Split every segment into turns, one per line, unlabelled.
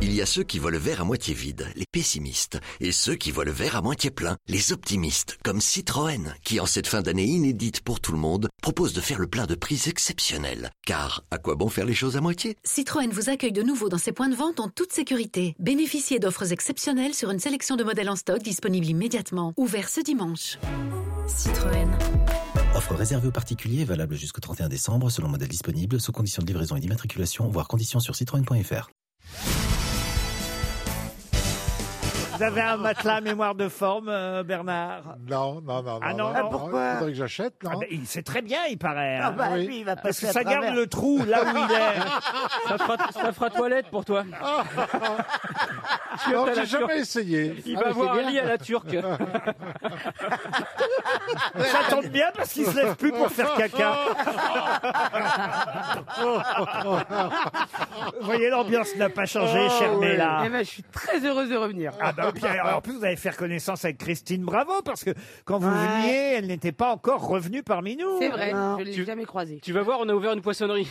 Il y a ceux qui voient le verre à moitié vide, les pessimistes, et ceux qui voient le verre à moitié plein, les optimistes, comme Citroën, qui en cette fin d'année inédite pour tout le monde, propose de faire le plein de prix exceptionnel. Car à quoi bon faire les choses à moitié
Citroën vous accueille de nouveau dans ses points de vente en toute sécurité. Bénéficiez d'offres exceptionnelles sur une sélection de modèles en stock disponibles immédiatement. Ouvert ce dimanche. Citroën.
Offre réservée aux particuliers, valable jusqu'au 31 décembre, selon modèle disponible, sous conditions de livraison et d'immatriculation, voire conditions sur citroën.fr.
Vous avez un matelas mémoire de forme, euh, Bernard
Non, non, non.
Ah non, non.
Il faudrait que j'achète, non
Ah ben, il sait très bien, il paraît. hein.
bah, Oui.
Ah lui, il va
Parce que
passer
ça
à travers.
garde le trou là où il est.
Ça fera, ça fera toilette pour toi.
Non,
t'as la
j'ai jamais essayé.
Il
Ah,
va
mais
avoir
c'est
un
bien.
lit à la turque.
Ça tombe bien parce qu'il se lève plus pour faire caca. Vous voyez, l'ambiance n'a pas changé,
Ah
cher Mella.
Eh ben, je suis très heureuse de revenir.
Ah bah, puis, alors, en plus, vous allez faire connaissance avec Christine Bravo parce que quand vous
Ouais.
veniez, elle n'était pas encore revenue parmi nous.
C'est vrai,
Non.
je l'ai
Tu-
jamais croisé.
tu vas voir, on a ouvert une poissonnerie.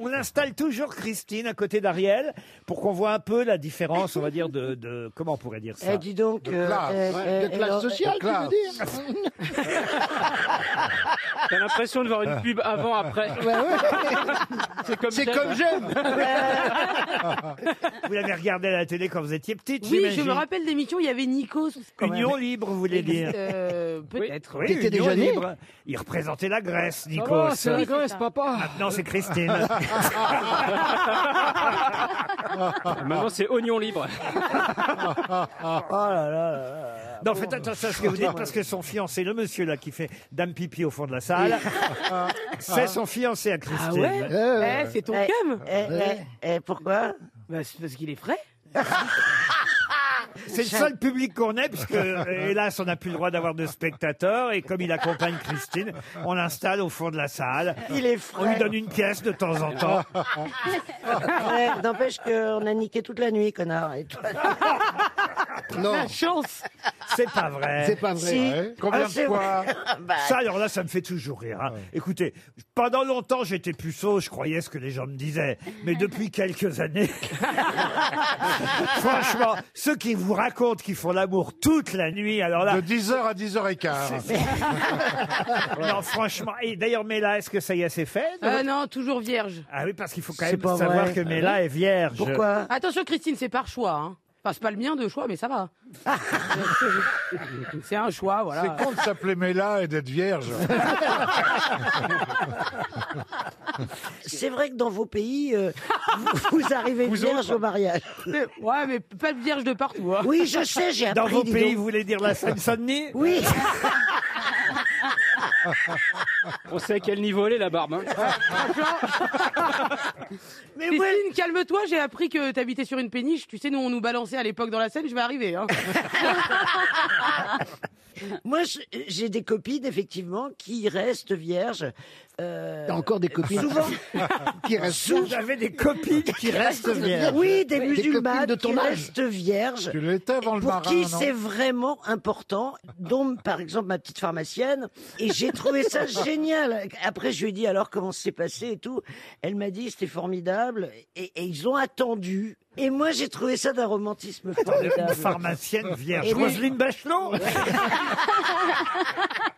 On installe toujours Christine à côté d'Ariel pour qu'on voit un peu la différence, on va dire, de, de- comment on pourrait dire ça
Eh, dis donc.
De
euh,
classe,
euh,
ouais,
euh,
de classe
alors,
sociale, tu veux dire hein.
T'as l'impression de voir une pub avant, après. C'est comme
C'est
j'aime.
comme j'aime.
Vous l'avez regardé à la télé quand vous étiez petite,
Oui, je
j'imagine.
me rappelle d'émission, il y avait Nikos. quand même.
Union libre, vous voulez dire
Euh, Peut-être.
Oui,
T'étais
Union
déjà né
libre. Il représentait la Grèce,
Ça
Nikos.
va, c'est la Grèce, papa.
Maintenant, c'est Christine.
Maintenant, c'est oignon libre. Oh
Non, faites attention à ce que vous dites parce que son fiancé, le monsieur là qui fait dame pipi au fond de la salle,
Ah.
c'est son fiancé à Christine.
Ah ouais Eh, c'est ton
Ouais.
cum
Eh, eh, eh, pourquoi
Bah, C'est parce qu'il est frais.
C'est le seul public qu'on ait puisque euh, hélas on n'a plus le droit d'avoir de spectateurs et comme il accompagne Christine, on l'installe au fond de la salle.
Il est
On lui
frais.
donne une pièce de temps en temps.
Ouais, N'empêche qu'on a niqué toute la nuit, connard. Et toi,
Non,
La chance
C'est pas vrai.
c'est pas vrai.
Si.
Ouais. Combien
Ah,
de
c'est
fois
bah,
Ça, alors là, ça me fait toujours rire. hein. Écoutez, pendant longtemps, j'étais puceau, je croyais ce que les gens me disaient. Mais depuis quelques années, franchement, ceux qui vous racontent qu'ils font l'amour toute la nuit, alors là,
De 10h à 10h15.
non, franchement. Et d'ailleurs, Mela, est-ce que ça y est, c'est fait
Euh, Non, toujours vierge.
Ah oui, parce qu'il faut quand
C'est
même
pas
savoir
vrai. Ah
que Mela est vierge.
pourquoi
Attention, Christine, c'est par choix. Hein. Enfin, c'est pas le mien de choix, mais ça va. c'est un choix, voilà.
C'est con de s'appeler Mela et d'être vierge.
C'est vrai que dans vos pays, euh, vous, vous arrivez
Vous
vierge
autres
au mariage.
Ouais, mais pas de vierge de partout. Hein.
Oui, je sais, j'ai appris.
Dans vos
dis
pays,
donc.
vous voulez dire la Seine-Saint-Denis
Oui,
On sait à quel niveau elle est, la barbe. hein.
mais
Christine,
ouais.
calme-toi, j'ai appris que t'habitais sur une péniche. Tu sais, nous, on nous balançait à l'époque dans la Seine, je vais arriver. Hein.
Moi, je- j'ai des copines, effectivement, qui restent vierges. Euh,
T'as encore des copines
Souvent,
qui restent
Vous avez des copines qui restent vierges.
oui, des
copines
musulmanes
de ton
qui
âge.
restent vierges.
Tu l'étais avant le
pour
marin,
qui
non
c'est vraiment important, dont par exemple ma petite pharmacienne, et j'ai trouvé ça génial. Après, je lui ai dit alors comment c'est passé et tout. Elle m'a dit c'était formidable, et, et ils ont attendu. Et moi, j'ai trouvé ça d'un romantisme
Une
formidable.
pharmacienne vierge.
Et oui.
Roselyne Bachelot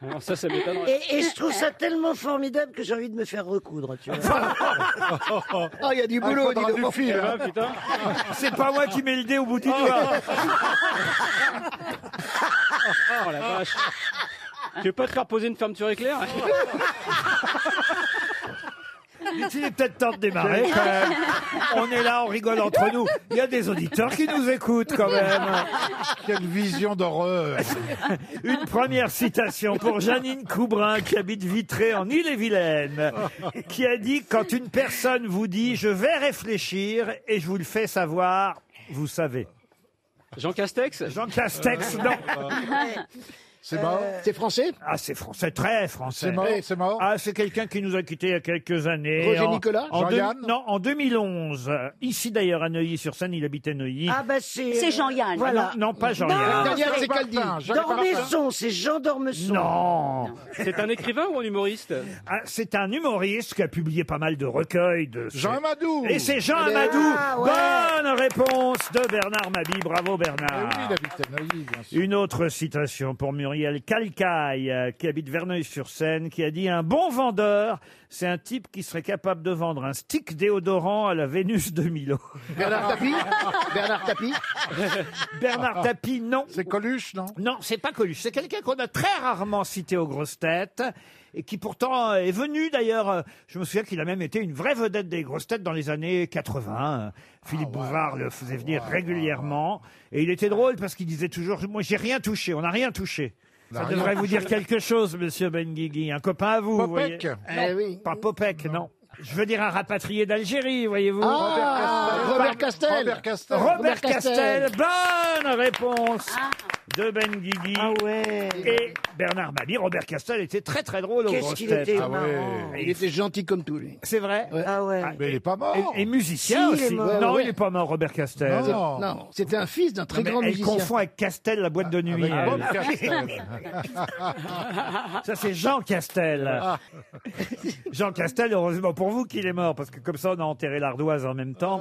Alors ça, ça m'étonnerait.
Et, et je trouve ça tellement formidable que j'ai envie de me faire recoudre, tu vois.
Ah, il y a du
Ah,
boulot, dis
faudra du
donc.
fil.
Eh
hein.
ben, putain.
C'est pas moi qui mets le dé au bout du doigt.
Oh la vache. Tu veux pas te faire poser une fermeture éclair hein
Il est peut-être temps de démarrer quand même. ben, euh, On est là, on rigole entre nous. Il y a des auditeurs qui nous écoutent quand même.
Quelle vision d'horreur.
Une première citation pour Janine Coubrin qui habite Vitré en Ille-et-Vilaine, qui a dit quand une personne vous dit je vais réfléchir et je vous le fais savoir, vous savez.
Jean Castex Ah.
Jean Castex, non.
C'est mort
C'est français
Ah, c'est français, très français.
C'est mort, c'est mort.
Ah, c'est quelqu'un qui nous a quittés il y a quelques années.
Roger
En-
Nicolas
en deux-
Jean-Yann
Non, en 2011. euh, Ici d'ailleurs, à Neuilly-sur-Seine, il habitait Neuilly.
Ah bah c'est.
C'est Jean-Yann.
Voilà.
Non, pas Jean-Yann.
Daniel,
Jacques
c'est Caldi.
Martin, Jacques Martin.
Dormesson, c'est Jean Dormesson.
Non.
C'est un écrivain ou un humoriste
Ah, c'est un humoriste qui a publié pas mal de recueils de.
Jean Amadou.
Et c'est Jean
Allez.
Amadou.
Ah, ouais.
Bonne réponse de Bernard Mabi. Bravo
Eh
Bernard.
oui, il habitait Neuilly, bien sûr.
Une autre citation pour Muriel Calcaille, euh, qui habite Verneuil-sur-Seine, qui a dit Un bon vendeur, c'est un type qui serait capable de vendre un stick déodorant à la Vénus de Milo.
Bernard Tapie Bernard Tapie
Bernard Tapie, non.
C'est Coluche, non
Non, c'est pas Coluche. C'est quelqu'un qu'on a très rarement cité aux grosses têtes et qui pourtant euh, est venu d'ailleurs. euh, Je me souviens qu'il a même été une vraie vedette des grosses têtes dans les années 80. Euh, Philippe
Ah
Bouvard le faisait venir régulièrement et il était drôle parce qu'il disait toujours Moi, j'ai rien touché, on n'a rien touché. Ça
n'a Bah rien
devrait vous dire quelque chose, monsieur Benguigui. Un copain à vous, vous voyez.
Popek.
Eh oui.
Pas Popek, non. Je veux dire un rapatrié d'Algérie, voyez-vous.
Ah, Robert Castel.
Robert Castel.
Robert,
Robert
Castel.
Castel.
bonne réponse de Benguigui.
Ah ouais.
Et Bernard Mabie, Robert Castel était très très drôle au
Qu'est-ce qu'il était
Ah
marrant.
ouais.
Il était gentil comme tout, lui.
C'est vrai
Ah ouais.
Mais il est pas
Oh.
mort.
et, et musicien
Si, il est
aussi.
mort.
non,
Ouais, ouais.
il n'est pas mort, Robert Castel.
Non,
Non, c'était un fils d'un très
Mais
grand
elle
musicien.
confond avec Castel, la boîte de nuit.
Ah,
Avec
elle.
Bob Castel.
Ça, c'est Jean Castel. Jean Castel, heureusement pour vous qu'il est mort, parce que comme ça, on a enterré l'ardoise en même temps.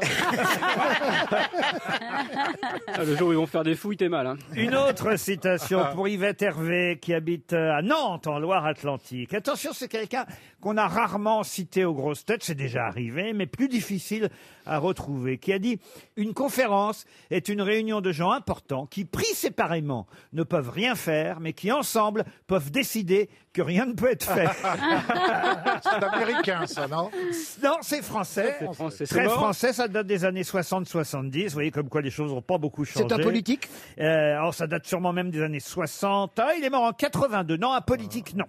Ah, Le jour où ils vont faire des fouilles, t'es mal. Hein. Ah.
Une autre citation pour Yvette Hervé qui habite euh, à Nantes en Loire-Atlantique. Attention, c'est quelqu'un qu'on a rarement cité aux grosses têtes, c'est déjà arrivé, mais plus difficile à retrouver, qui a dit « Une conférence est une réunion de gens importants qui, pris séparément, ne peuvent rien faire, mais qui, ensemble, peuvent décider que rien ne peut être fait.
C'est américain,
Ah
ça, non »
Non, c'est français.
C'est français. C'est
Très
mort
français, ça date des années 60-70. Vous voyez comme quoi les choses n'ont pas beaucoup changé.
C'est un politique
Euh, alors ça date sûrement même des années 60. Ah, il est mort en 82. Non, un politique, non.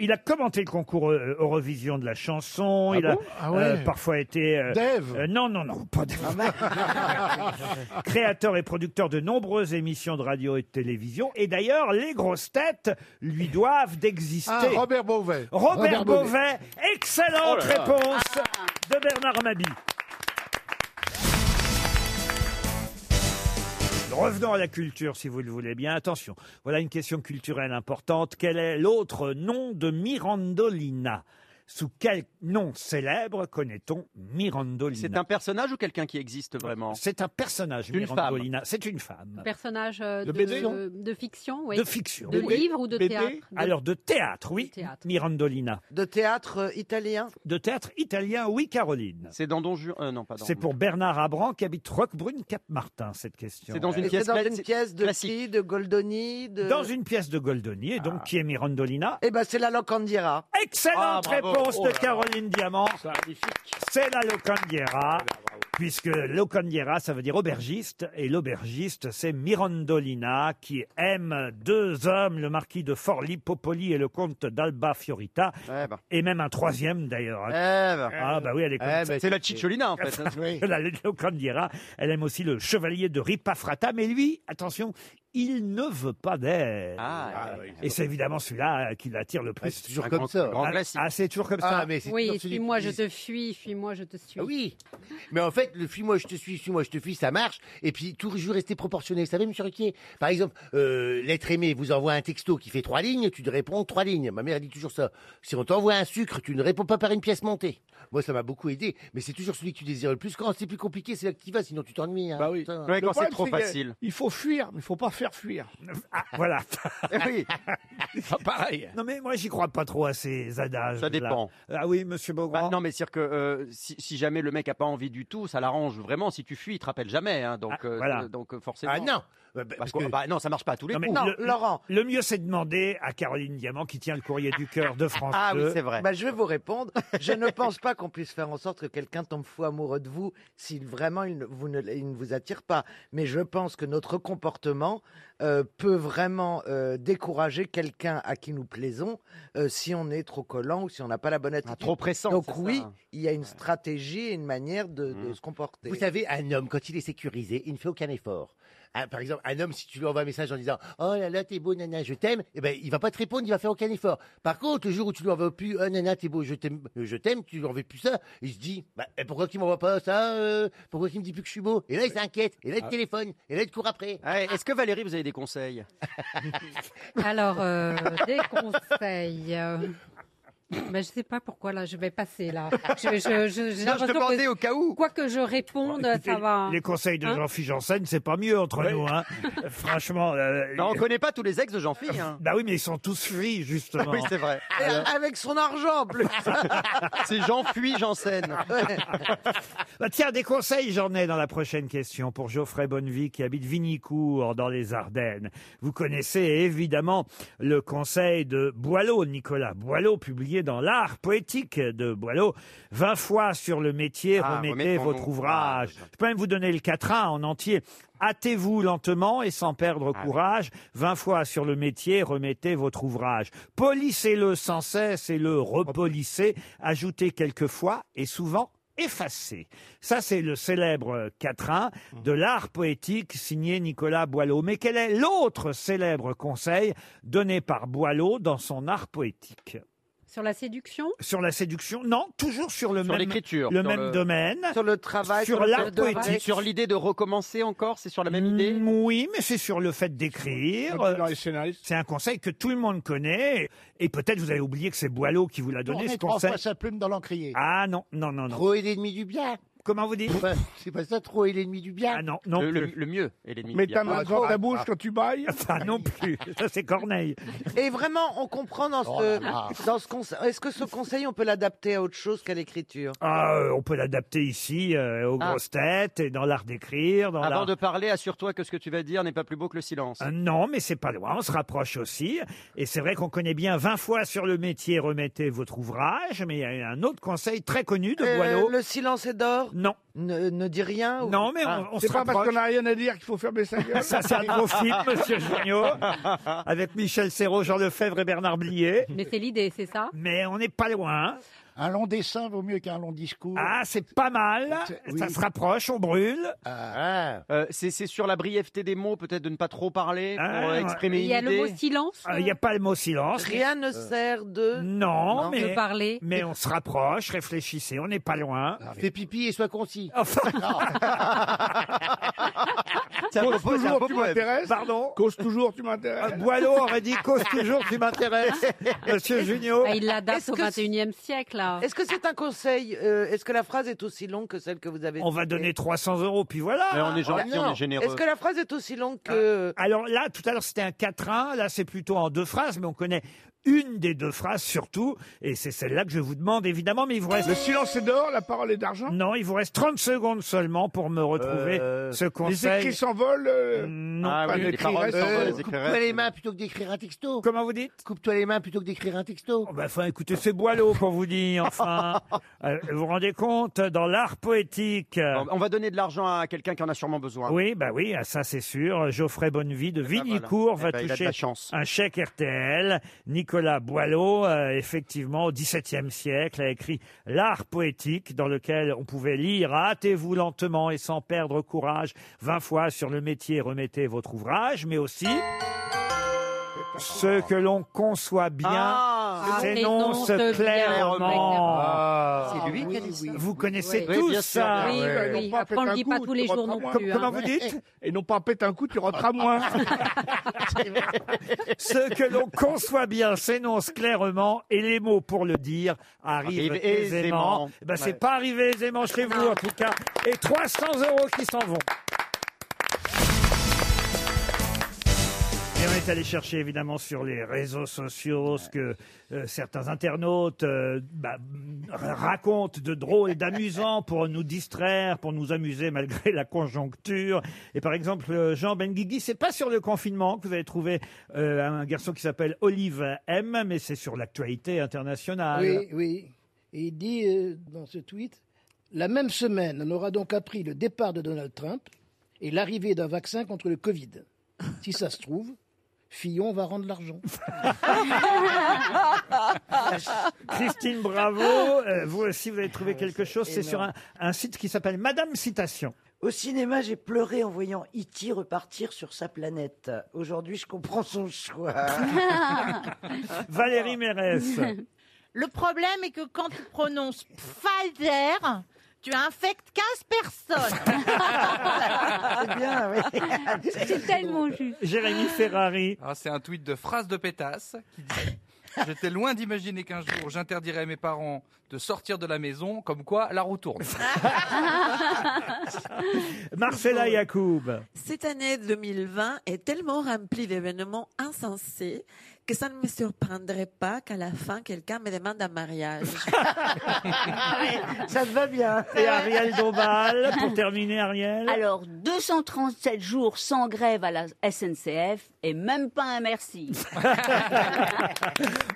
Il a commenté le concours euh, Eurovision de la chanson. il
bon
a
Ah ouais.
euh, parfois été. euh,
Dave
euh, Non, non, non, pas Dave. Créateur et producteur de nombreuses émissions de radio et de télévision. Et d'ailleurs, les grosses têtes lui doivent d'exister.
Ah, Robert Beauvais.
Robert,
Robert
Beauvais.
Beauvais.
Excellente
Oh là là.
réponse
Ah.
de Bernard Mabi. Revenons à la culture, si vous le voulez bien. Attention, voilà une question culturelle importante. Quel est l'autre nom de Mirandolina Sous quel nom célèbre connaît-on Mirandolina
C'est un personnage ou quelqu'un qui existe vraiment
C'est un personnage,
D'une femme.
Mirandolina. C'est une femme.
Personnage euh,
De
de,
BD, non
de fiction, oui.
De fiction.
De
oui. Ah,
livre ou de
BD?
théâtre De-
Alors, de théâtre, oui.
De théâtre.
Mirandolina.
De théâtre euh, italien.
De théâtre italien, oui, Caroline.
C'est dans Don Juan euh, Non, pas dans.
C'est pour Bernard Abran qui habite Roquebrune-Cap-Martin, cette question.
C'est dans une
Et C'est
pièce
dans
cla-
une pièce de
classique.
qui De Goldoni de...
Dans une pièce de Goldoni, et donc qui est Mirandolina.
Eh ben c'est la Locandira.
Excellente
Ah, bravo.
réponse
Oh
de
là là.
Caroline Diamant.
C'est magnifique.
C'est la
Oh
Locandiera, puisque Locandiera, ça veut dire aubergiste, et l'aubergiste, c'est Mirandolina, qui aime deux hommes, le marquis de Forlì Popoli et le comte d'Alba Fiorita,
Eh ben.
et même un troisième d'ailleurs.
Eh ben.
Ah bah oui, elle est comme ça.
Eh ben, c'est la Cicciolina en fait. hein.
Oui.
La Locandiera, elle aime aussi le chevalier de Ripafrata, mais lui, attention, il ne veut pas d'elle.
Ah,
Et c'est évidemment celui-là euh, qui l'attire le
Ah,
plus.
C'est toujours comme ça.
grand
Ah,
classique.
ah, c'est toujours comme ça.
Ah, mais c'est
Oui,
toujours celui
suis-moi,
qui
je
dit-
te fuis, suis-moi, je te suis.
Ah oui, mais en fait, le fuis-moi, je te suis, fuis-moi, je te fuis, ça marche. Et puis, toujours rester proportionné. Vous savez, monsieur Riquier, par exemple, euh, l'être aimé vous envoie un texto qui fait trois lignes, tu te réponds trois lignes. Ma mère elle dit toujours ça. Si on t'envoie un sucre, tu ne réponds pas par une pièce montée. Moi, ça m'a beaucoup aidé, mais c'est toujours celui que tu désires le plus. Quand c'est plus compliqué, c'est là que tu vas, sinon tu t'ennuies. hein.
Bah oui.
Putain.
Ouais,
Le
quand c'est
problème,
trop
que
facile.
Il faut fuir, mais il faut pas faire fuir.
Ah, voilà. Ah,
oui.
pareil.
Non mais moi j'y crois pas trop à ces adages.
Ça dépend.
Ah oui, Monsieur
Bah,
Beaugrand.
non, mais c'est-à-dire que euh, si, si jamais le mec a pas envie du tout, ça l'arrange vraiment. Si tu fuis, il te rappelle jamais. hein, donc,
Ah,
euh,
voilà.
donc euh, forcément.
Ah non, Bah,
Parce
parce
que-
que-
bah, non, ça marche pas à tous les
Non, mais
coups.
Non,
le-
Laurent.
Le mieux c'est de demander à Caroline Diamant qui tient le courrier du cœur de France
Ah oui,
2.
c'est vrai.
Bah, je vais vous répondre. Je ne pense pas qu'on puisse faire en sorte que quelqu'un tombe fou amoureux de vous si vraiment il ne vous, ne, il ne vous attire pas. Mais je pense que notre comportement
euh, peut vraiment euh, décourager quelqu'un à qui nous plaisons euh, si on est trop collant ou si on n'a pas la bonne attitude.
trop pressant,
Donc
c'est ça.
oui, il y a une stratégie et une manière de, de se comporter.
Mmh. Vous savez, un homme, quand il est sécurisé, il ne fait aucun effort. Ah, par exemple, un homme, si tu lui envoies un message en disant Oh là là, t'es beau, nana, je t'aime, eh ben, il va pas te répondre, il va faire aucun effort. Par contre, le jour où tu lui envoies plus Oh nana, t'es beau, je t'aime, euh, je t'aime, tu lui envoies plus ça, il se dit bah, eh, Pourquoi tu m'envoies pas ça euh, Pourquoi tu me dis plus que je suis beau Et là, il s'inquiète, et là, il te
Ah.
téléphone, et là, il te court après.
Est-ce que Valérie, vous avez des conseils
Alors, euh, des conseils. euh, Mais je sais pas pourquoi là, je vais passer là. Je, je, je, j'ai
Non, je
l'impression
demandais
que-
au cas où.
Quoi que je réponde,
Écoutez,
ça va.
Les conseils de
Hein
Jean-Philippe Janssen, c'est pas mieux entre nous. Hein. Franchement.
Ben, on connaît
pas tous les ex de Jean-Philippe. Bah oui, mais ils sont tous free, justement.
hein.
Euh,
Oui, c'est vrai.
Ah,
Euh,
Et Euh, Avec son argent, en plus.
C'est Jean-Fuy Janssen.
Bah, tiens, des conseils, j'en ai dans la prochaine question pour Geoffrey Bonnevie qui habite Vinicourt dans les Ardennes. Vous connaissez évidemment le conseil de Boileau, Nicolas Boileau, publié dans l'art poétique de Boileau. 20 fois sur le métier,
Ah,
remettez
remettons-nous.
votre ouvrage. Je peux même vous donner le quatrain en entier. Hâtez-vous lentement et sans perdre courage. 20 fois sur le métier, remettez votre ouvrage. Polissez-le sans cesse et le repolissez. Ajoutez quelques fois et souvent effacé. Ça, c'est le célèbre quatrain de l'art poétique signé Nicolas Boileau. Mais quel est l'autre célèbre conseil donné par Boileau dans son art poétique
Sur la séduction
sur la séduction, non, toujours sur le
Sur
même,
l'écriture,
le
sur
même
le-
domaine,
Sur le travail,
sur,
sur le
l'art
travail.
poétique, Mm.
Sur l'idée de recommencer encore, c'est sur la même idée.
Oui, mais c'est sur le fait d'écrire.
Ah,
C'est un conseil que tout le monde connaît, et peut-être vous avez oublié que c'est Boileau qui vous l'a donné
Tourner
ce
trois
conseil.
fois sa plume dans l'encrier.
Ah non, non, non, non.
Trop est l'ennemi du bien.
Comment vous dites
C'est pas ça, trop est l'ennemi du bien. Ah
non, non.
Le, le- le mieux Ah, est l'ennemi.
Mets
du
ta
bien.
main devant ta bouche quand
tu bailles Ah non plus, ça c'est Corneille.
Et vraiment, on comprend dans ce,
Oh là là.
dans ce conseil. Est-ce que ce conseil, on peut l'adapter à autre chose qu'à l'écriture
Ah, euh, on peut l'adapter ici euh, aux
Ah.
grosses têtes et dans l'art d'écrire, dans
Avant
l'art.
de parler, assure-toi que ce que tu vas dire n'est pas plus beau que le silence.
Ah Non, mais c'est pas loin, on se rapproche aussi. Et c'est vrai qu'on connaît bien 20 fois sur le métier, remettez votre ouvrage, mais il y a un autre conseil très connu de
Euh,
Boileau.
le silence est d'or
Non.
Ne, ne dis rien ou- Ah.
Non, mais on- on
C'est
se
pas parce
rapproche.
qu'on a rien à dire qu'il faut fermer sa gueule.
Ça, c'est un gros film, monsieur Junio, avec Michel Serrault, Jean Lefebvre et Bernard Blier.
Mais c'est l'idée, c'est ça
Mais on n'est pas loin.
Un long dessin vaut mieux qu'un long discours.
Ah, c'est pas mal.
Oui.
Ça se rapproche, on brûle. Ah.
Euh, c'est c'est sur la brièveté des mots, peut-être de ne pas trop parler pour
Ah,
euh,
ouais.
exprimer
Il y
une
a le
idée.
mot silence,
Ah,
Euh, Il n'y a pas le mot silence. Euh,
Rien ne sert de.
Non,
Non.
mais,
De parler.
mais on se rapproche, réfléchissez, on n'est pas loin.
Ah,
Fais pipi et sois concis.
Cause toujours, tu m'intéresses.
Pardon Ah,
Cause toujours, tu m'intéresses.
Boileau aurait dit cause toujours, tu m'intéresses. Monsieur Junio.
Bah, Il l'adapte
Est-ce
au
que
21e siècle là.
Est-ce que c'est un conseil euh, Est-ce que la phrase est aussi longue que celle que vous avez Ah,
On va donner 300 euros, puis voilà.
Mais on est gentil, on est généreux.
Est-ce que la phrase est aussi longue que.
Ah, Alors là, tout à l'heure, c'était un 4-1. Là, c'est plutôt en deux phrases, mais on connaît une des deux phrases surtout. Et c'est celle-là que je vous demande, évidemment. Mais il vous reste.
Le silence est d'or, la parole est d'argent.
Non, il vous reste 30 secondes seulement pour me retrouver
Euh,
ce
Euh, Les
conseil.
écrits
Mm,
s'envolent.
Non, Ah
pas
Ah oui, les
d'écrits
paroles
restent
s'envolent,
en-
les écrits restent. Euh, les mains plutôt que d'écrire un texto.
Comment vous dites
Coupe-toi les mains plutôt que d'écrire un texto.
Oh, bah, enfin, écoutez, c'est Boileau pour vous dire, enfin. Euh, vous vous rendez compte, dans l'art poétique. euh,
On va donner de l'argent à quelqu'un qui en a sûrement besoin.
Oui, bah oui, ah, ça c'est sûr. Geoffrey Bonnevie de
voilà.
Vignicourt
Eh
va
ben, il a de
toucher
la chance.
un chèque RTL. Nicolas Boileau, euh, effectivement, au XVIIe siècle, a écrit L'art poétique, dans lequel on pouvait lire Hâtez-vous lentement et sans perdre courage, 20 fois sur le métier, remettez votre ouvrage, mais aussi. Ce que l'on conçoit bien
Ah,
s'énonce clairement.
C'est lui qui a dit ça.
Vous connaissez
Oui,
tous
bien sûr.
ça.
Oui, oui, oui. Après, on le dit pas tous les jours non plus. hein.
Comment vous dites Ah.
Et non pas pète un coup, tu rentres à moins.
Ce que l'on conçoit bien s'énonce clairement et les mots pour le dire arrivent
Arrive aisément.
aisément. Eh Ben, c'est
Ouais.
pas arrivé aisément chez vous en tout cas. Et 300 euros qui s'en vont. Et on est allé chercher évidemment sur les réseaux sociaux ce que euh, certains internautes euh, bah, r- racontent de drôle et d'amusant pour nous distraire, pour nous amuser malgré la conjoncture. Et par exemple, euh, Jean Benguigui, c'est pas sur le confinement que vous avez trouvé euh, un garçon qui s'appelle Olive M, mais c'est sur l'actualité internationale.
Oui, oui. Et il dit euh, dans ce tweet La même semaine, on aura donc appris le départ de Donald Trump et l'arrivée d'un vaccin contre le Covid. Si ça se trouve, Fillon va rendre l'argent.
Christine Bravo, euh, vous aussi, vous avez trouvé quelque chose. C'est sur un,
énorme.
un site qui s'appelle Madame Citation.
Au cinéma, j'ai pleuré en voyant E.T. repartir sur sa planète. Aujourd'hui, je comprends son choix.
Valérie Mérès.
Le problème est que quand tu prononces Pfizer, tu infectes 15 personnes.
Ah.
C'est bien, oui.
C'est tellement juste.
Jérémy Ferrari.
Alors, Ah, c'est un tweet de phrase de pétasse qui dit J'étais loin d'imaginer qu'un jour j'interdirais à mes parents de sortir de la maison, comme quoi la roue tourne.
Ah.
Marcella Yacoub.
Cette année 2020 est tellement remplie d'événements insensés que ça ne me surprendrait pas qu'à la fin, quelqu'un me demande un mariage.
Ça te va bien.
Et Ariel Dombal, pour terminer, Ariel.
Alors, 237 jours sans grève à la SNCF et même pas un merci.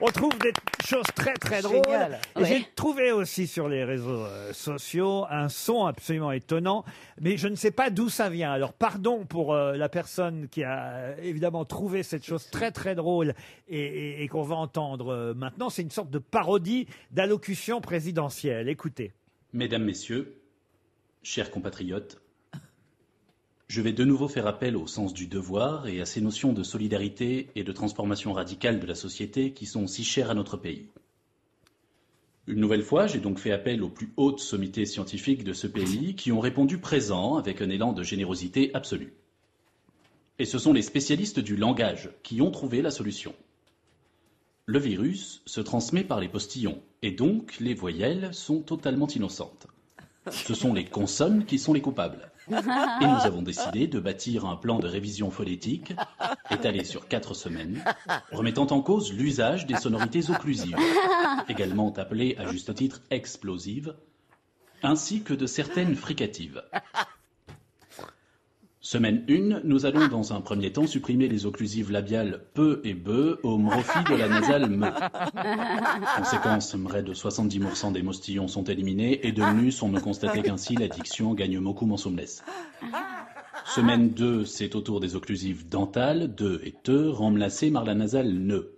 On trouve des choses très très drôles.
Génial.
Et
Ouais.
J'ai trouvé aussi sur les réseaux euh, sociaux un son absolument étonnant, mais je ne sais pas d'où ça vient. Alors pardon pour euh, la personne qui a euh, évidemment trouvé cette chose très très drôle et, et- et qu'on va entendre euh, maintenant. C'est une sorte de parodie d'allocution présidentielle. Écoutez.
Mesdames, Messieurs, chers compatriotes, je vais de nouveau faire appel au sens du devoir et à ces notions de solidarité et de transformation radicale de la société qui sont si chères à notre pays. Une nouvelle fois, j'ai donc fait appel aux plus hautes sommités scientifiques de ce pays qui ont répondu présent avec un élan de générosité absolue. Et ce sont les spécialistes du langage qui ont trouvé la solution. Le virus se transmet par les postillons, et donc les voyelles sont totalement innocentes. Ce sont les consonnes qui sont les coupables. Et nous avons décidé de bâtir un plan de révision phonétique étalé sur quatre semaines, remettant en cause l'usage des sonorités occlusives, également appelées à juste titre explosives, ainsi que de certaines fricatives. Semaine 1, nous allons dans un premier temps supprimer les occlusives labiales peu et be au mrophie de la nasale me. Conséquence, près de 70% des mostillons sont éliminés et de mus, on me constatait qu'ainsi la diction gagne beaucoup mensomness. Semaine 2, c'est au tour des occlusives dentales, de et te, remlacées par la nasale ne.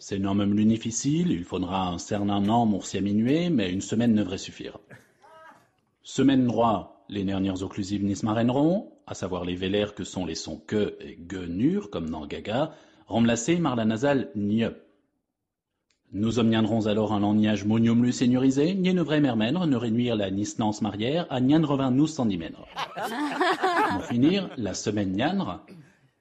C'est normum l'unificile, il faudra un certain nombre pour s'y aminuer, mais une semaine ne devrait suffire. Semaine 3, les dernières occlusives nismarenron, à savoir les vélaires que sont les sons que et gueux nurs, comme dans Gaga, remplacés par la nasale nye. Nous obtiendrons alors un langage moniomlus séniorisé, nien ne vrai mermènre, ne réduire la nisnance marière à nien revin nous sandimènre. Pour finir, la semaine nianre,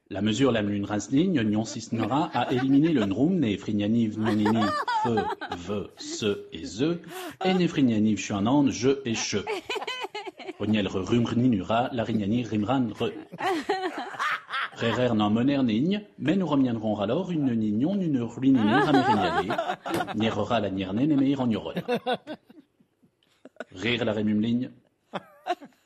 la mesure la lune rasnigne, nion cisnera à éliminer le nrum, nefrignaniv, nonini, fe, ve, se et ze, et nefrignaniv chuanan, je et che. Oniel re rumrninura, larignani rimran re. Rerer n'en moner er, nigne, mais nous reviendrons alors une nignon, une ruinine ramirignale, nierora la nierne, et meir en urone. Rire la rémumligne,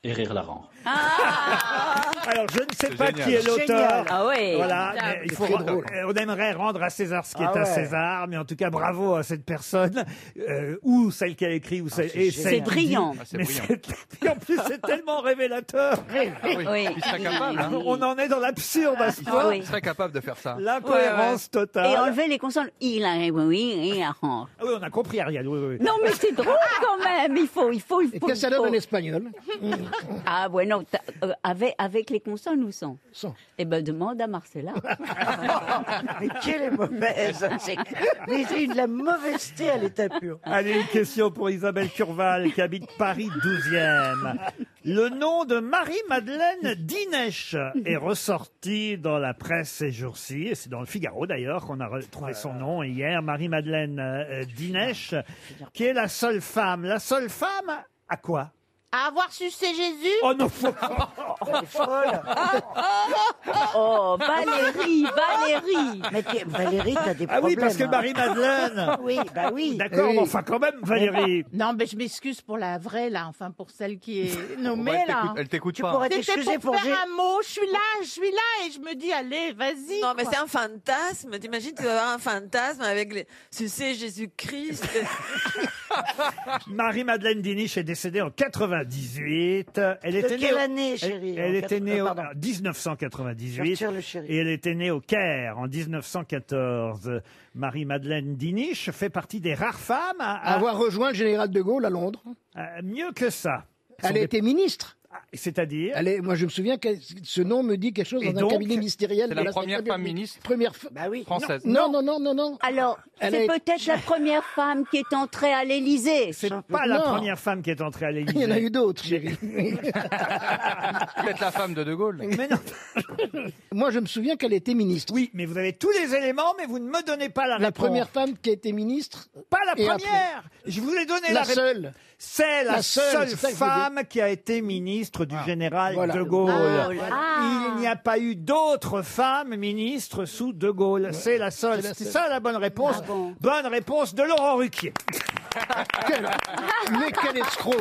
et rire la ran.
Alors, je ne sais pas
génial.
qui est l'auteur.
Génial. Ah ouais.
Voilà,
Formidable.
mais il
C'est
faut
très
re-
drôle.
euh, on aimerait rendre à César ce qui
Ah
est à
ouais.
César, mais en tout cas, bravo à cette personne, euh, ou celle qui a écrit, ou celle.
Ah, c'est
et
génial.
celle
C'est
qui dit.
brillant. Ah, c'est
Mais
brillant.
c'est- et en plus, c'est tellement révélateur.
oui, Ah Oui. il serait capable, hein.
On en est dans l'absurde à ce
Il
point.
serait capable de faire ça.
L'incohérence totale.
Et enlever les consonnes. Il a oui, oui, il a rang.
Ah oui, on a compris, Ariel. oui, oui, Ah oui.
Non, mais c'est drôle quand même. Il faut, il faut, il faut.
Qu'est-ce que ça donne en
il faut.
espagnol
Ah, ouais, non. t'as- euh, avec, avec les consonnes ou sans Sans. Eh ben, demande à Marcella.
Mais quelle est mauvaise. Mais c'est une- de la mauvaiseté à l'état pur.
Allez, une question pour Isabelle Curval qui habite Paris 12e. Le nom de Marie-Madeleine Dinesh est ressorti dans la presse ces jours-ci. Et C'est dans le Figaro d'ailleurs qu'on a retrouvé son nom hier. Marie-Madeleine euh, Dinesh, qui est la seule femme. La seule femme à quoi
À avoir sucé Jésus
Oh non faut-
Oh, Valérie, Valérie.
Mais t'es- Valérie, t'as des
Ah
problèmes.
oui, parce que
hein.
Marie-Madeleine.
Oui, bah oui.
D'accord, mais enfin quand même, Valérie.
Non, mais je m'excuse pour la vraie, là. Enfin, pour celle qui est nommée,
bah, elle
là.
t'écoute- elle t'écoute Tu pas. pourrais
C'était
t'excuser
pour,
pour Gé-
faire un mot. Je suis là, je suis là. Et je me dis, allez, vas-y.
Non, mais
quoi.
c'est un fantasme. T'imagines, tu vas avoir un fantasme avec les. Tu sais, Jésus-Christ.
Marie-Madeleine Diniche est décédée en 98. Elle
De
était née
quelle
au-
année, chérie
Elle, elle
En
était
quatre-
née
euh,
en
pardon.
1998
Arthur le chéri.
et elle était née au Caire en 1914. Marie-Madeleine Diniche fait partie des rares femmes à, à-
Avoir rejoint le général de Gaulle à Londres.
à- Euh, mieux que ça. Ce sont
Elle
des-
a été ministre.
C'est-à-dire
Elle est- Moi, je me souviens que ce nom me dit quelque chose
Et
dans
donc,
un cabinet ministériel.
c'est
de
la
première
République.
femme ministre
Première f-
Française.
Non, non, non, non, non.
Alors,
Elle
c'est
est-
peut-être la première femme qui est entrée à l'Élysée.
C'est pas la première femme qui est entrée à l'Élysée.
Il y en a eu d'autres, chérie.
Peut-être la femme de De Gaulle.
Mais non.
Moi, je me souviens qu'elle était ministre.
Oui, mais vous avez tous les éléments, mais vous ne me donnez pas la
La
réponse.
première femme qui a été ministre.
Pas la
et
première.
après.
Je vous ai donné la,
La
rép-
seule.
C'est la,
La seule,
seule,
c'est ça que je veux Ah.
femme qui a été ministre du général
Voilà.
de Gaulle.
Ah, voilà.
Il n'y a pas eu d'autres femmes ministres sous de Gaulle. C'est la seule.
C'est la
C'est
seule. Ah,
ça la bonne réponse. Bonne réponse de Laurent Ruquier.
Mais quel escroc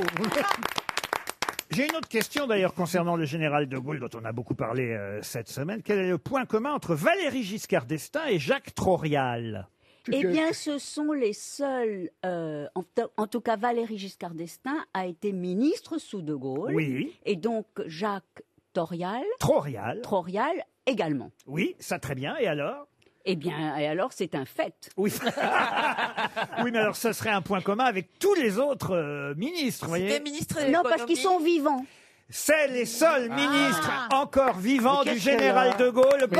J'ai une autre question d'ailleurs concernant le général de Gaulle dont on a beaucoup parlé euh, cette semaine. Quel est le point commun entre Valéry Giscard d'Estaing et Jacques Trorial
Eh bien, ce sont les seuls. euh, en, to- en tout cas, Valéry Giscard d'Estaing a été ministre sous De Gaulle.
Oui.
Et donc, Jacques Torial.
Trorial.
Trorial également.
Oui, ça très bien. Et alors
Eh bien, et alors, c'est un fait.
Oui. Oui, mais alors ce serait un point commun avec tous les autres euh, ministres. vous voyez.
Non, parce qu'ils sont vivants.
C'est les seuls ministres encore vivants
Mais
du
qu'est-ce
général
qu'elle a
de Gaulle.
Mais-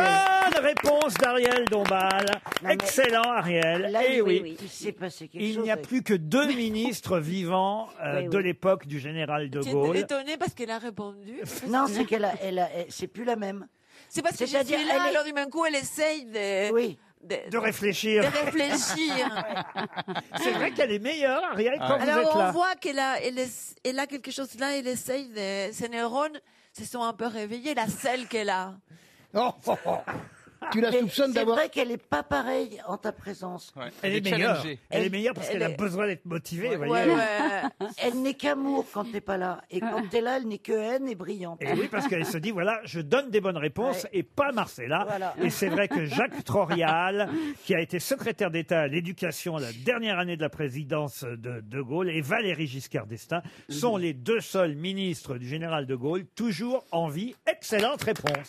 Bonne réponse d'Ariel Dombal.
Non, mais-
Excellent, Ariel.
Là,
Eh oui.
Il s'est passé quelque
Il
chose.
n'y a plus que deux ministres vivants euh,
Oui,
de
oui.
l'époque du général de
Tu
Gaulle.
es étonnée parce qu'elle a répondu.
Non, c'est qu'elle a, elle a- elle- c'est plus la même.
C'est parce que je
C'est-à-dire,
suis là,
elle est-
alors du même coup, elle essaye de...
Oui.
De réfléchir.
De réfléchir.
C'est vrai qu'elle est meilleure, Ariel, quand vous
Alors
êtes
on
là.
voit qu'elle a, elle est- elle a quelque chose là, elle essaye, de, ses neurones se sont un peu réveillés, la seule qu'elle a.
Tu la
Mais
soupçonnes d'avoir.
C'est vrai qu'elle n'est pas pareille en ta présence.
Elle est meilleure. Elle est meilleure parce
Elle
qu'elle a
est-
besoin d'être motivée. vous
Ouais,
voyez.
ouais. Elle n'est qu'amour quand t'es pas là. Et quand t'es là, elle n'est que haine et brillante.
Et oui, parce qu'elle se dit, voilà, je donne des bonnes réponses et pas Marcella.
Voilà.
Et c'est vrai que Jacques Trorial, qui a été secrétaire d'État à l'éducation la dernière année de la présidence de De Gaulle, et Valéry Giscard d'Estaing sont les deux seuls ministres du général De Gaulle toujours en vie. Excellente réponse.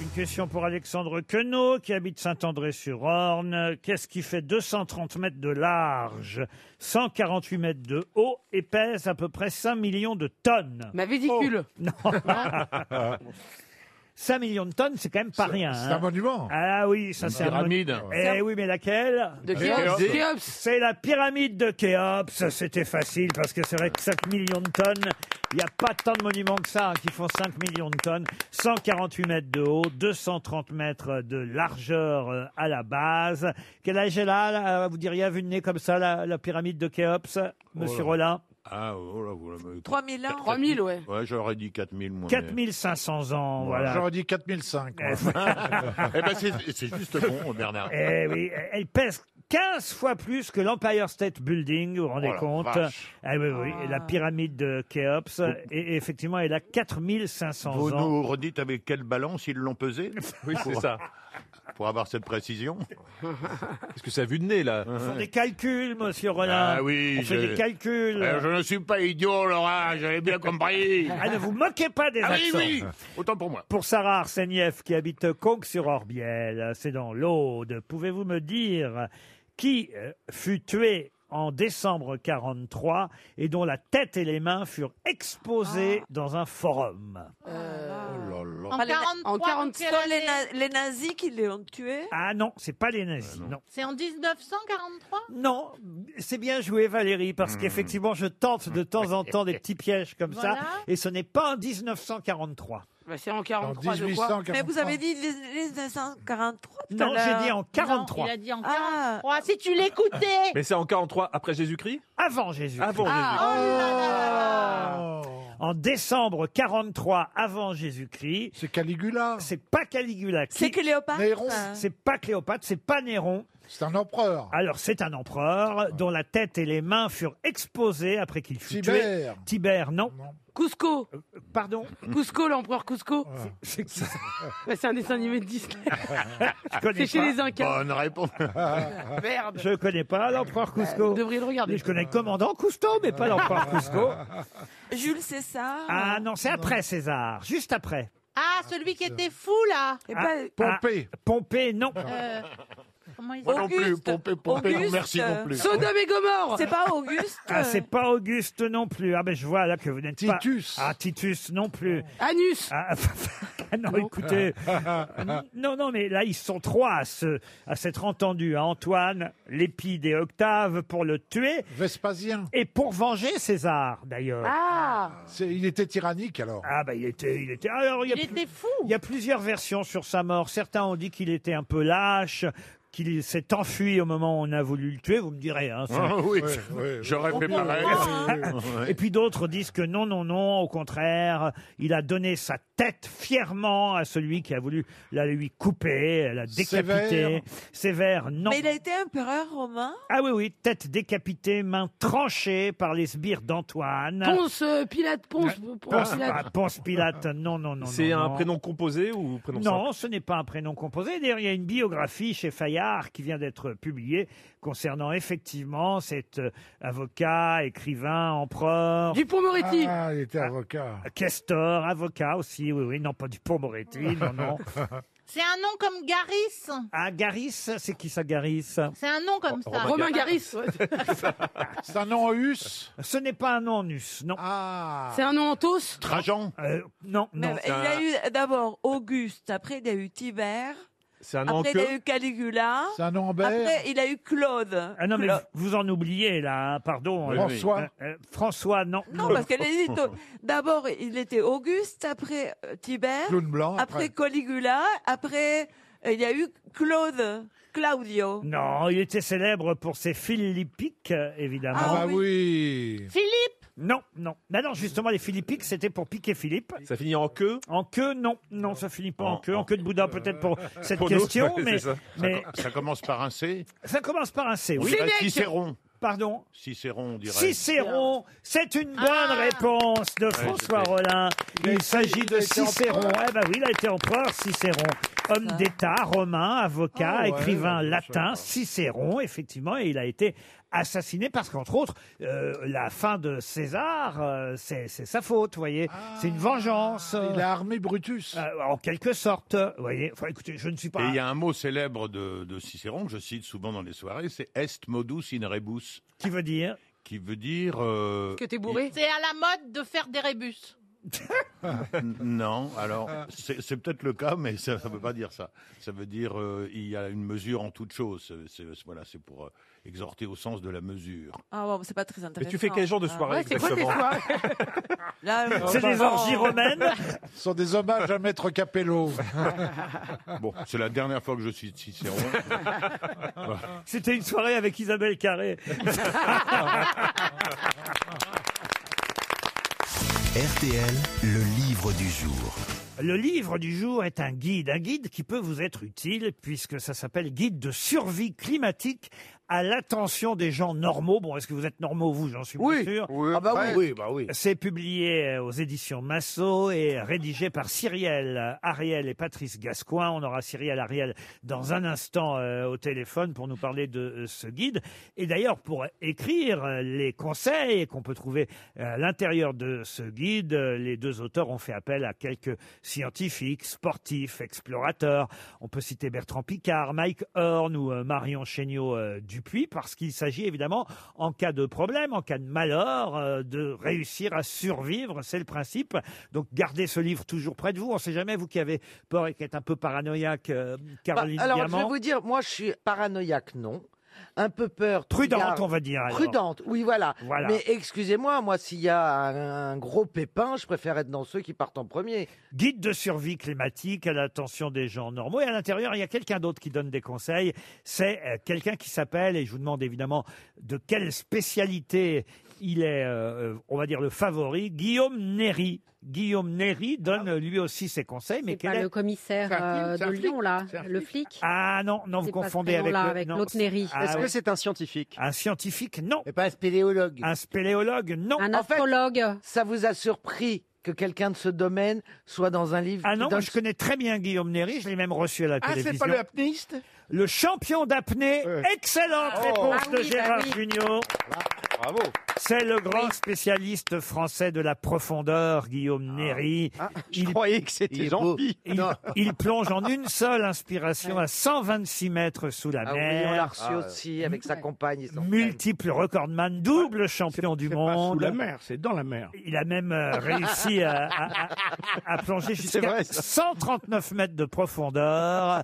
Une question pour Alexandre Queneau, qui habite Saint-André-sur-Orne. Qu'est-ce qui fait 230 mètres de large, 148 mètres de haut et pèse à peu près 5 millions de tonnes Oh.
Ma vésicule.
Ah.
Non 5 millions de tonnes, c'est quand même pas rien.
c'est un monument.
Ah oui, ça
Une
c'est un mon-
pyramide.
Eh oui, mais laquelle Eh
De Khéops. Khéops. Khéops.
C'est la pyramide de Khéops. C'était facile parce que c'est vrai que 5 millions de tonnes, il n'y a pas tant de monuments que ça hein, qui font 5 millions de tonnes. 148 mètres de haut, 230 mètres de largeur euh, à la base. Quel âge elle a là euh, Vous diriez à vue de nez comme ça la, la pyramide de Khéops, monsieur
Oh là.
Rollin
Ah, oh là, vous l'avez-
3000 ans.
3000, ouais.
Ouais, j'aurais dit 4000, moi.
4500 ans,
mais-
voilà.
J'aurais dit 4005. moi. eh ben, c'est c'est juste bon, Bernard.
Eh oui, elle pèse 15 fois plus que l'Empire State Building, vous vous rendez
Oh la
compte
vache.
Eh oui, oui, et la pyramide de Khéops. Et, et effectivement, elle a 4500
Vous
ans.
nous redites avec quelle balance ils l'ont pesé
Oui, c'est
Pour-
ça.
Pour avoir cette précision.
Parce que ça a vu de nez, là.
On fait des calculs, monsieur Rollin.
Ah oui,
On fait
je-
des calculs.
Euh, je ne suis pas idiot, Laurent, j'avais bien compris.
Ah, ne vous moquez pas des
Ah oui,
accents.
oui, autant pour moi.
Pour Sarah Arsenieff, qui habite Conques-sur-Orbiel, c'est dans l'Aude, pouvez-vous me dire qui euh, fut tué en décembre 43 et dont la tête et les mains furent exposées dans un forum
En, 43,
en 43,
ce sont les, na- les nazis qui les ont tués.
Ah non, c'est pas les
Ah
nazis, non.
C'est en 1943
Non, c'est bien joué Valérie,
Mmh.
parce qu'effectivement je tente de temps en temps des petits pièges comme ça,
Voilà.
et ce n'est pas en 1943.
Bah, c'est en 43 de quoi
Mais vous avez dit les, les 1943 tout à
Non, j'ai
l'heure.
dit en 43.
Il a dit en
Ah.
43. Si tu l'écoutais
Mais c'est en 43 après Jésus-Christ
Avant Jésus.
Avant
Ah. Oh
En décembre 43 avant Jésus-Christ. C'est Caligula. C'est pas Caligula.
C'est
Qui-
Euh.
Cléopâtre. Néron.
C'est pas Cléopâtre, c'est pas Néron. C'est un empereur. Alors, c'est un empereur dont la tête et les mains furent exposées après qu'il fut tué.
Tibère.
Tibère, non. Euh,
Cusco.
Pardon
Cusco, l'empereur Cusco.
C'est qui ça
Bah, C'est un dessin animé de Disney.
Je connais
C'est chez
pas.
les Incas.
Bonne réponse.
Merde. Bah,
Je connais pas l'empereur Cusco.
Vous devriez le regarder. Ah.
Je connais le commandant Cousteau, mais pas l'empereur Cusco.
Jules César.
Ah non, c'est après César, juste après.
Ah, celui qui était fou, là
Eh
Ah,
Pompée.
ah, Pompée, non.
ben, Euh, comment il
Moi non
s'appelle
plus,
Auguste.
Pompée, Pompée, non, merci non plus.
et Gomorre
Euh, C'est pas Auguste
Ah, c'est pas Auguste non plus. Ah, ben je vois là que vous n'êtes pas. Titus. Ah, Titus non plus.
Anus
Ah, ah, non, écoutez. non, non, mais là, ils sont trois à, se- à s'être entendus. hein. Antoine, l'épide et Octave pour le tuer. Vespasien. Et pour venger César,
Euh,
d'ailleurs.
Ah
Il était tyrannique alors. Ah bah il était, il était. Alors il, était fou. Il y a plusieurs versions sur sa mort. Certains ont dit qu'il était un peu lâche, qu'il s'est enfui au moment où on a voulu le tuer. Vous me direz. Hein, ça-
Ah oui, ouais, j'aurais fait pareil.
Et puis d'autres disent que non, non, non, au contraire, il a donné sa tête fièrement à celui qui a voulu la lui couper, la décapiter.
Sévère.
Sévère, non.
Mais il a été empereur romain
Ah oui, oui, tête décapitée, main tranchée par les sbires d'Antoine.
Ponce euh, Pilate, Ponce, Ponce
Ponce,
Pilate.
ah, Ponce Pilate, non, non, non.
C'est
non,
un
non.
prénom composé ou prénom
Non, ce n'est pas un prénom composé. D'ailleurs, il y a une biographie chez Fayard qui vient d'être publiée concernant effectivement cet euh, avocat, écrivain, empereur.
Dupont-Moretti.
Ah, il était avocat. Castor, avocat aussi, oui, oui. Non, pas Dupont-Moretti, non, non.
C'est un nom comme Garis.
Ah, Garis, c'est qui ça, Garis
C'est un nom comme ça.
Romain Garis.
C'est un nom en us
Ce n'est pas un nom en us, non. Euh,
Ah
C'est un nom en tos
Trajan Non,
Mais
non.
Il y a eu d'abord Auguste, après il y a eu Tibère,
C'est un
après il y a eu Caligula,
C'est un nom en ber.
après il y a eu Claude.
Euh,
Ah non, mais
Claude.
vous vous en oubliez là, hein, pardon.
Oui, François. oui.
Euh, euh, François, non.
Non, parce qu'elle est euh. D'abord, il était Auguste, après euh, Tibère,
Claude Blanc,
après,
après.
Caligula, après euh, il y a eu Claude, Claudio.
Non, il était célèbre pour ses philippiques, euh, évidemment. bah
Ah
oui.
Philippe
Non, non. Bah Non, non, justement, les philippiques, c'était pour piquer Philippe. Ça finit en queue En queue, non. Non, ça finit pas en, queue. En queue de Bouddha, peut-être pour cette
Pour nous,
question,
ouais,
mais,
c'est ça.
mais
Ça, co- ça commence par un C.
ça commence par un C,
On
oui.
dirait Sénèque Ah, Cicéron.
Pardon
Cicéron, on dirait.
Cicéron, c'est une
Ah.
bonne réponse de François
c'était-
Rollin.
Il a
Il
été-
s'agit
il
de
a été
Cicéron.
empereur.
Eh ben oui, il a été empereur Cicéron. Homme d'État, romain, avocat,
Ah ouais,
écrivain
je
latin, Cicéron, effectivement, et il a été assassiné parce qu'entre autres, euh, la fin de César, euh, c'est c'est sa faute, vous voyez. c'est
Ah.
une vengeance. Il a armé Brutus. en quelque sorte, vous voyez. Enfin, écoutez, je ne suis pas...
Et il y a un mot célèbre de, de Cicéron que je cite souvent dans les soirées, c'est Est modus in rebus.
Qui veut dire
Qui veut dire... euh,
Que t'es bourré
C'est à la mode de faire des rébus.
n- non, alors c'est c'est peut-être le cas, mais ça ne veut pas dire ça. Ça veut dire euh, il y a une mesure en toute chose. C'est- c'est- voilà, c'est pour euh, exhorter au sens de la mesure.
Ah bon, c'est pas très intéressant.
tu fais quel genre de soirée,
Ah, ouais, c'est quoi tes
exactement
soirées Là, euh,
C'est
bon.
des orgies romaines.
Ce sont des hommages à Maître Capello.
Bon, c'est la dernière fois que je cite Cicéron.
C'était une soirée avec Isabelle Carré.
RTL, le livre du jour.
Le livre du jour est un guide, un guide qui peut vous être utile puisque ça s'appelle Guide de survie climatique à l'attention des gens normaux. Bon, est-ce que vous êtes normaux, vous J'en suis pas sûr.
ah bah oui, oui, bah oui.
C'est publié euh, aux éditions Massot et rédigé par Cyrielle Ariel et Patrice Gascoigne. On aura Cyrielle Ariel dans un instant euh, au téléphone pour nous parler de euh, ce guide. Et d'ailleurs, pour écrire euh, les conseils qu'on peut trouver euh, à l'intérieur de ce guide, euh, les deux auteurs ont fait appel à quelques scientifiques, sportifs, explorateurs. On peut citer Bertrand Picard, Mike Horn ou euh, Marion Chéniaud-Dupuis parce qu'il s'agit évidemment, en cas de problème, en cas de malheur, euh, de réussir à survivre. C'est le principe. Donc gardez ce livre toujours près de vous. On ne sait jamais, vous qui avez peur et qui êtes un peu paranoïaque, euh, Caroline
Bah, alors,
Diamant.
je vais vous dire, moi, je suis paranoïaque, non. Un peu peur.
Prudente,
trouillard.
on va dire, alors.
Prudente, oui, voilà.
Voilà.
Mais excusez-moi, moi, s'il y a un, un gros pépin, je préfère être dans ceux qui partent en premier.
Guide de survie climatique à l'attention des gens normaux. Et à l'intérieur, il y a quelqu'un d'autre qui donne des conseils. C'est euh, quelqu'un qui s'appelle, et je vous demande évidemment de quelle spécialité il est, euh, euh, on va dire, le favori, Guillaume Néry. Guillaume Néry donne euh, lui aussi ses conseils, mais quel
Pas
est...
le commissaire
C'est un film,
euh,
c'est
de
un flic,
Lyon, là,
c'est un
le flic.
Ah non, non, vous
C'est pas ce
confondez avec
prénom-là,
le-
avec
non.
l'autre Néry.
Ah
Est-ce que
oui.
c'est
un scientifique
Un scientifique, non.
Mais pas un spéléologue.
Un spéléologue, non.
Un
astrologue. ça vous a surpris que quelqu'un de ce domaine soit dans un livre.
Ah non, moi, je connais très bien Guillaume Néry, je l'ai même reçu à la
Ah,
télévision.
c'est pas le apnéiste
Le champion d'apnée,
Ah
excellente
Oh.
réponse
Ah
de
oui, bah
Gérard
oui.
Junior.
Bravo.
C'est le grand spécialiste français de la profondeur, Guillaume Néry. il, croyait que
c'était Il est beau. Jean-Pi.
Il,
Non.
il plonge en une seule inspiration à 126 mètres sous la
Ah oui,
mer.
on l'a reçu aussi
euh,
avec sa compagne.
Ah
ils sont-
Multiple recordman, double champion du monde.
Sous la mer, c'est dans la mer.
Il a même euh, réussi à, à- à- à plonger jusqu'à 139 mètres de profondeur.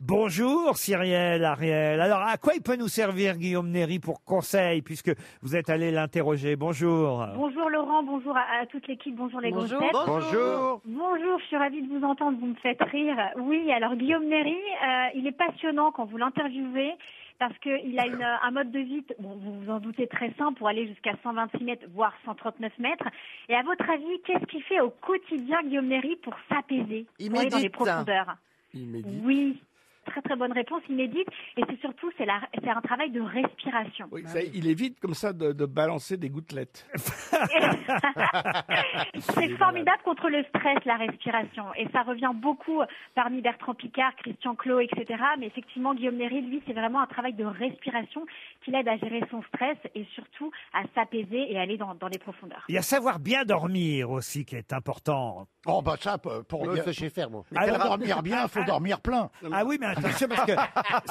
Bonjour Cyrielle Ariel. Alors à quoi il peut nous servir Guillaume Néry pour conseil puisque vous êtes allé l'interroger Bonjour.
Bonjour Laurent, bonjour à, à toute l'équipe, bonjour les
Bonjour.
grosses têtes.
Bonjour.
Bonjour, je suis ravie de vous entendre, vous me faites rire. Oui, alors Guillaume Néry, euh, il est passionnant quand vous l'interviewez parce qu'il a une, un mode de vie, bon, vous vous en doutez, très simple pour aller jusqu'à 126 mètres, voire 139 mètres. Et à votre avis, qu'est-ce qu'il fait au quotidien Guillaume Néry pour s'apaiser,
Il
pour aller dans les
médite.
profondeurs
Il m'est dit.
Oui. Très très bonne réponse, il médite et c'est surtout c'est la- c'est un travail de respiration.
Oui, ça, il évite comme ça de, de balancer des gouttelettes.
C'est formidable contre le stress, la respiration. Et ça revient beaucoup parmi Bertrand Picard, Christian Clot, etc. Mais effectivement, Guillaume Néry, lui, c'est vraiment un travail de respiration qui l'aide à gérer son stress et surtout à s'apaiser et aller dans, dans les profondeurs.
Il y a savoir bien dormir aussi qui est important.
Oh bah ça, pour pour
Non,
bien-
ça, je sais faire, moi.
Mais pour dormir bien, faut dormir plein.
Ah oui, mais attention parce que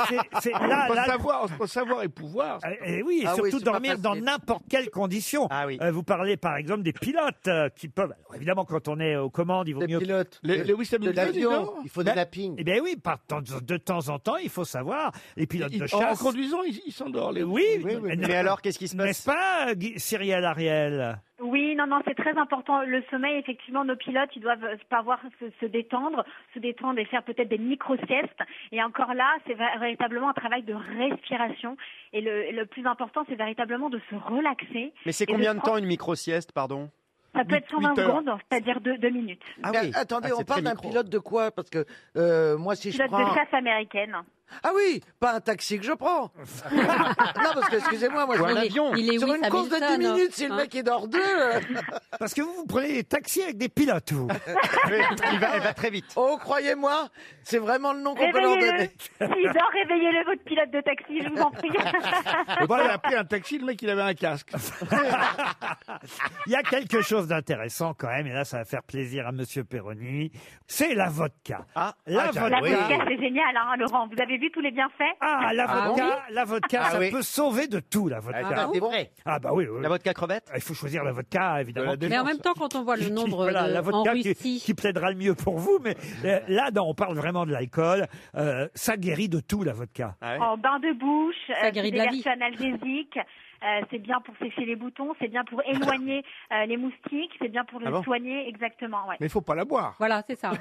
c'est- c'est
On
là,
peut
là-
savoir, on peut savoir et pouvoir.
Et Eh oui, et
Ah
surtout
c'est pas
dormir
facile.
dans n'importe quelle condition. Euh, vous parlez par exemple des pilotes euh, qui peuvent. alors, évidemment, quand on est aux commandes, il vaut mieux.
pilotes.
Les- les Lewis Hamilton, dis donc.
il faut des
lappings. Eh bien oui, par temps- de temps en temps, il faut savoir. Les pilotes
Il-
de
en, en
chasse.
conduisant, il, il s'endort. les-
Oui,
Mais alors,
qu'est-ce qui se passe N'est-ce pas, Guy- Cyrielle Ariel
Oui, non, non, c'est très important. Le sommeil, effectivement, nos pilotes, ils doivent euh, savoir se, se détendre, se détendre et faire peut-être des micro-siestes. Et encore là, c'est va- véritablement un travail de respiration. Et le, le plus important, c'est véritablement de se relaxer.
Mais c'est
Et
combien de
prendre-
temps une micro-sieste, pardon
Ça peut être 120
huit heures.
secondes, c'est-à-dire deux, deux minutes.
Mais Attendez,
Ah,
on
c'est
parle
très
d'un
micro.
pilote de quoi Parce que euh, moi, si je
Pilote
prends.
de chasse américaine.
Ah oui, pas un taxi que je prends. non, parce que excusez-moi, moi
Ou
je
un
me dis,
avion. Il est
sur
Lewis
une course de 10
Hamilton,
minutes, si le
hein.
mec est dehors deux. euh,
Parce que vous, vous prenez des taxis avec des pilotes, vous.
elle va très vite.
Oh, croyez-moi, c'est vraiment le nom qu'on peut leur
Réveillez-le.
donner.
S'il dort, réveillez-le, votre pilote de taxi, je vous en prie.
Voilà, il a pris un taxi, le mec, il avait un casque.
Il y a quelque chose d'intéressant quand même, et là, ça va faire plaisir à Monsieur Perroni. C'est la vodka. Ah, la
La
vodka.
vodka, c'est génial, hein, Laurent. Vous avez vu tous les bienfaits
Ah, la vodka, la vodka,
Ah
ça
oui.
peut sauver de tout, la vodka.
Ah, c'est vrai.
Ah bah oui, oui.
La vodka crevette Euh,
Il faut choisir la vodka, évidemment.
Mais en même temps, quand on voit le
Qui-
nombre
voilà,
de-
la
en
vodka qui,
Russie,
qui plaidera le mieux pour vous, mais euh, là, non, on parle vraiment de l'alcool. Euh, ça guérit de tout, la vodka.
Ah
En bain de bouche, euh, c'est
guérit
des
de la vie.
vertus analgésiques. euh, c'est bien pour sécher les boutons, c'est bien pour éloigner euh, les moustiques, c'est bien pour les
Ah bon
soigner, exactement. Ouais.
Mais il faut pas la boire.
Voilà, c'est ça.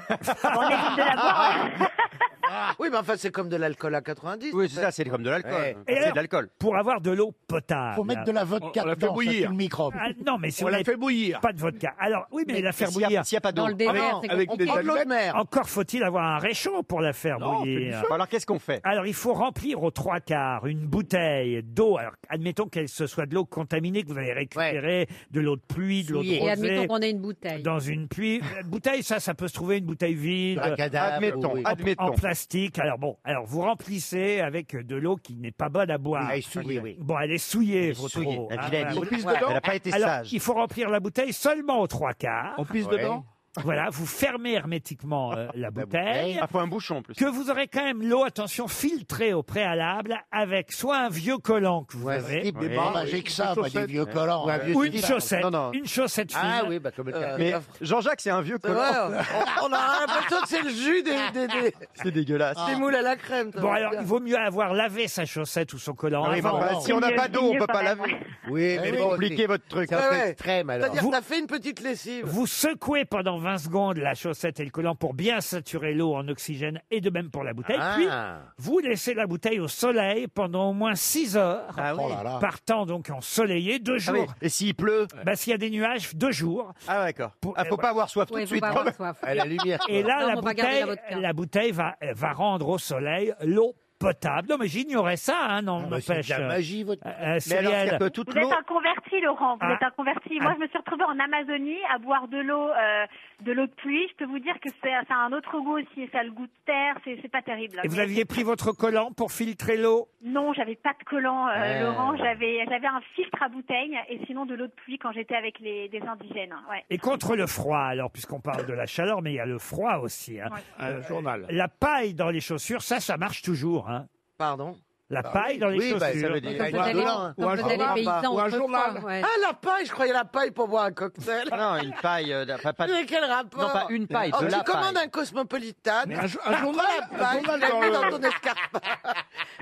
Ah oui, mais enfin, c'est comme de l'alcool à 90.
Oui, c'est ça, c'est comme de l'alcool.
Et alors,
l'alcool.
Pour avoir de l'eau potable.
Faut mettre de la vodka On- on la fait dedans, ça bouillir. tue le microbe.
Ah, non, mais si
On
vous
la
n'avez
fait bouillir.
Pas de vodka. Alors, oui, mais,
Mais
la faire
s'il y a-
bouillir.
s'il y a pas d'eau. Dans le désert, Ah non, c'est avec compliqué. des
On prend de l'eau de
allumettes.
mer. Encore faut-il avoir un réchaud pour la faire
Non, on fait du
bouillir.
feu. Alors, qu'est-ce qu'on fait
Alors, il faut remplir aux trois quarts une bouteille d'eau. Alors, admettons qu'elle ce soit de l'eau contaminée que vous avez récupérée, de l'eau de pluie, de l'eau de
Et admettons
rosée.
qu'on ait une bouteille.
Dans une pluie, Une bouteille, ça, ça peut se trouver une bouteille vide,
Un cadavre, Admettons, oui.
en,
admettons.
en plastique. Alors bon, alors vous remplissez avec de l'eau qui n'est pas bonne à boire.
Elle est souillée, oui.
Bon, elle est souillée,
est
votre
souillée,
eau.
la
Ah,
vilaine.
voilà.
On pisse dedans
Alors,
Elle a pas été
alors,
sage.
Il faut remplir la bouteille seulement aux trois quarts. On
pisse Ouais. dedans
Voilà, vous fermez hermétiquement euh, la bouteille.
Ah, faut un bouchon en plus.
Que vous aurez quand même l'eau, attention, filtrée au préalable avec soit un vieux collant que vous avez.
slip, des Oui. barbes, j'ai que ça, Des moi, des chaussettes. vieux collants. Ou un vieux
Ou une
slip.
chaussette.
Non, non.
Une chaussette fine.
Ah oui, bah comme le
Euh,
café.
Mais Jean-Jacques, c'est un vieux
C'est
collant.
vrai, hein. on, on a l'impression que c'est le jus des, des, des-
C'est
Ah.
dégueulasse.
des moules à la crème. ça
Bon,
va
alors,
bien.
il vaut mieux avoir lavé sa chaussette ou son collant.
Ah oui,
avant.
bah, bah, si on n'a pas d'eau, on peut pas laver. Ah, Oui,
Eh
mais
oui.
bon, compliqué
votre truc.
C'est un
Ah
peu
ouais.
extrême alors.
C'est-à-dire,
Vous-
t'as fait une petite lessive.
Vous secouez pendant 20 secondes la chaussette et le collant pour bien saturer l'eau en oxygène et de même pour la bouteille.
Ah.
Puis, vous laissez la bouteille au soleil pendant au moins 6 heures,
Ah oui. Oh là là.
partant donc ensoleillé, deux
Ah
jours.
oui.
Et s'il pleut Bah, S'il y a des nuages, deux jours. Ah d'accord.
Ah, faut pas avoir soif tout de Ouais, faut suite. pas avoir soif. À la lumière, quoi.
Et là,
Non,
la,
on va garder
bouteille,
la
la, bouteille va, va rendre au soleil l'eau potable. Non mais j'ignorais ça, hein, non, n'empêche.
bah, de la magie,
Euh,
votre- Mais alors,
Cyrielle.
c'est-à-dire que
Vous êtes un converti, Laurent. Vous
Ah.
êtes un converti. Moi,
Ah.
je me suis retrouvée en Amazonie à boire de l'eau, euh, de l'eau de pluie. Je peux vous dire que c'est, ça a un autre goût aussi. Ça a le goût de terre. C'est, c'est pas terrible.
Et vous
Mais-
aviez pris votre collant pour filtrer l'eau
Non, j'avais pas de collant, euh,
Ah.
Laurent. J'avais, j'avais un filtre à bouteille et sinon de l'eau de pluie quand j'étais avec les des indigènes. hein, Ouais.
Et contre le froid, alors, puisqu'on parle de la chaleur, mais il y a le froid aussi. hein.
Ouais.
Euh, La paille dans les chaussures, ça, ça marche toujours. hein.
Pardon
La
Ah
paille
oui.
dans les
Oui,
chaussures.
bah, ça veut dire- hein. Comme faisaient les- comme faisaient les paysans autrefois, ouais.
Ah,
la paille, je croyais la paille pour boire un cocktail.
Non, une paille. euh, pas- pas-
Mais quel rapport
Non, pas une paille,
Oh,
de
tu
la
commandes
paille.
un cosmopolitan,
Mais un jo- un
prends
journal-
la
un
paille,
journal
la
dans
mets
le-
dans ton escarpin.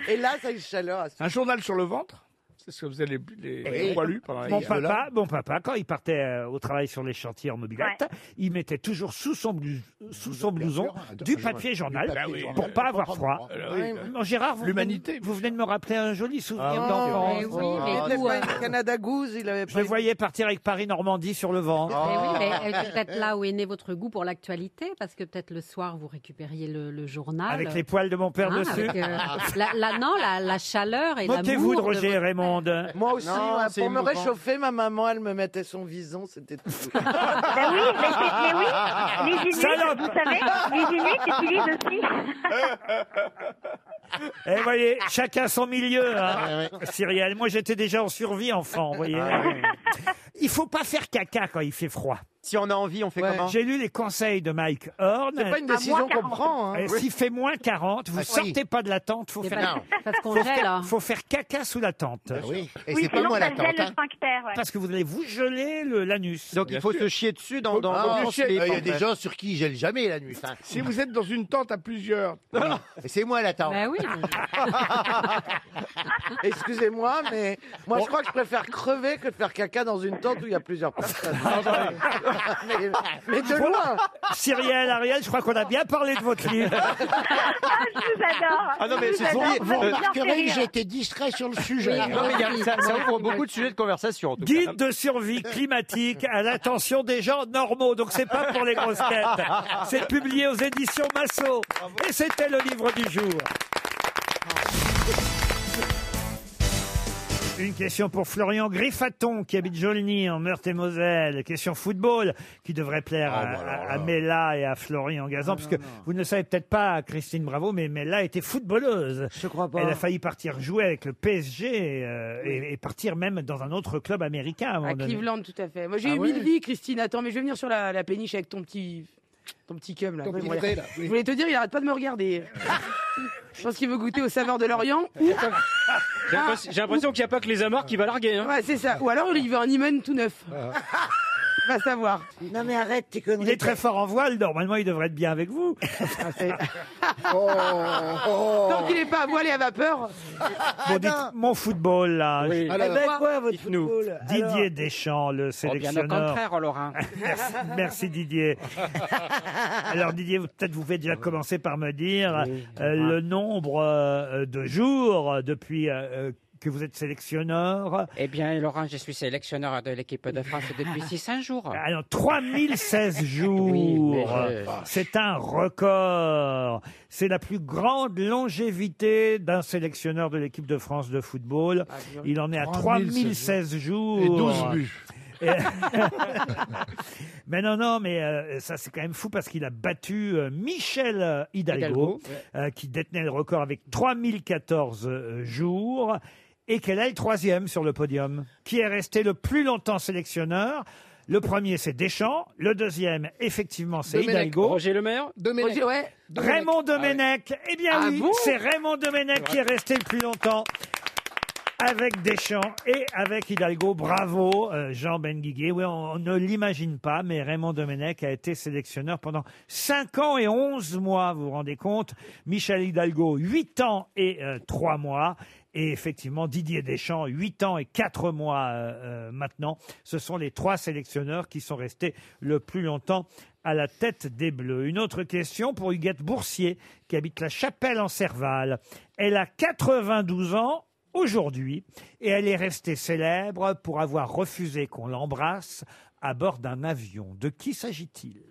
Et là, ça a une chaleur. à se-
Un journal sur le ventre C'est ce que faisaient les, les, les poilus pendant la
mon
guerre.
papa, mon papa, quand il partait euh, au travail sur les chantiers en mobilette, il mettait toujours sous son, blus- sous son blouson du papier journal,
du papier journal.
pour pas avoir
Pour
froid.
pas avoir froid.
bah,
Euh, oui.
Non, Gérard, vous
L'humanité.
venez, de- vous venez de me rappeler un joli
Ah,
souvenir
Oh,
d'enfance.
mais oui, mais euh, il n'était pas une Canada Goose, il avait
Je le voyais partir avec Paris-Normandie sur le vent.
Ah.
Ah.
Mais oui, mais
Oh.
euh, c'est peut-être là où est né votre goût pour l'actualité, parce que peut-être le soir, vous récupériez le, le journal.
Avec les poils de mon père
Hein,
dessus. Ah,
avec,
Ah.
euh, la, la- non, la, la chaleur et l'amour.
Moquez-vous de
votre-
Roger Raymond. hein,
Moi aussi, ouais, pour me réchauffer, ma maman, elle me mettait son vison, c'était tout. ben oui,
mais, c'est- mais oui, les Inuits,
Salope
vous savez, les Inuits utilisent aussi.
Eh, vous voyez, chacun son milieu,
Ah,
hein, Cyrielle. Moi, j'étais déjà en survie, enfant, vous voyez. Il faut pas faire caca quand il fait froid.
Si on a envie, on fait comment
J'ai lu les conseils de Mike Horn.
C'est pas une À décision moins 40. qu'on prend, hein.
Et
Oui.
S'il fait moins 40, vous
Ah, si.
sortez pas de la tente. Faut
Mais
faire,
parce- parce qu'on
faut
gèle,
faire-
hein.
faut faire caca sous la tente.
oui.
Et Oui, c'est pas sinon, moi, la ça gèle tente, le hein. sphincter, ouais.
Parce que vous allez vous geler le- l'anus.
Donc, il Bien faut sûr. se chier dessus dans- dans-
Ah,
dans
on
ton
sait,
slip,
euh, Il y
en
a des
fait.
gens sur qui ils gèlent jamais la nuit.
Si vous êtes dans une tente à plusieurs.
C'est moi la tente.
Ben
oui.
Excusez-moi, mais moi, je crois que je préfère crever que de faire caca dans une tente où il y a plusieurs personnes. mais, mais de loin
Cyrielle, Ariel, je crois qu'on a bien parlé de votre livre.
Ah, je vous adore.
Ah non, mais
Je vous
c'est
adore,
vous-
vous
vous-
me
remarquerez
faites
que
rire.
J'étais distrait sur le sujet.
Non, mais il y a- ça, ça ouvre beaucoup de sujets de conversation. en tout cas.
Guide de survie climatique à l'attention des gens normaux. Donc c'est pas pour les grosses têtes. C'est publié aux éditions Massot. Et c'était le livre du jour. Une question pour Florian Griffaton qui habite Jolny en Meurthe-et-Moselle. Question football qui devrait plaire
Oh,
à,
bah
à- à Mella et à Florian
Ah,
Gazan parce que vous ne le savez peut-être pas Christine Bravo mais Mella était footballeuse. Je crois
pas.
Elle a failli partir jouer avec le PSG euh, et, et partir même dans un autre club américain à un moment
À
donné.
Cleveland, tout à fait. Moi, j'ai
Ah
eu
ouais
mille vies, Christine. Attends, mais je vais venir sur la, la péniche avec ton petit. Ton petit cum, là.
Ton
Ouais,
petit
voilà.
trait, là, oui.
Je voulais te dire, il arrête pas de me regarder. je pense qu'il veut goûter aux saveurs de l'Orient. Ou...
J'ai l'impression- j'ai l'impression qu'il n'y a pas que les amarres qui va larguer. hein.
Ah. Ouais, c'est ça. Ou alors, il veut un hymen tout neuf.
Ah.
Va savoir.
Non mais arrête tes conneries.
Il est très fort en voile, normalement il devrait être bien avec vous.
Oh.
Tant qu'il n'est pas à voile et à vapeur.
Bon, dites mon football là.
Eh ben quoi, votre
Dites-nous.
football
Didier
Alors
Deschamps, le
Oh, bien au
sélectionneur.
contraire, Laurent.
merci, merci, Didier. Alors Didier, vous- peut-être vous pouvez déjà commencer par me dire euh, le nombre euh, de jours depuis euh, euh, que vous êtes sélectionneur.
Eh bien, Laurent, je suis sélectionneur de l'équipe de France depuis 600 jours.
Alors 3016 jours.
mais je-
C'est un record. C'est la plus grande longévité d'un sélectionneur de l'équipe de France de football. Il en est à 3016 jours.
Et 12 buts.
Et- mais non, non, mais euh, ça c'est quand même fou parce qu'il a battu euh, Michel euh, Hidalgo,
Hidalgo,
euh, qui détenait le record avec 3014 euh, jours. Et qu'elle est troisième sur le podium. Qui est resté le plus longtemps sélectionneur Le premier, c'est Deschamps. Le deuxième, effectivement, c'est
Domenech.
Hidalgo.
Roger Le Maire
Domenech. Roger, ouais.
Raymond Domenech. Eh bien
Ah
oui,
bon
c'est Raymond Domenech qui est resté le plus longtemps avec Deschamps et avec Hidalgo. Bravo, euh, Jean Benguigui. Oui, on, on ne l'imagine pas, mais Raymond Domenech a été sélectionneur pendant 5 ans et 11 euh, mois, vous vous rendez compte. Michel Hidalgo, 8 ans et 3 mois. Et effectivement, Didier Deschamps, 8 ans et 4 mois euh, euh, maintenant, ce sont les trois sélectionneurs qui sont restés le plus longtemps à la tête des Bleus. Une autre question pour Huguette Boursier, qui habite la Chapelle en Serval. Elle a 92 ans aujourd'hui et elle est restée célèbre pour avoir refusé qu'on l'embrasse à bord d'un avion. De qui s'agit-il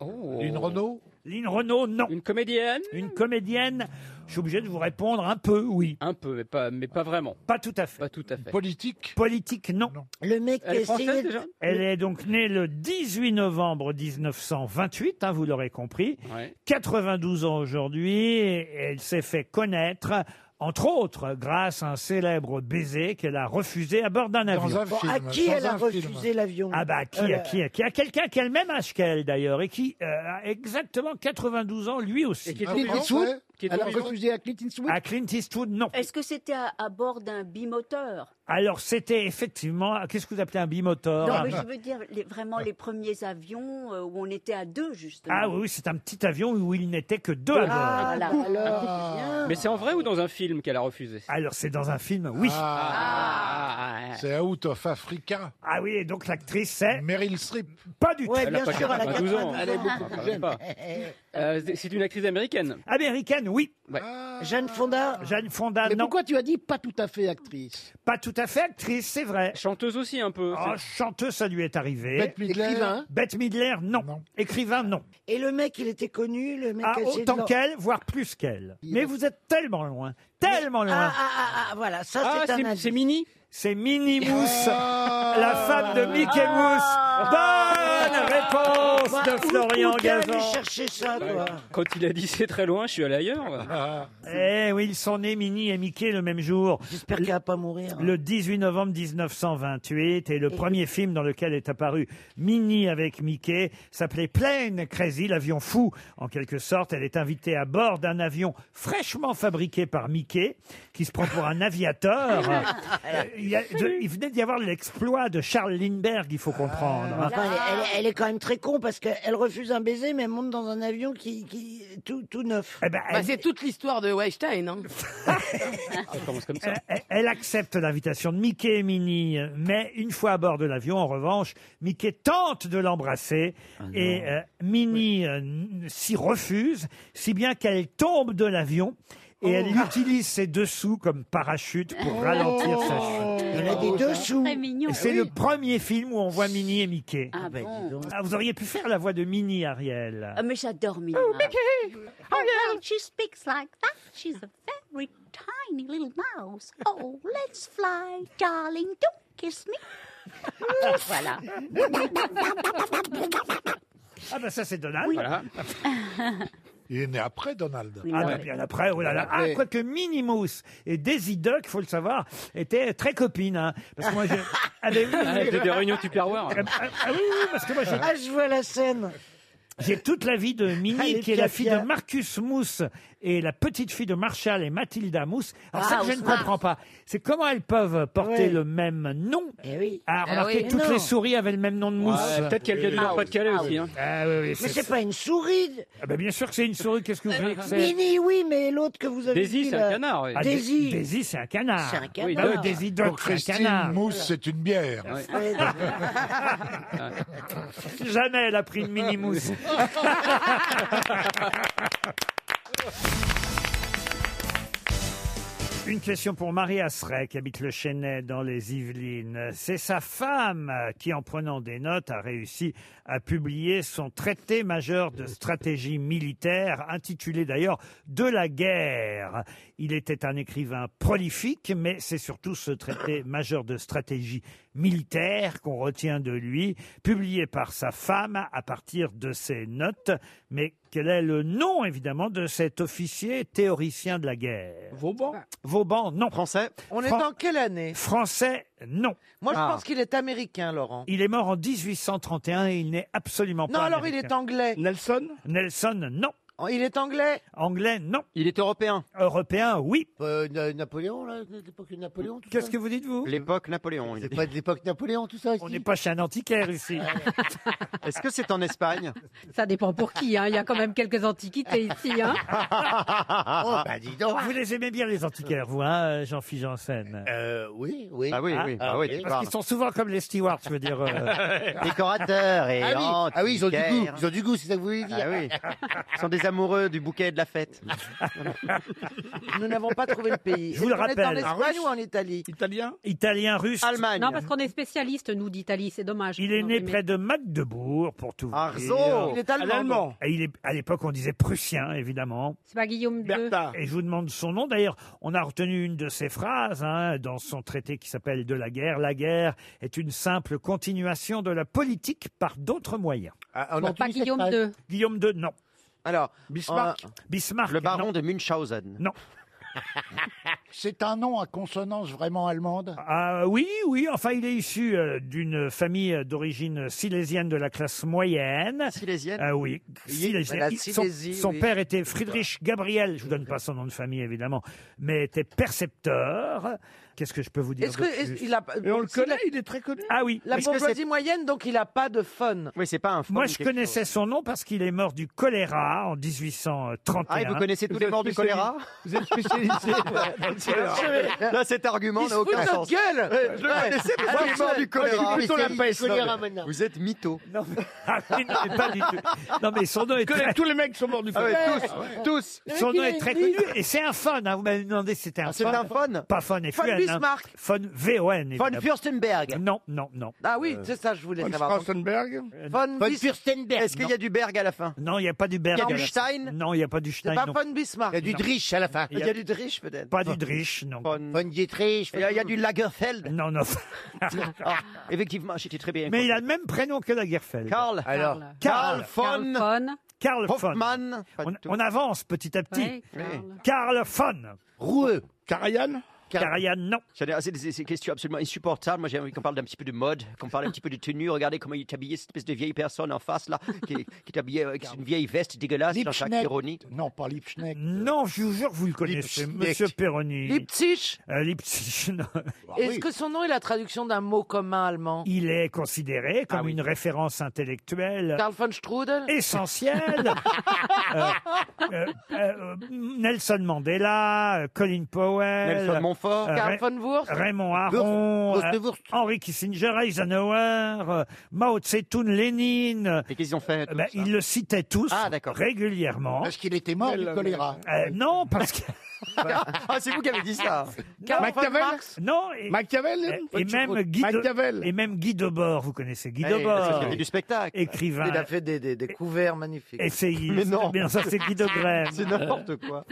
Lynn Renault
Lynn Renault, non. Une
Oh. comédienne
Une comédienne. Je suis obligé de vous répondre un peu, oui.
Un peu, mais pas, mais pas vraiment.
Pas tout à fait.
Pas tout à fait.
Politique Politique, non. Le mec
Elle est française, essayait de- déjà
Elle est donc née le 18 novembre 1928, hein, vous l'aurez compris. 92 ans aujourd'hui, et elle s'est fait connaître, entre autres, grâce à un célèbre baiser qu'elle a refusé à bord d'un avion.
un Bon, film, à qui dans elle a un film. refusé l'avion
Ah bah, à qui, à
Euh,
qui, à qui À quelqu'un qui a le même âge qu'elle, d'ailleurs, et qui euh, a exactement 92 ans, lui aussi.
Et qui est Clint vivant Eastwood Qui est Elle a vivant refusé
à Clint Eastwood À Clint Eastwood, non.
Est-ce que c'était à, à bord d'un bimoteur
Alors, c'était effectivement. Qu'est-ce que vous appelez un hein bimotor
Non,
Un-
mais je veux dire les- vraiment les premiers avions euh, où on était à deux, justement.
Ah oui, oui, c'est un petit avion où il n'était que deux à bord.
Ah, là, alors.
Mais c'est en vrai ou dans un film qu'elle a refusé Ah.
Alors, c'est dans un film, oui.
C'est
Ah. Out of Africa. Ah oui, et donc l'actrice, c'est. Meryl Streep. Pas du tout.
Ouais, Elle a bien pas sûr, elle a 92 ans. hein. Ah, Euh,
Elle est beaucoup plus jeune.
c'est une actrice américaine.
Américaine, oui.
Jeanne Fonda
Jeanne Fonda, non.
Pourquoi tu as dit pas tout à fait actrice
Pas tout à fait actrice, c'est vrai.
Chanteuse aussi un peu.
Oh, chanteuse, ça lui est arrivé.
Bette Midler. Écrivain.
Bette Midler, non. Écrivain, non.
Et le mec, il était connu, le mec.
Ah,
essayait de
autant
l'en-
qu'elle, voire plus qu'elle. Mais vous êtes tellement loin. Tellement loin.
Ah, ah, ah, ah, voilà, ça
ben, Ah,
c'est
c'est-
un indice.
C'est Mini
C'est Minnie Mousse, la femme de Mickey
Ah.
Mousse. Bonne réponse de Florian Gazan.
chercher ça, toi
Quand il a dit c'est très loin, je suis allé ailleurs.
Eh oui, ils sont nés, Minnie et Mickey, le même jour.
J'espère qu'elle va pas mourir. hein.
Le 18 novembre 1928, et le premier film dans lequel est apparu Minnie avec Mickey s'appelait Plane Crazy, l'avion fou. En quelque sorte, elle est invitée à bord d'un avion fraîchement fabriqué par Mickey, qui se prend pour un aviateur. Euh, il, y a- de- il venait d'y avoir l'exploit de Charles Lindbergh, il faut comprendre. hein.
Enfin, elle, elle- elle est quand même très con parce qu'elle refuse un baiser, mais elle monte dans un avion qui, qui tout, tout neuf.
Eh ben,
Bah, c'est toute l'histoire de Weinstein. hein.
Euh, Elle, elle accepte l'invitation de Mickey et Minnie, euh, mais une fois à bord de l'avion, en revanche, Mickey tente de l'embrasser et euh, Minnie euh, n- s'y refuse, si bien qu'elle tombe de l'avion. Et elle utilise ses dessous comme parachute pour ralentir sa chute.
Elle a des dessous.
Très mignon.
Et C'est le premier film où on voit Minnie et Mickey.
Ah bon
Ah, vous auriez pu faire la voix de Minnie, Ariel.
Ah, mais j'adore Mina.
Oh, Mickey! Oh, no, she speaks like that. She's a very tiny little mouse. Oh, let's fly, darling. Don't kiss me. Oh,
voilà.
Ah bah ça c'est Donald.
Il est né après Donald.
Ah, bah, bien après, oh là là. Ah,
Après.
quoique Minimus et Daisy Duck, faut le savoir, étaient très copines. hein. Parce que moi, je... Ah, bah oui,
Ah,
oui.
Des réunions Tupperware.
hein.
Ah, ah, ah oui, oui, parce que moi, j'ai-
Ah, je vois la scène.
j'ai toute la vie de Minnie,
Ah, les
qui est la fille de
Piafia.
Marcus Mousse et la petite fille de Marshall et Mathilda Mousse. Alors
Ah,
ça que je
Mousse
ne
Mars.
comprends pas, c'est comment elles peuvent porter
Ouais.
le même nom. Ah,
Eh
remarquez,
oui.
toutes
Non.
les souris avaient le même nom de mousse.
Ouais, peut-être qu'elle vient du Nord-Pas-de-Calais aussi, hein.
Ah, oui, oui,
Mais c'est pas une souris.
Ah, bah, bien sûr que c'est une souris, qu'est-ce que vous voulez que c'est
Mini, oui, mais l'autre que vous avez
Daisy,
dit,
c'est un
là.
canard, oui. Ah,
Daisy.
Dai- Daisy, c'est un canard.
C'est un canard.
Oui, Bah oui, Daisy Duck,
Pour
c'est un
Christine,
canard.
mousse, c'est une bière.
Ouais,
Jamais elle a pris une mini-mousse. Une question pour Marie Asseret, qui habite le Chesnay dans les Yvelines. C'est sa femme euh, qui, en prenant des notes, a réussi à publier son traité majeur de stratégie militaire, intitulé d'ailleurs De la guerre. Il était un écrivain prolifique, mais c'est surtout ce traité majeur de stratégie militaire qu'on retient de lui, publié par sa femme à partir de ses notes. Mais quel est le nom, évidemment, de cet officier théoricien de la guerre
Vauban
Vauban, non. Français
On est dans quelle année
Français, non.
Moi, je
Ah.
pense qu'il est américain, Laurent.
Il est mort en 1831 et il n'est absolument pas
Non, alors il est
américain.
anglais. Oh,
Nelson Nelson, non.
Il est anglais
Anglais, non.
Il est européen
Européen, oui.
Napoléon, là, de l'époque de Napoléon, tout
Qu'est-ce que vous dites, vous
L'époque Napoléon.
C'est pas de l'époque Napoléon, tout ça
On n'est pas chez un antiquaire ici.
Est-ce que c'est en Espagne
Ça dépend pour qui, hein. il y a quand même quelques antiquités ici. Hein.
Ah,
Oh, bah dis donc.
Vous les aimez bien, les antiquaires, vous, hein, Jean-Philippe Janssen
Euh, oui, oui.
Ah oui, oui, bah oui, tu
Parce
parles.
qu'ils sont souvent comme les stewards, je veux dire. euh.
Décorateur et
Ah oui,
antiquaire.
ah oui, ils ont du goût, ils ont du goût, c'est ça que vous voulez dire.
Ah oui. Ils sont des amoureux du bouquet et de la fête.
Nous n'avons pas trouvé le pays.
Je vous le
Est-ce qu'on Est en
rappelle.
Espagne ou en Italie
Italien
Italien, russe.
Non, parce qu'on est spécialiste, nous, d'Italie, c'est dommage.
Il est né près de Magdebourg, pour tout vous
Arzeau.
dire.
Il est allemand. Allemand.
Et il est, à l'époque, on disait prussien, évidemment.
C'est pas Guillaume II.
Et je vous demande son nom. D'ailleurs, on a retenu une de ses phrases hein, dans son traité qui s'appelle De la guerre. La guerre est une simple continuation de la politique par d'autres moyens.
Ah,
Bon, pas Guillaume II.
Guillaume II, non.
Alors,
Bismarck.
euh,
Bismarck.
le baron de Munchausen.
Non.
C'est un nom à consonance vraiment allemande
Ah oui, oui. Enfin, il est issu euh, d'une famille d'origine silésienne de la classe moyenne.
Silésienne
Ah oui, silésienne.
la
Il-
Silésie,
son son
oui.
père était Friedrich Gabriel. Je vous donne pas son nom de famille évidemment, mais était percepteur. Qu'est-ce que je peux vous dire
Est-ce
de
que est-ce-
plus
il a
Et on le
c'est la-
connaît, il est très connu.
Ah oui.
La
Est-ce que
bourgeoisie moyenne, donc il a pas de fun.
Oui, c'est pas un faux
Moi,
ni
je
quelque
connaissais
chose.
son nom parce qu'il est mort du choléra en 1831.
Ah, et vous connaissez tous
Vous
les
êtes
morts du
spécialiste.
choléra
Vous êtes spécialisé dans le choléra.
Là, cet argument
Il se
n'a
fout de
aucun
notre
sens. Eh,
gueule
Ouais, Je connaissais tous les morts du choléra.
plutôt la peste.
Vous êtes mytho.
Non, mais- Ah oui, non, mais pas du tout. Non, mais son nom est
Je connais
très,
tous les mecs qui sont morts du
Ah
feu.
ouais, tous, tous.
son nom est très connu et c'est un fun. hein. Vous m'avez demandé si c'était un
C'est
fun.
un fun.
Pas fun et
Von
fun.
Bismarck.
Fun V-O-N.
Von
évidemment.
Fürstenberg.
Non, non, non. Euh,
Ah oui, c'est ça, je voulais
Von
savoir.
Strassenberg.
Von
Von
Bis-
Fürstenberg.
Est-ce qu'il y a du Berg à la fin
Non, il n'y a pas du Berg.
Il y a
à
du
la-
Stein
Non, il n'y a pas du Stein.
C'est pas
non.
Von
Il
Bismarck.
y a du
Non.
Driche à la fin.
Il y a-
du Driche, peut-être
Pas du Driche, non.
Von-
Von Dietrich.
Il y a- il y a du Lagerfeld.
Non, non.
Ah, effectivement, j'étais très bien.
Mais il a le même prénom que Lagerfeld.
Karl.
Alors,
Karl
Karl
von
Fon.
Karl Fon.
Hoffmann. Pas
On,
du tout.
on avance petit à petit.
Ouais, Karl.
Karl Fon.
Roueux.
Karajan.
Karajan, non.
J'allais- ah, C'est des c'est des questions absolument insupportables. Moi, j'ai envie qu'on parle d'un petit peu de mode, qu'on parle un petit peu de tenue. Regardez comment il est habillé, cette espèce de vieille personne en face, là, qui, qui est habillée avec une vieille veste dégueulasse dans chaque
Lipschneck.
ironie.
Non, pas Lipschneck.
Non, je vous jure, vous le connaissez,
Lipstick.
Monsieur Perroni.
Lipsitch.
Euh, Lipstick, non.
Ah
Est-ce que son nom est la traduction d'un mot commun allemand
Il est considéré comme
Ah oui.
une référence intellectuelle
Karl von Strudel
essentielle. Euh, euh, euh, Nelson Mandela, euh, Colin Powell,
Nelson Montfort.
euh,
Karl
Ray-
von Wurst
Raymond
Wurst,
Aron,
Wurst de
euh,
Wurst.
Henry Kissinger, Eisenhower, euh, Mao Tse-Tung, Lénine. Euh,
Et qu'est-ce qu'ils ont fait tous,
ben,
hein
ils le citaient tous
Ah, d'accord.
régulièrement.
Parce qu'il était mort du choléra.
Euh, non, parce que
Ah, c'est vous qui avez dit ça.
Karl von
Machiavel
Marx
non. et-
Machiavel.
Et, et même Guy de,
Machiavel.
et même Guy Debord, vous connaissez Guy
Eh, parce qu'il
Debord,
y avait du spectacle.
écrivain,
Il a fait des, des, des couverts magnifiques.
essayiste.
Mais non.
Bien, ça c'est Guy de
C'est n'importe quoi.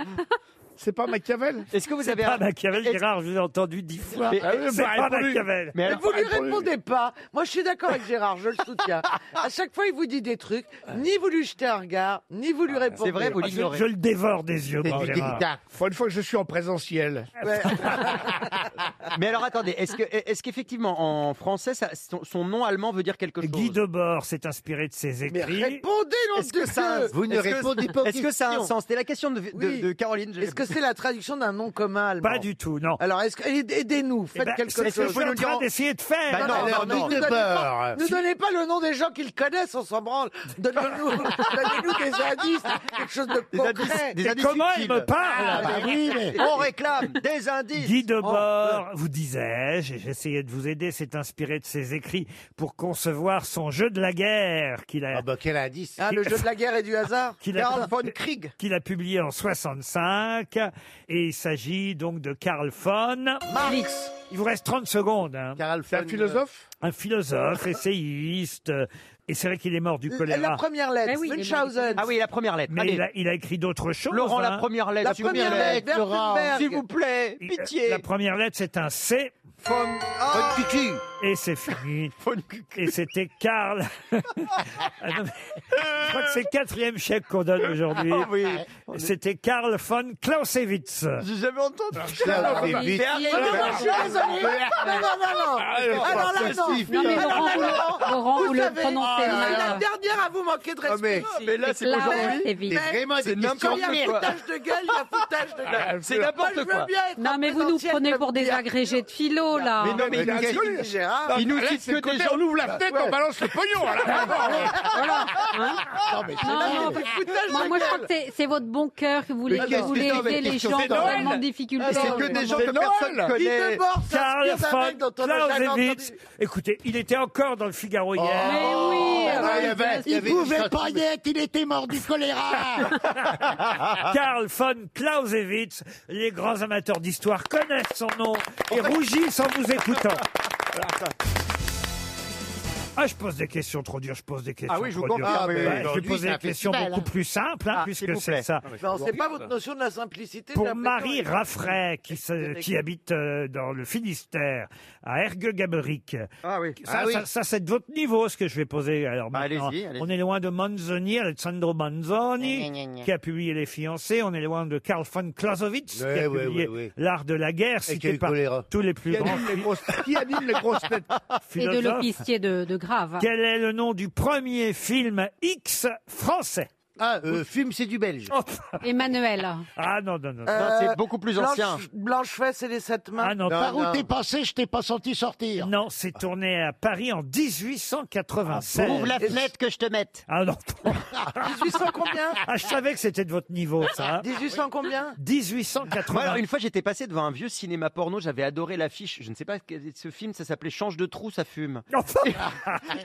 C'est pas Machiavel.
Est-ce que vous avez
Pas
un-
Machiavel,
Est-ce-
Gérard, je vous ai entendu dix fois.
Mais-
Ah oui,
C'est
bah,
pas
répondu.
Machiavel.
Mais
Mais vous lui
Ah, pour lui.
répondez pas. Moi, je suis d'accord avec Gérard, je le soutiens. À chaque fois, il vous dit des trucs, ni vous lui jetez un regard, ni vous lui répondez.
c'est vrai, vous
Ah, Je,
l'ignorez.
je le dévore des yeux,
C'est
mon
du
Gérard. Ah,
dictat.
Pour une fois que je suis en présentiel.
Mais alors attendez, est-ce que est-ce qu'effectivement en français ça- son, son nom allemand veut dire quelque chose
Guy Debord s'est inspiré de ses
Mais
écrits.
répondez, nom
Est-ce que
de
ça
Dieu
Vous ne
est-ce que-
répondez pas aux
Est-ce que ça a un
questions.
sens C'était la question de, de-
Oui.
de Caroline. je l'ai
Est-ce que
vu.
c'est la traduction d'un nom commun allemand
Pas du tout, non.
Alors, est-ce que... aide- aidez-nous,
Eh
faites
ben,
quelque
c'est ce que je
chose.
suis en train d'essayer de faire.
Bah non,
Alors,
non,
nous
non.
de peur.
Ne donnez pas le nom des gens qu'ils connaissent, on s'en branle. Donnez-nous donnez-nous des indices, quelque chose de
Des indices,
concret.
des
Mais
indices
comment il
subtils.
me parle
Ah, bah oui, mais.
On réclame des indices.
Guy Debord, vous disais-je, et j'essayais de vous aider, s'est inspiré de ses écrits pour concevoir son jeu de la guerre qu'il a,
Ah bah quel indice.
Ah, le jeu de la guerre et du hasard
qu'il a-
Karl von Krieg.
qu'il a publié en 65. Et il s'agit donc de Karl von.
Marx
Il vous reste 30 secondes. hein.
Karl
C'est un
euh,
von-
philosophe.
Un philosophe, essayiste. euh, Et c'est vrai qu'il est mort du
La
choléra.
la première lettre,
Eh oui, il est
Munchausen.
Ah oui, la première lettre.
Mais
Allez,
il a, il a écrit d'autres choses.
Laurent, la
hein.
première lettre.
La
s'il vous
première
plaît.
lettre, Laurent.
S'il vous plaît,
Il-
pitié.
La première lettre, c'est un C.
Von- Ah,
Von Cucu.
Et c'est fini. Et c'était Karl. Ah non, mais Je crois que c'est le quatrième chèque qu'on donne aujourd'hui.
Ah oui.
C'était Karl von Clausewitz.
J'ai
Ah
jamais entendu.
ça, c'est vite.
Non, non, je suis désolée. Non, non, non, non.
Ah,
Alors
Alors là, non.
non.
Non, mais Laurent, vous le- Laurent, vous le prononcez mal.
C'est la dernière à vous manquer de respect. Mais là, c'est
Laurent,
aujourd'hui.
c'est vite.
Mais
Vraiment,
c'est
des
n'importe
questions
quoi.
de merde.
de gueule, il y a foutage de
Ah,
C'est n'importe quoi.
Non, mais vous nous prenez pour des agrégés de philo, là.
Mais non, mais il nous dit- il nous dit que des gens.
balance le pognon. là.
Voilà. Hein
Non, mais c'est
Non,
dingue.
non, moi, moi, je crois que c'est- c'est votre bon cœur que vous voulez,
Mais qu'est-ce que
voulez
c'est, mais
aider les
qu'est-ce
gens
que c'est,
dans
Noël
vraiment en difficulté.
Alors,
Guy Debord, ça
Karl
se pire d'un mec dont
von
on n'a jamais
Clausewitz. Écoutez, il était encore dans le Figaro hier.
Mais oui, Ah, alors, il y avait- il y avait
Il pouvait
pas
y être, il était mort du choléra.
Karl von Clausewitz. Les grands amateurs d'histoire connaissent son nom et rougissent en vous écoutant. Ah, je pose des questions trop dures, je pose des questions
Ah oui, je vous
trop dures.
confirme, oui, oui,
Ouais, je vais
aujourd'hui,
poser
c'est
des
un
questions
festival,
beaucoup
hein.
plus simples, hein,
Ah, s'il
puisque
vous
c'est
plaît.
ça.
Non, c'est pas votre notion de la simplicité. j'ai
Pour
l'impression.
Marie Raffray, qui, se- qui habite euh, dans le Finistère, à Ergue-Gaberic.
Ah oui.
Ça,
Ah oui. Bah,
ça, ça, c'est de votre niveau, ce que je vais poser. Alors, maintenant,
allez-y, allez-y.
on est loin de Manzoni, Alessandro Manzoni,
Gna, gna, gna, gna.
qui a publié Les Fiancés. On est loin de Karl von Clausewitz, qui
Ouais,
a
ouais,
publié
ouais, ouais.
L'Art de la guerre,
qui a
cité
eu
par
choléra.
tous les plus
Qui
grands.
anime
Qui anime les grosses têtes
Et de l'officier de, de Grave.
Quel est le nom du premier film X français Oh,
Ah, euh, fume, c'est du belge.
Emmanuel.
Ah non, non, non.
Euh, Blanche-
Blanche-Fesse et les sept mains. Ah non,
Par où t'es passé, je t'ai pas senti sortir.
Non, c'est tourné à Paris en 1896.
Ah, ouvre la fenêtre
que je te mette. Ah non.
1800 combien
Ah, je savais que c'était de votre niveau, ça. hein.
1800 combien
1880.
Moi, alors, une fois, j'étais passé devant un vieux cinéma porno, j'avais adoré l'affiche. Je ne sais pas quel est ce film, ça s'appelait Change de trou, ça fume.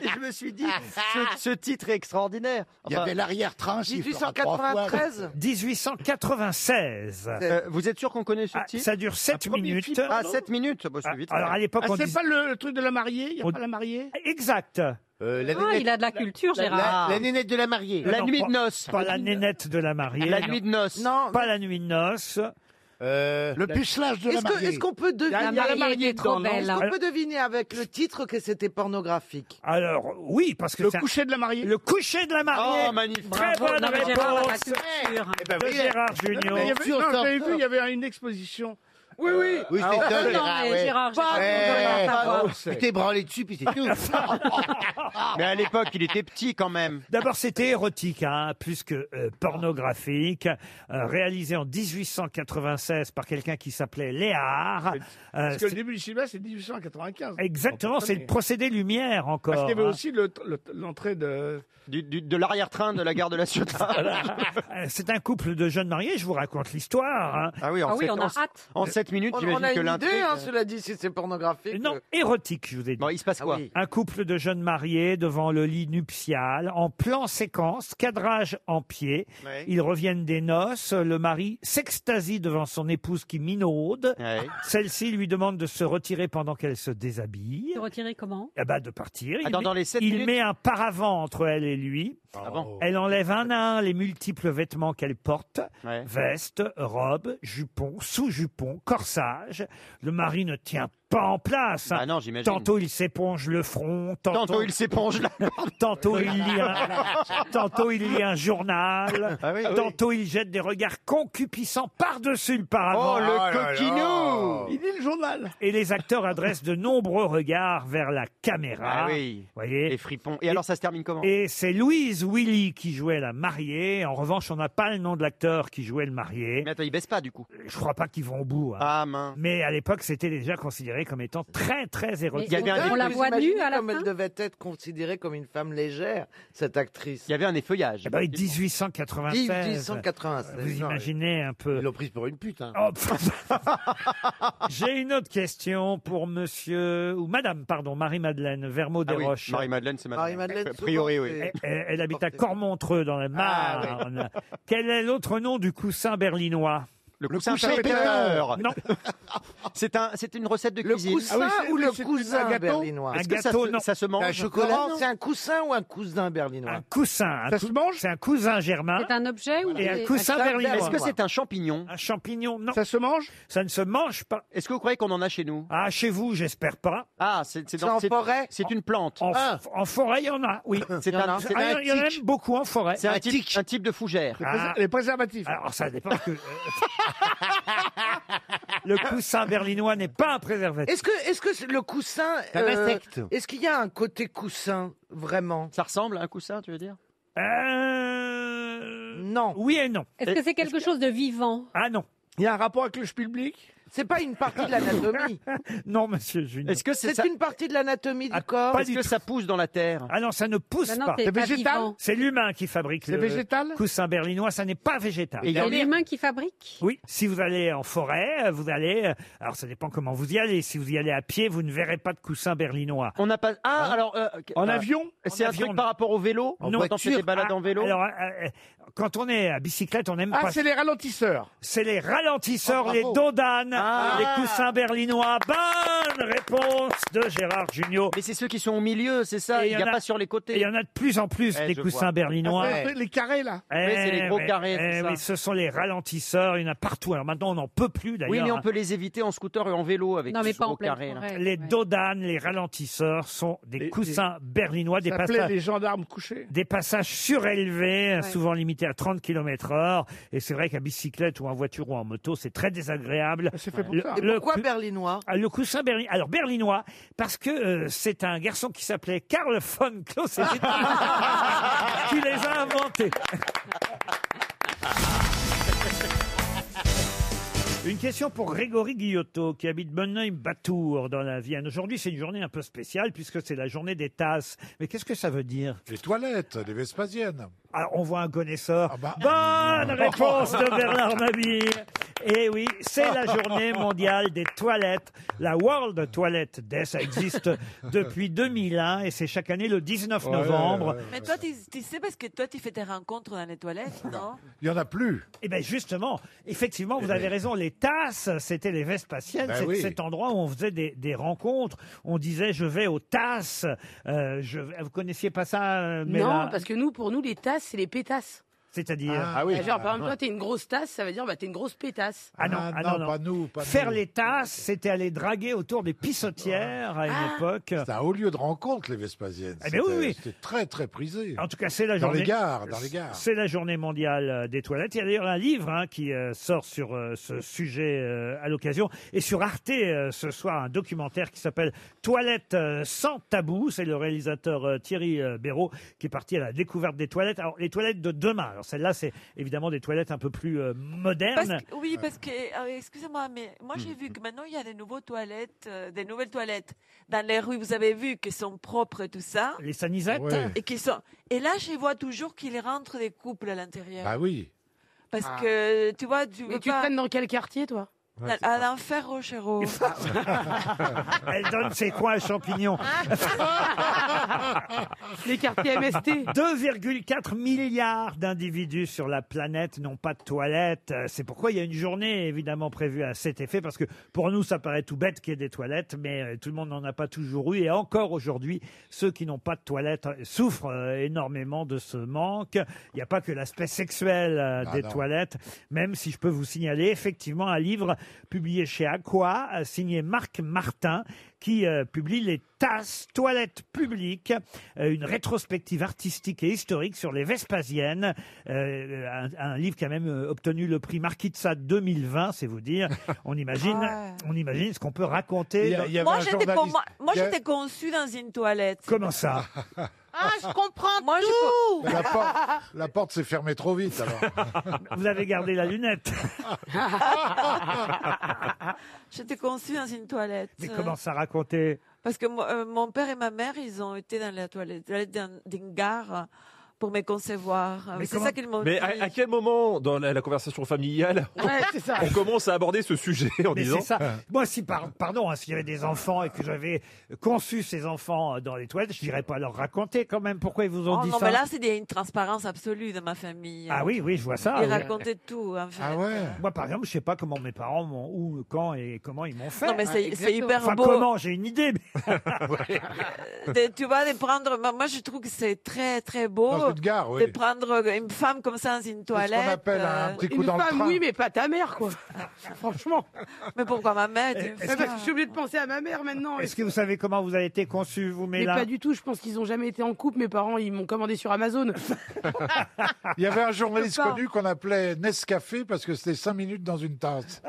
Et
je me suis dit, ce, ce titre est extraordinaire.
Il y avait l'arrière-train, s'il fera trois fois.
1893.
1896.
Euh, vous êtes sûr qu'on connaît ce
Ah,
titre
ça dure 7 minutes.
Ah, 7 minutes bah, c'est vite,
Alors, à l'époque, on
c'est
disait-
pas
Ah, le, le truc de la mariée, il n'y a
On-
pas la mariée
Exact.
Euh,
la
Ah, nénette- il a de la culture,
la- Gérard. la- la nénette de la mariée.
Non,
La
non,
nuit
pas-
de noces.
Pas la nénette de la mariée.
La nuit
de noces. Non. Pas la nuit de noces.
le pucelage
Est-ce que- est-ce qu'on peut deviner
La mariée était trop belle.
Est-ce qu'on peut deviner avec le titre que c'était pornographique
Alors, oui, parce que
Le
c'est un-
coucher de la mariée.
Le coucher de la mariée.
Oh, magnifique.
Très
Bravo.
bonne
Non, mais Gérard, la
réponse.
culture.
Eh ben, de
oui.
Gérard
Non,
Junior.
mais il y avait- non, j'avais vu, il y avait une exposition. Oui, oui.
Oui, c'est
Ah,
ça,
ouais.
Gérard. ouais.
Pas
Ouais.
de-
Oh,
c'est-
Tu t'es branlé dessus, puis c'est tout.
Mais à l'époque, il était petit quand même.
D'abord, c'était érotique, hein, plus que euh, pornographique, euh, réalisé en 1896 par quelqu'un qui s'appelait Léard. Euh,
Parce que le
c'est-
début du cinéma, c'est 1895.
exactement, c'est le procédé lumière encore.
Parce qu'il y avait
hein.
aussi le- le- l'entrée de.
de l'arrière-train de la gare de la Ciotat.
Euh, C'est un couple de jeunes mariés, je vous raconte l'histoire. hein.
Ah oui, en Ah oui, sept- on a en- hâte. en sept minutes,
On, on a une idée, hein, cela dit, si c'est pornographique. Ah
Non, érotique, je vous ai dit. il se passe quoi Un couple de jeunes mariés devant le lit nuptial, en plan séquence, cadrage en pied.
Ouais.
Ils reviennent des noces. Le mari s'extasie devant son épouse qui minaude. Celle-ci lui demande de se retirer pendant qu'elle se déshabille.
Se retirer comment
Ah bah, de partir. Il,
Attends,
met,
dans les sept
il
minutes Ah,
met un paravent entre elle et lui. Elle enlève un à un les multiples vêtements qu'elle porte. Veste, robe, jupon, sous-jupon, corsage. Le mari ne tient pas en place. hein.
Ah non, j'imagine.
tantôt il s'éponge le front. Tantôt,
Tantôt, il s'éponge la
Tantôt il, lit un, tantôt il lit un journal,
Ah
tantôt il jette des regards concupiscents par-dessus le paravent.
Oh, le Oh là coquinou là.
Il lit le journal Et les acteurs adressent de nombreux regards vers la caméra.
Ah oui.
Voyez
Les fripons. Et, alors, ça se termine comment
Et c'est Louise Willy qui jouait la mariée. En revanche, on n'a pas le nom de l'acteur qui jouait le marié.
Mais attends, il baisse pas du coup.
Je crois pas qu'ils vont au bout. hein.
Ah mince.
Mais à l'époque, c'était déjà considéré comme étant très, très érotique.
Vous imaginez comme elle devait être considérée comme une femme légère, cette actrice.
Il y avait un effeuillage.
Eh ben, 1896.
1896,
Vous
non,
imaginez un peu. Ils l'ont prise pour une pute. hein. J'ai une autre question pour monsieur, ou madame, pardon, Marie-Madeleine vermeau
Ah oui,
desroches
Marie-Madeleine, c'est madame.
Marie-Madeleine
A priori, oui.
Elle, elle- Ah elle habite à Cormontreux, dans la Marne. Quel est l'autre nom du coussin berlinois
Le
Le
coussin,
coussin péteur.
péteur.
Non.
C'est un, c'est une recette de
Le
cuisine.
Ah
coussin ou le cousin berlinois
Est-ce que ça se- Ça se mange.
Un chocolat
non
C'est un coussin ou un cousin berlinois Un
coussin.
Ça se mange
C'est un cousin germain.
C'est un objet ou
Et un coussin berlinois.
Est-ce que c'est un champignon
Un champignon, non.
Ça se mange
Ça ne se mange pas.
Est-ce que vous croyez qu'on en a chez nous
Ah, chez vous, j'espère pas.
Ah, c'est c'est
C'est
dans-
en
c'est-
forêt Ah.
C'est une plante.
En, en forêt, il y en a, oui.
Ah. C'est
Il y en
un-
a.
c'est
Ah,
un
il y en a
tic.
même beaucoup en forêt.
C'est un type, un type de fougère.
Les préservatifs. Alors ça dépend parce que euh, le coussin berlinois n'est pas un préservatif.
Est-ce que, est-ce que le coussin. euh,
C'est un insecte.
Est-ce qu'il y a un côté coussin, vraiment
Ça ressemble à un coussin, tu veux dire
Non.
Euh, Oui et non.
Est-ce que c'est quelque chose de vivant
Ah non.
Il y a un rapport avec le public C'est pas une partie de l'anatomie.
Non, monsieur Junior.
Est-ce que c'est
C'est
ça
une partie de l'anatomie du corps.
pas
Est-ce
du
que
tout.
ça pousse dans la terre
Ah non, ça ne pousse
Bah non,
pas.
c'est C'est pas végétal vivant.
C'est l'humain qui fabrique
C'est
le
végétal
coussin berlinois. Ça n'est pas végétal.
Il y a l'humain qui fabrique
Oui, si vous allez en forêt, euh, vous allez. euh, Alors, ça dépend comment vous y allez. Si vous y allez à pied, vous ne verrez pas de coussin berlinois. Hein
On n'a pas. Ah, alors. euh,
En
euh,
avion
C'est
En
un
avion,
truc par rapport au vélo
Non.
Quand on fait des balades
Ah,
en vélo
Alors, euh, euh, quand on est à bicyclette, on aime
Ah,
pas.
c'est
les ralentisseurs. C'est les ralentisseurs,
Oh,
les
bravo.
dodanes,
Ah.
les coussins berlinois. Bonne réponse de Gérard Junior.
Mais c'est ceux qui sont au milieu, c'est ça
Et
Il n'y
y
a,
en a-
pas sur les côtés.
et il y en a de plus en plus,
Eh,
des
je
coussins
vois.
berlinois.
Ah,
Les carrés, là.
Ouais, c'est les gros carrés, c'est
eh
ça.
oui, ce sont les ralentisseurs, il y en a partout. Alors maintenant, on n'en peut plus d'ailleurs.
Oui, mais on
hein.
peut les éviter en scooter et en vélo avec ce gros carré. hein. là.
Les dodanes, les ralentisseurs sont des
Les-
coussins berlinois, des
Ça plaît
passages,
les gendarmes couchés.
des passages surélevés, souvent limités à 30 km heure. Et c'est vrai qu'à bicyclette ou en voiture ou en moto, c'est très désagréable.
Ah, pour ça. Et pourquoi berlinois
Ah, Le coussin berlinois. Alors berlinois, parce que euh, c'est un garçon qui s'appelait Karl von Clausewitz qui les a inventés. Une question pour Grégory Guillotot, qui habite Bonneuil-Batour, dans la Vienne. Aujourd'hui, c'est une journée un peu spéciale, puisque c'est la journée des tasses. Mais qu'est-ce que ça veut dire
Les toilettes, les Vespasiennes.
Ah, on voit un connaisseur.
Ah bah.
Bonne réponse de Bernard Mabille. Eh oui, c'est la journée mondiale des toilettes. La World Toilet Day, ça existe depuis 2001 et c'est chaque année le 19
Ouais,
novembre.
ouais,
Mais toi, tu tu sais parce que toi, tu fais tes rencontres dans les toilettes, non
Il n'y en a plus. Eh bien, justement, effectivement, vous avez raison. Les tasses, c'était les Vespasiennes.
Eh Ben
c'est
oui.
cet endroit où on faisait des, des rencontres. On disait, je vais aux tasses. Euh, je... vais- Vous connaissiez pas ça, euh, Mella
Non, parce Ah, que nous, pour nous, les tasses, c'est les pétasses. Bah,
C'est-à-dire.
Ah.
Genre, par exemple, toi, t'es une grosse tasse, ça veut dire, bah, t'es une grosse pétasse.
Ah non, ah non, non. Faire les tasses, c'était aller draguer autour des pissotières à une
Ah.
époque.
C'est un haut lieu de rencontre, les Vespasiennes.
Eh ben oui,
C'était-
oui.
C'était très, très prisé.
En tout cas, c'est la
Dans
journée.
les gares, dans les gares.
C'est la journée mondiale euh, des toilettes. Il y a d'ailleurs un livre hein, qui euh, sort sur euh, ce sujet euh, à l'occasion. Et sur Arte, euh, ce soir, un documentaire qui s'appelle Toilettes euh, sans tabou. C'est le réalisateur euh, Thierry euh, Béraud qui est parti à la découverte des toilettes. Alors, les toilettes de demain. Alors, celles-là, c'est évidemment des toilettes un peu plus euh,
Parce
modernes.
que- oui, parce que, euh, excusez-moi, mais moi
Mm.
j'ai vu que maintenant il y a des nouveaux toilettes, euh, des nouvelles toilettes dans les rues. Vous avez vu qu'elles sont propres et tout ça.
Les sanisettes
Et qui sont. Et là, je vois toujours qu'il rentre des couples à l'intérieur.
Ah oui.
Parce
Ah.
que tu vois, tu
Mais
veux
tu
pas-
traînes dans quel quartier, toi
Dans- à l'enfer, oh, Rochero.
Elle donne ses coins à champignons.
Les quartiers MST.
2,4 milliards d'individus sur la planète n'ont pas de toilettes. Euh, C'est pourquoi il y a une journée évidemment prévue à cet effet, parce que pour nous, ça paraît tout bête qu'il y ait des toilettes, mais euh, tout le monde n'en a pas toujours eu. Et encore aujourd'hui, ceux qui n'ont pas de toilettes euh, souffrent euh, énormément de ce manque. Il n'y a pas que l'aspect sexuel euh,
Ah
des
non.
toilettes, même si je peux vous signaler effectivement un livre publié chez Aqua, euh, signé Marc Martin, qui euh, publie les tasses toilettes publiques, euh, une rétrospective artistique et historique sur les Vespasiennes, euh, un, un livre qui a même euh, obtenu le prix Marquitsa 2020, c'est vous dire. On imagine,
Ouais.
on imagine ce qu'on peut raconter. dans-
Moi, j'étais con- moi- moi, j'étais conçue dans une toilette.
Comment ça
Ah, je comprends
Moi, je
tout
Mais La porte, la porte s'est fermée trop vite, alors.
Vous avez gardé la lunette.
J'étais conçue dans une toilette.
Mais comment ça raconter
Parce que mo- euh, mon père et ma mère, ils ont été dans la toilette, toilette d'un- d'une gare pour me concevoir. Euh,
Mais
C'est ça qu'ils m'ont dit.
Mais
ah,
à, à quel moment dans la, la conversation familiale
Ouais, c'est ça.
on commence à aborder ce sujet en
Mais
disant Ah.
c'est ça. Moi, si, par- pardon, hein, s'il y avait des enfants et que j'avais conçu ces enfants euh, dans les toilettes, je n'irais pas leur raconter quand même pourquoi ils vous ont
Oh
dit
non,
ça.
mais là, c'est des- une transparence absolue de ma famille. euh.
Ah oui, oui, je vois ça.
Ils
oui. Ah
racontaient tout, hein, en fait.
Euh, Moi, par exemple, je sais pas comment mes parents m'ont, où, quand et comment ils m'ont fait.
Non, mais c'est-
Hein.
c'est hyper
Enfin,
beau.
comment J'ai une idée. mais-
euh, De- tu vas de prendre. Moi, moi, je trouve que c'est très, très beau.
Dans une gare, oui.
De prendre une femme comme ça dans une
qu'on
toilette.
appelle un
euh, Ah,
petit coup Une dans le femme, train. oui,
mais pas ta mère, quoi. Franchement.
Mais pourquoi ma mère tu-
Parce que je suis obligée de penser à ma mère maintenant.
Est-ce que vous savez comment vous avez été conçu, vous,
Mais
là
pas du tout, je pense qu'ils ont jamais été en couple. Mes parents, ils m'ont commandé sur Amazon.
Il y avait un journaliste
Je peux pas.
connu qu'on appelait Nescafé parce que c'était 5 minutes dans une tasse.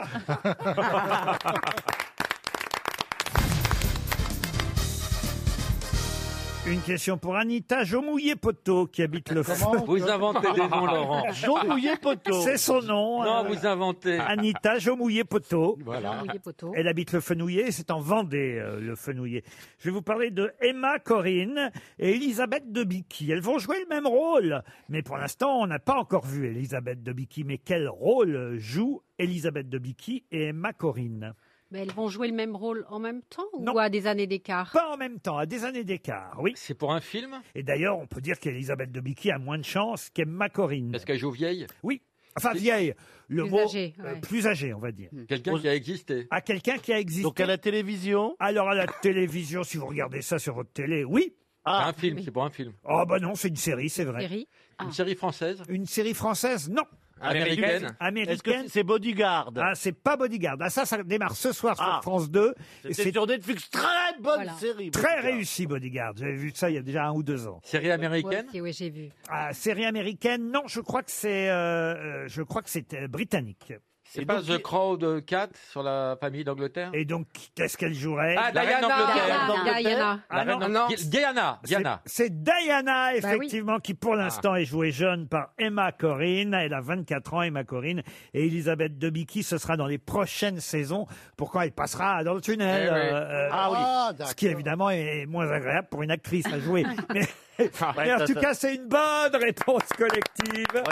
Une question pour Anita Jomouillet-Poteau qui habite le fond.
Vous inventez des noms, Laurent.
Jomouillet-Poteau. C'est son nom. euh,
Non, vous inventez.
Anita Jomouillet-Poteau.
Voilà.
Jomouillet-Poteau.
Elle habite le Fenouillet, c'est en Vendée, euh, le Fenouillet. Je vais vous parler de Emma Corinne et Elisabeth de Bicky. Elles vont jouer le même rôle. Mais pour l'instant, on n'a pas encore vu Elisabeth de Bicky. Mais quel rôle joue Elisabeth de Bicky et Emma Corinne
Mais elles vont jouer le même rôle en même temps ou à des années d'écart
Pas en même temps, à des années d'écart, oui.
C'est pour un film
Et d'ailleurs, on peut dire qu'Elisabeth de Bicky a moins de chance qu'Emma Corinne.
Parce qu'elle joue vieille
Oui. Enfin, vieille. Le
Plus
mot
âgée,
euh,
ouais.
plus âgé, on va dire.
Hmm. Quelqu'un qui a existé.
À quelqu'un qui a existé. Donc à la télévision Alors à la télévision, si vous regardez ça sur votre télé, oui.
C'est un film, c'est pour un film.
Oh bah non, c'est une série, c'est vrai.
Une série Ah. française
Une série française Non.
Américaine
Américaine.
Est-ce que
c'est Bodyguard Ah, c'est pas Bodyguard. Ah, ça, ça démarre ce soir sur France 2. Et
C'était sur Netflix. Très bonne série.
Très réussi, Bodyguard. J'avais vu ça il y a déjà un ou deux ans.
Série américaine
Oui, j'ai vu.
Ah, série américaine Non, je crois que c'est, euh, euh, je crois que c'est euh, britannique.
C'est pas The Crow de 4 sur la famille d'Angleterre
Et donc, qu'est-ce qu'elle jouerait
Ah, Diana
Diana, Diana.
La reine
Ah non,
d'Angleterre. Di- Diana Diana
C'est Diana,
Bah oui.
effectivement, qui pour l'instant est jouée jeune par Emma Corrine. Elle a 24 ans, Emma Corrine. Et Elisabeth Debicki, ce sera dans les prochaines saisons pour quand elle passera dans le tunnel. euh,
Eh oui.
Ah oui. Ah, d'accord.
Ce qui, évidemment, est moins agréable pour une actrice à jouer. Mais- mais Eh, en
ça,
tout
ça.
cas, c'est une bonne réponse collective.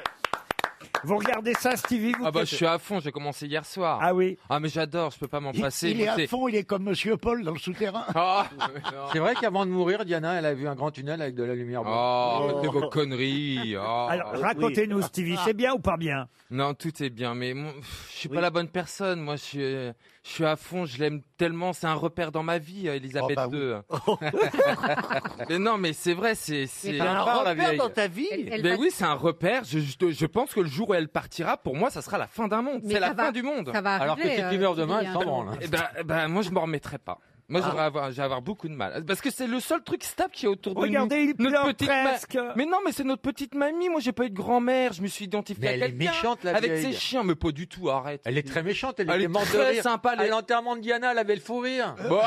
Vous regardez ça, Stevie vous
Ah bah
faites-
je suis à fond, j'ai commencé hier soir.
Ah oui
Ah mais j'adore, je peux pas m'en
Ah,
Il,
passer.
il est à
écoutez.
fond, il est comme Monsieur Paul dans le souterrain.
Ah, mais non.
C'est vrai qu'avant de mourir, Diana, elle a vu un grand tunnel avec de la lumière bleue.
Oh, arrêtez vos conneries. oh.
Ah. Alors, racontez-nous,
Ah.
Stevie,
Ah.
c'est bien ou pas bien
Non, tout est bien, mais moi, pff, je suis pas la bonne personne. Moi, je suis, euh, je suis à fond, je l'aime tellement. C'est un repère dans ma vie, euh,
Oh,
Elisabeth
bah
II. mais non, mais c'est vrai, c'est.
Mais
C'est
t'as un
Elle part, la
repère
vieille.
dans ta vie Elle- elle
Mais
Ben
va-
Ben oui, c'est un repère. Je, je, je pense que le jour où elle partira, pour moi, ça sera la fin d'un monde.
Mais
C'est la
ça va-
fin du monde.
ça va Alors que arriver, si tu euh, meurs demain, Sylvie, elle s'en hein. branle.
Eh ben, eh ben, moi, je m'en remettrai pas. Moi,
Ah.
j'aurais avoir, j'ai avoir beaucoup de mal. Parce que c'est le seul truc stable qui est autour de
Regardez,
nous.
il pleure
ma-
presque.
Mais non, mais c'est notre petite mamie. Moi, j'ai pas eu de grand-mère. Je me suis identifié
Mais
à
elle est
quelqu'un
méchante, la
Avec
vieille.
ses chiens, mais pas du tout, arrête.
Elle est très méchante, elle,
Elle
était
est
morte de
très
rire.
sympa, elle
À
est-
l'enterrement de Diana, elle avait le fou rire.
Bon,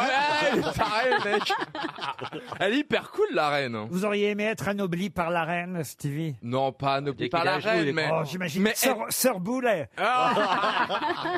elle est tarée, mec. Elle est hyper cool, la reine.
Vous auriez aimé être anobli par la reine, Stevie
Non, pas anobli par la reine, mais.
Oh, j'imagine.
mais Hein
Sœur,
être-
Sœur Boulet.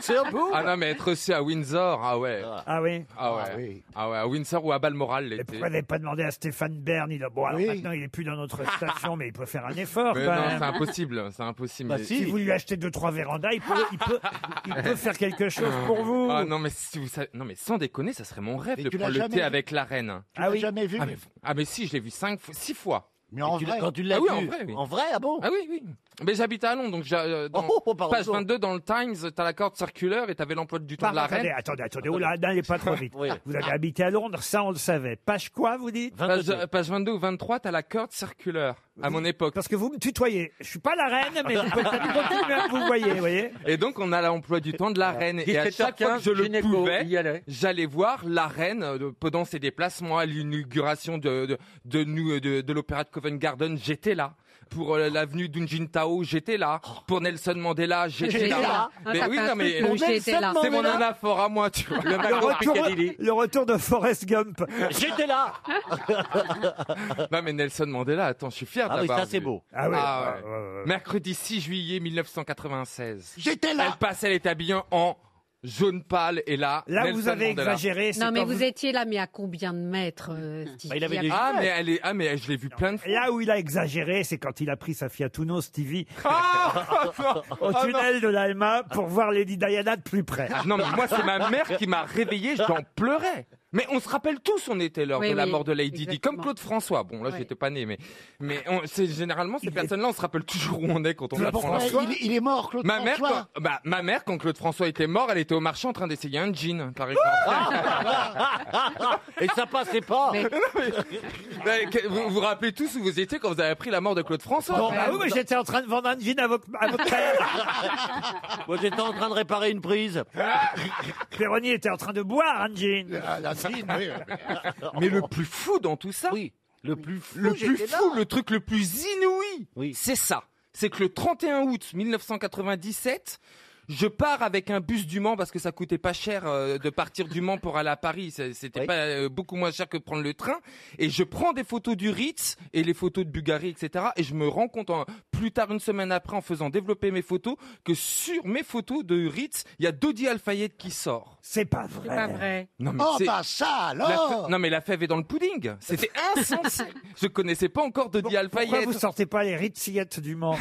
C'est un beau. Ah non, mais être aussi à Windsor, ah ouais.
Ah oui.
Ah ouais. Ah ouais, à Windsor ou à Balmoral l'été.
Vous n'avez pas demandé à Stéphane Bern. Il a... Bon, alors maintenant, il est plus dans notre station, mais il peut faire un effort.
Mais
quand
non,
même. Bah,
c'est impossible, c'est
Bah
impossible. Mais-
si. vous lui achetez deux, trois vérandas, il peut, il peut, il peut faire quelque chose pour vous.
Ah non mais si vous savez- non mais sans déconner, ça serait mon rêve
Mais
de
tu l'as
prendre le
jamais
thé
vu
avec la reine.
Tu Ah l'as oui. jamais vu
ah mais, ah mais si, je l'ai vu cinq, fois- six fois.
Mais en
tu
vrai.
l'as-
Quand tu l'as
ah oui,
vu.
en vrai, oui.
En vrai, ah bon
Ah oui, oui. Mais j'habite à Londres, donc j'ai, euh, dans
Oh, oh, pardon.
page 22 dans le Times, t'as la corde circulaire et t'avais l'emploi du temps
Par-
de la
attendez,
reine.
attendez, attendez, oula, n'allez pas trop vite. Vous avez habité à Londres, ça on le savait. Page quoi, vous dites
Page, euh, page 22 ou 23, t'as la corde circulaire à mon époque.
Parce que vous me tutoyez. Je suis pas la reine, mais vous pouvez continuer à vous voyez, vous voyez.
Et donc on a l'emploi du temps de la reine. Et à chaque fois que je
17h15,
le
il y
pouvais,
allait.
j'allais voir la reine euh, pendant ses déplacements à l'inauguration de de de, nous- euh, de- de l'opéra de Covent Garden. J'étais là. Pour euh, l'avenue d'Unjintao, j'étais là. Pour Nelson Mandela, j'étais
J'étais
là.
là. Ah,
Mais
t'as
oui,
fait un
non, mais
truc où j'étais
c'est
là.
mon
Mandela
anaphore à moi, tu vois.
Le, retour, le retour de Forrest Gump.
J'étais là
Non mais Nelson Mandela, attends, je suis fier
Ah oui,
d'avoir
ça, c'est
vu.
beau.
Ah oui.
ouais.
Ouais, ouais, ouais.
Mercredi 6 juillet 1996.
J'étais là.
Elle passait, elle était habillée en jaune pâle et là.
Là,
Nelson
vous avez
Mandela.
exagéré,
Non, mais vous étiez là, mais à combien de mètres euh, Stevie À combien
Ah
de
mais
mètres
elle est, ah mais je l'ai vu plein de fois.
Là où il a exagéré, c'est quand il a pris sa Fiat Uno Stevie
Ah
au
Ah,
tunnel de l'Alma pour voir Lady Diana de plus près.
Non, mais moi, c'est ma mère qui m'a réveillé, j'en pleurais. Mais on se rappelle tous, on était là
Oui,
de la
oui,
mort de Lady Di,
exactement.
comme Claude François. Bon, là,
Ouais.
j'étais pas né, mais, mais on- c'est généralement, ces personnes-là, on se rappelle toujours où on est quand on
Claude
apprend
François, il, il est mort, Claude
Ma mère,
François.
quand, bah, ma mère, quand Claude François était mort, elle était au marché en train d'essayer un jean. T'arrives pas.
Et ça passait pas. Mais-
Bah, que- vous vous rappelez tous où vous étiez quand vous avez appris la mort de Claude François
Bon, bah oui, mais j'étais en train de vendre un jean à votre, à votre père.
Moi, j'étais en train de réparer une prise.
Péroni était en train de boire un jean.
Mais le plus fou dans tout ça, le plus fou, le,
j'étais là.
truc le plus inouï, c'est ça. C'est que le 31 août 1997, je pars avec un bus du Mans parce que ça coûtait pas cher euh, de partir du Mans pour aller à Paris. C'est- C'était pas euh, beaucoup moins cher que prendre le train. Et je prends des photos du Ritz et les photos de Bulgarie, etc. Et je me rends compte en- plus tard, une semaine après, en faisant développer mes photos, que sur mes photos de Ritz, il y a Dodi Alfayette qui sort.
C'est pas vrai.
C'est pas vrai.
Oh,
c'est-
bah, ça,
La
alors
fe- Non mais la fève est dans le pudding. C'était insensé. Je connaissais pas encore Dodi
Pourquoi
Alfayette.
vous sortez pas les ritzillettes du Mans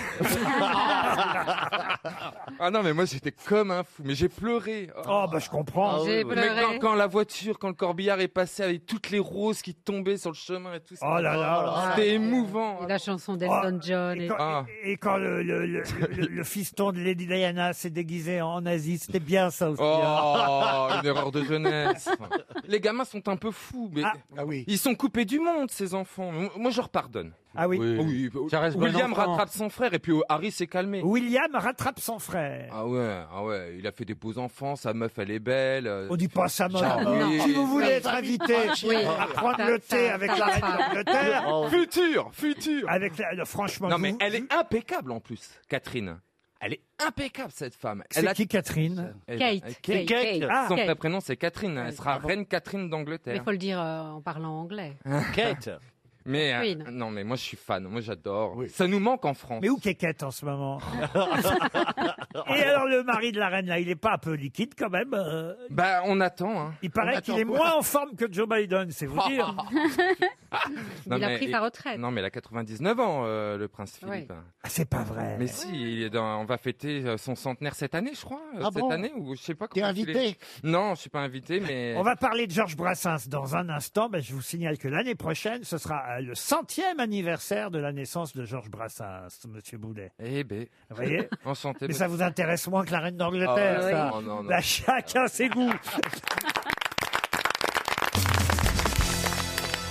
Ah non mais moi j'étais comme un fou. Mais j'ai pleuré. Ah.
Oh bah je comprends.
Mais quand, quand la voiture, quand le corbillard est passé avec toutes les roses qui tombaient sur le chemin et tout ça.
Oh là là, alors là.
Ah.
C'était émouvant.
euh, Et la chanson
Ah,
d'Elton John. Et...
Quand-
Ah.
Et quand le, le- le- le- le fiston de Lady Diana s'est déguisé en nazi, c'était bien ça aussi.
Oh,
hein.
une erreur de jeunesse. Les gamins sont un peu fous,
Ah,
mais ils sont coupés du monde, ces enfants. Moi, je leur pardonne.
Ah oui.
Oui, Oh, William rattrape son frère et puis euh, Harry s'est calmé.
William rattrape son frère.
Ah ouais, ah ouais, il a fait des beaux enfants, sa meuf elle est belle. euh,
On dit Oh, pas ça, meuf.
Ah oui.
Si vous voulez
Oui.
être invité
Oui.
à prendre le thé avec la reine d'Angleterre,
Oh. Futur, futur.
Avec la- le- franchement.
Non mais elle est impeccable en plus, Catherine. Elle est impeccable cette femme.
C'est
Elle a-
qui Catherine
Elle-
Kate.
Eh
Kate.
ben, Kate.
Kate.
Son
Ah.
vrai
Kate.
prénom c'est Catherine. Elle sera reine Catherine d'Angleterre.
Mais il faut le dire euh, en parlant anglais.
Ah,
Kate. Mais euh,
Queen.
non, mais moi je suis fan, moi j'adore. Ça nous manque en France.
Mais où Kékette en ce moment Et alors le mari de la reine là, il est pas un peu liquide quand même euh,
Bah on attend. hein.
Il paraît qu'il est moins en forme que Joe Biden, c'est vous dire.
Non,
Il a
mais
pris sa retraite.
Non mais il a 99 ans, euh, le prince Philippe.
Ah, c'est pas vrai.
Mais si, il est dans- on va fêter euh, son centenaire cette année, je crois. euh,
Ah
cette
bon
année ou je sais pas.
T'es
comment il est.
invité
Non, je suis pas invité, mais.
On va parler de Georges Brassens dans un instant. Ben, je vous signale que l'année prochaine, ce sera euh, le centième anniversaire de la naissance de Georges Brassens, Monsieur Boulet.
Eh ben.
Vous voyez
Enchanté.
Mais ça
monsieur.
vous intéresse moins que la reine d'Angleterre,
Ah ouais,
ça. hein,
non, non, non.
Là, chacun ses goûts.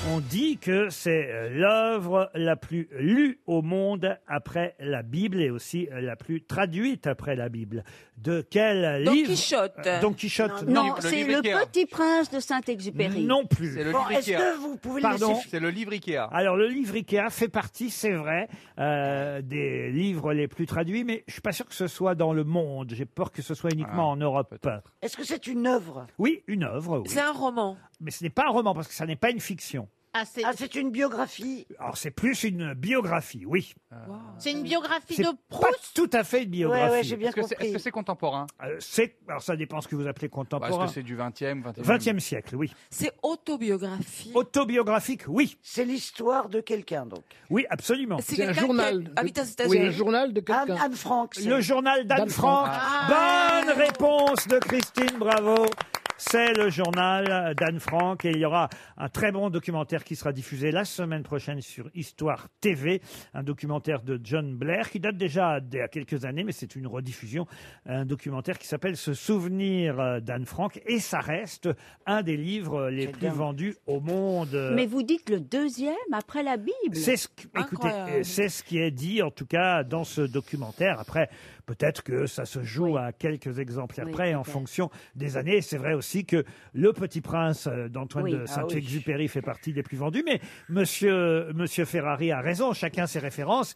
On dit que c'est euh, l'œuvre la plus lue au monde après la Bible et aussi euh, la plus traduite après la Bible. De quel
Don
livre
Quichotte.
Euh, Don Quichotte.
Non, c'est le petit prince de Saint-Exupéry.
Non plus.
C'est le Bon, livre est-ce Ikea. que vous pouvez le
Pardon
laisser-
C'est le livre Ikea.
Alors, le livre Ikea fait partie, c'est vrai, euh, des livres les plus traduits, mais je suis pas sûr que ce soit dans le monde. J'ai peur que ce soit uniquement en Europe.
Est-ce que c'est une œuvre
Oui, une œuvre. oui.
C'est un roman.
Mais ce n'est pas un roman, parce que ça n'est pas une fiction.
Ah, c'est
Ah, c'est une biographie.
Alors, c'est plus une biographie, oui. Euh,
c'est une biographie
C'est
de
pas tout à fait une biographie.
ouais, j'ai bien Est-ce que c'est-
Est-ce que c'est contemporain Bah,
Euh, c'est- Alors, ça dépend ce que vous appelez
Est-ce
contemporain.
que c'est du 20e, 21e
20e siècle, oui.
C'est autobiographique.
Autobiographique, oui.
C'est l'histoire de quelqu'un, donc.
Oui, absolument.
C'est C'est un quelqu'un qui journal. habite aux États-Unis.
Oui, un journal de quelqu'un.
Anne, Anne Frank. c'est-
Le journal d'Anne Frank. Bonne réponse de Christine, bravo. C'est le journal d'Anne Frank et il y aura un très bon documentaire qui sera diffusé la semaine prochaine sur Histoire TV, un documentaire de John Blair qui date déjà d'il y a quelques années, mais c'est une rediffusion, un documentaire qui s'appelle Se souvenir euh, d'Anne Frank et ça reste un des livres les
C'est
plus
dingue.
vendus au monde.
Mais vous dites le deuxième après la Bible.
euh, C'est ce, qui- écoutez, euh, c'est ce qui est dit, en tout cas, dans ce documentaire. Après, peut-être que ça se joue à quelques exemplaires
Oui,
près en
peut-être.
fonction des années. C'est vrai aussi que Le Petit Prince euh, d'Antoine
Oui,
de
ah oui.
Saint-Exupéry fait partie des plus vendus. Mais monsieur, monsieur Ferrari a raison, chacun ses références.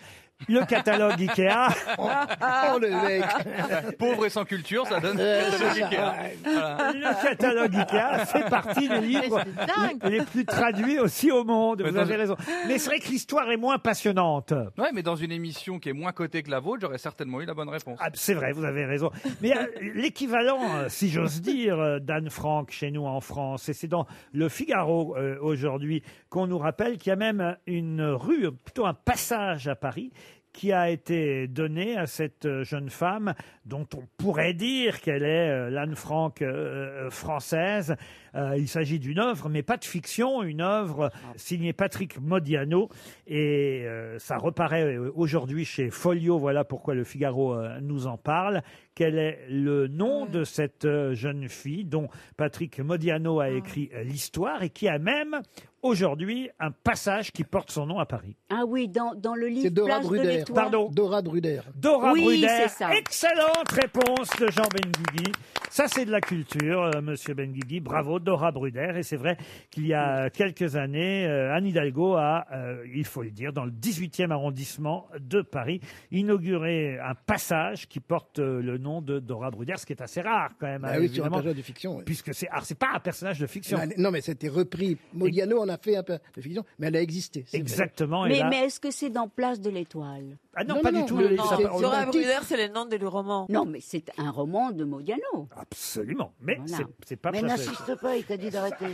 le catalogue Ikea.
Oh, le mec. Pauvre et sans culture, ça donne.
Ouais,
ça donne
c'est ça.
Ikea. Voilà.
Le catalogue Ikea fait partie des livres
Mais c'est dingue.
les plus traduits aussi au monde.
Mais
Vous
dans-
avez raison. Mais c'est vrai que l'histoire est moins passionnante.
Ouais, mais dans une émission qui est moins cotée que la vôtre, j'aurais certainement eu la bonne réponse.
Ah, c'est vrai, vous avez raison. Mais euh, l'équivalent, euh, si j'ose dire, euh, d'Anne Frank chez nous en France, et c'est dans Le Figaro euh, aujourd'hui qu'on nous rappelle qu'il y a même une rue, euh, plutôt un passage à Paris, qui a été donné à cette euh, jeune femme dont on pourrait dire qu'elle est euh, l'Anne Frank euh, euh, française. Euh, il s'agit d'une œuvre, mais pas de fiction, une œuvre signée Patrick Modiano. Et euh, ça reparaît euh, aujourd'hui chez Folio, voilà pourquoi le Figaro euh, nous en parle. Quel est le nom de cette euh, jeune fille dont Patrick Modiano a écrit euh, l'histoire et qui a même aujourd'hui un passage qui porte son nom à Paris
Ah oui, dans, dans le livre
C'est Dora
Place de
Bruder.
l'Étoile.
Pardon
Dora Bruder.
Dora
Oui,
Bruder.
c'est ça.
Excellente réponse de Jean Benguigui. Ça, c'est de la culture, euh, monsieur Benguigui. Bravo, Dora Bruder. Et c'est vrai qu'il y a quelques années, euh, Anne Hidalgo a, euh, il faut le dire, dans le 18e arrondissement de Paris, inauguré un passage qui porte euh, le nom de Dora Bruder, ce qui est assez rare quand même.
Bah
hein,
oui, sur un
évidemment,
personnage de fiction. oui.
Puisque c'est, alors, c'est pas un personnage de fiction.
Elle a- Non, mais c'était repris. Modiano en a fait un peu de fiction, mais elle a existé. c'est vrai.
Exactement.
Mais, mais est-ce que c'est dans Place de l'Étoile
Ah
non, Non, pas non, du non, tout, le- le- ça- on-
Dora
le
Bruder,
titre.
c'est le nom du roman.
Non, mais c'est un roman de Modiano.
Absolument. Mais
Voilà.
c'est, c'est pas
Mais
Place de-
n'insiste
pas, il t'a dit d'arrêter.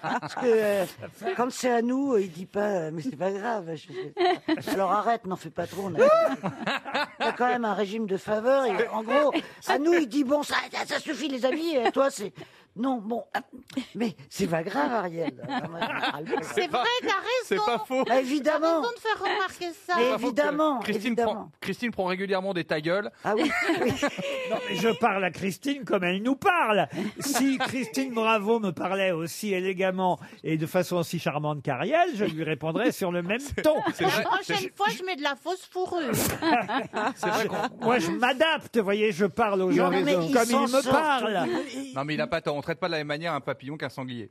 Parce que euh, quand c'est à nous, euh, il dit pas, euh, mais c'est pas grave. je sais. Alors arrête, n'en fais pas trop. On a... T'as quand même un régime de faveur. et en gros, à nous, il dit bon, ça, ça- ça suffit, les amis. Et toi, c'est non, bon, ah, mais c'est pas grave, Ariel.
C'est vrai, t'as raison.
C'est pas faux.
Bah, évidemment.
Raison de faire
Ah.
remarquer ça.
C'est pas faux que Christine, Prend, Christine prend régulièrement des ta gueule.
Ah oui.
Non, mais je parle à Christine comme elle nous parle. Si Christine Bravo me parlait aussi élégamment et de façon aussi charmante qu'Ariel, je lui répondrais sur le même ton.
La prochaine fois, je mets de la fausse fourrure.
Moi, je m'adapte, vous voyez, je parle aux
Il a
gens comme
raison.
ils
Il s'en
me
sort
parlent.
Non, mais il a pas tort. On traite pas de la même manière un papillon qu'un sanglier.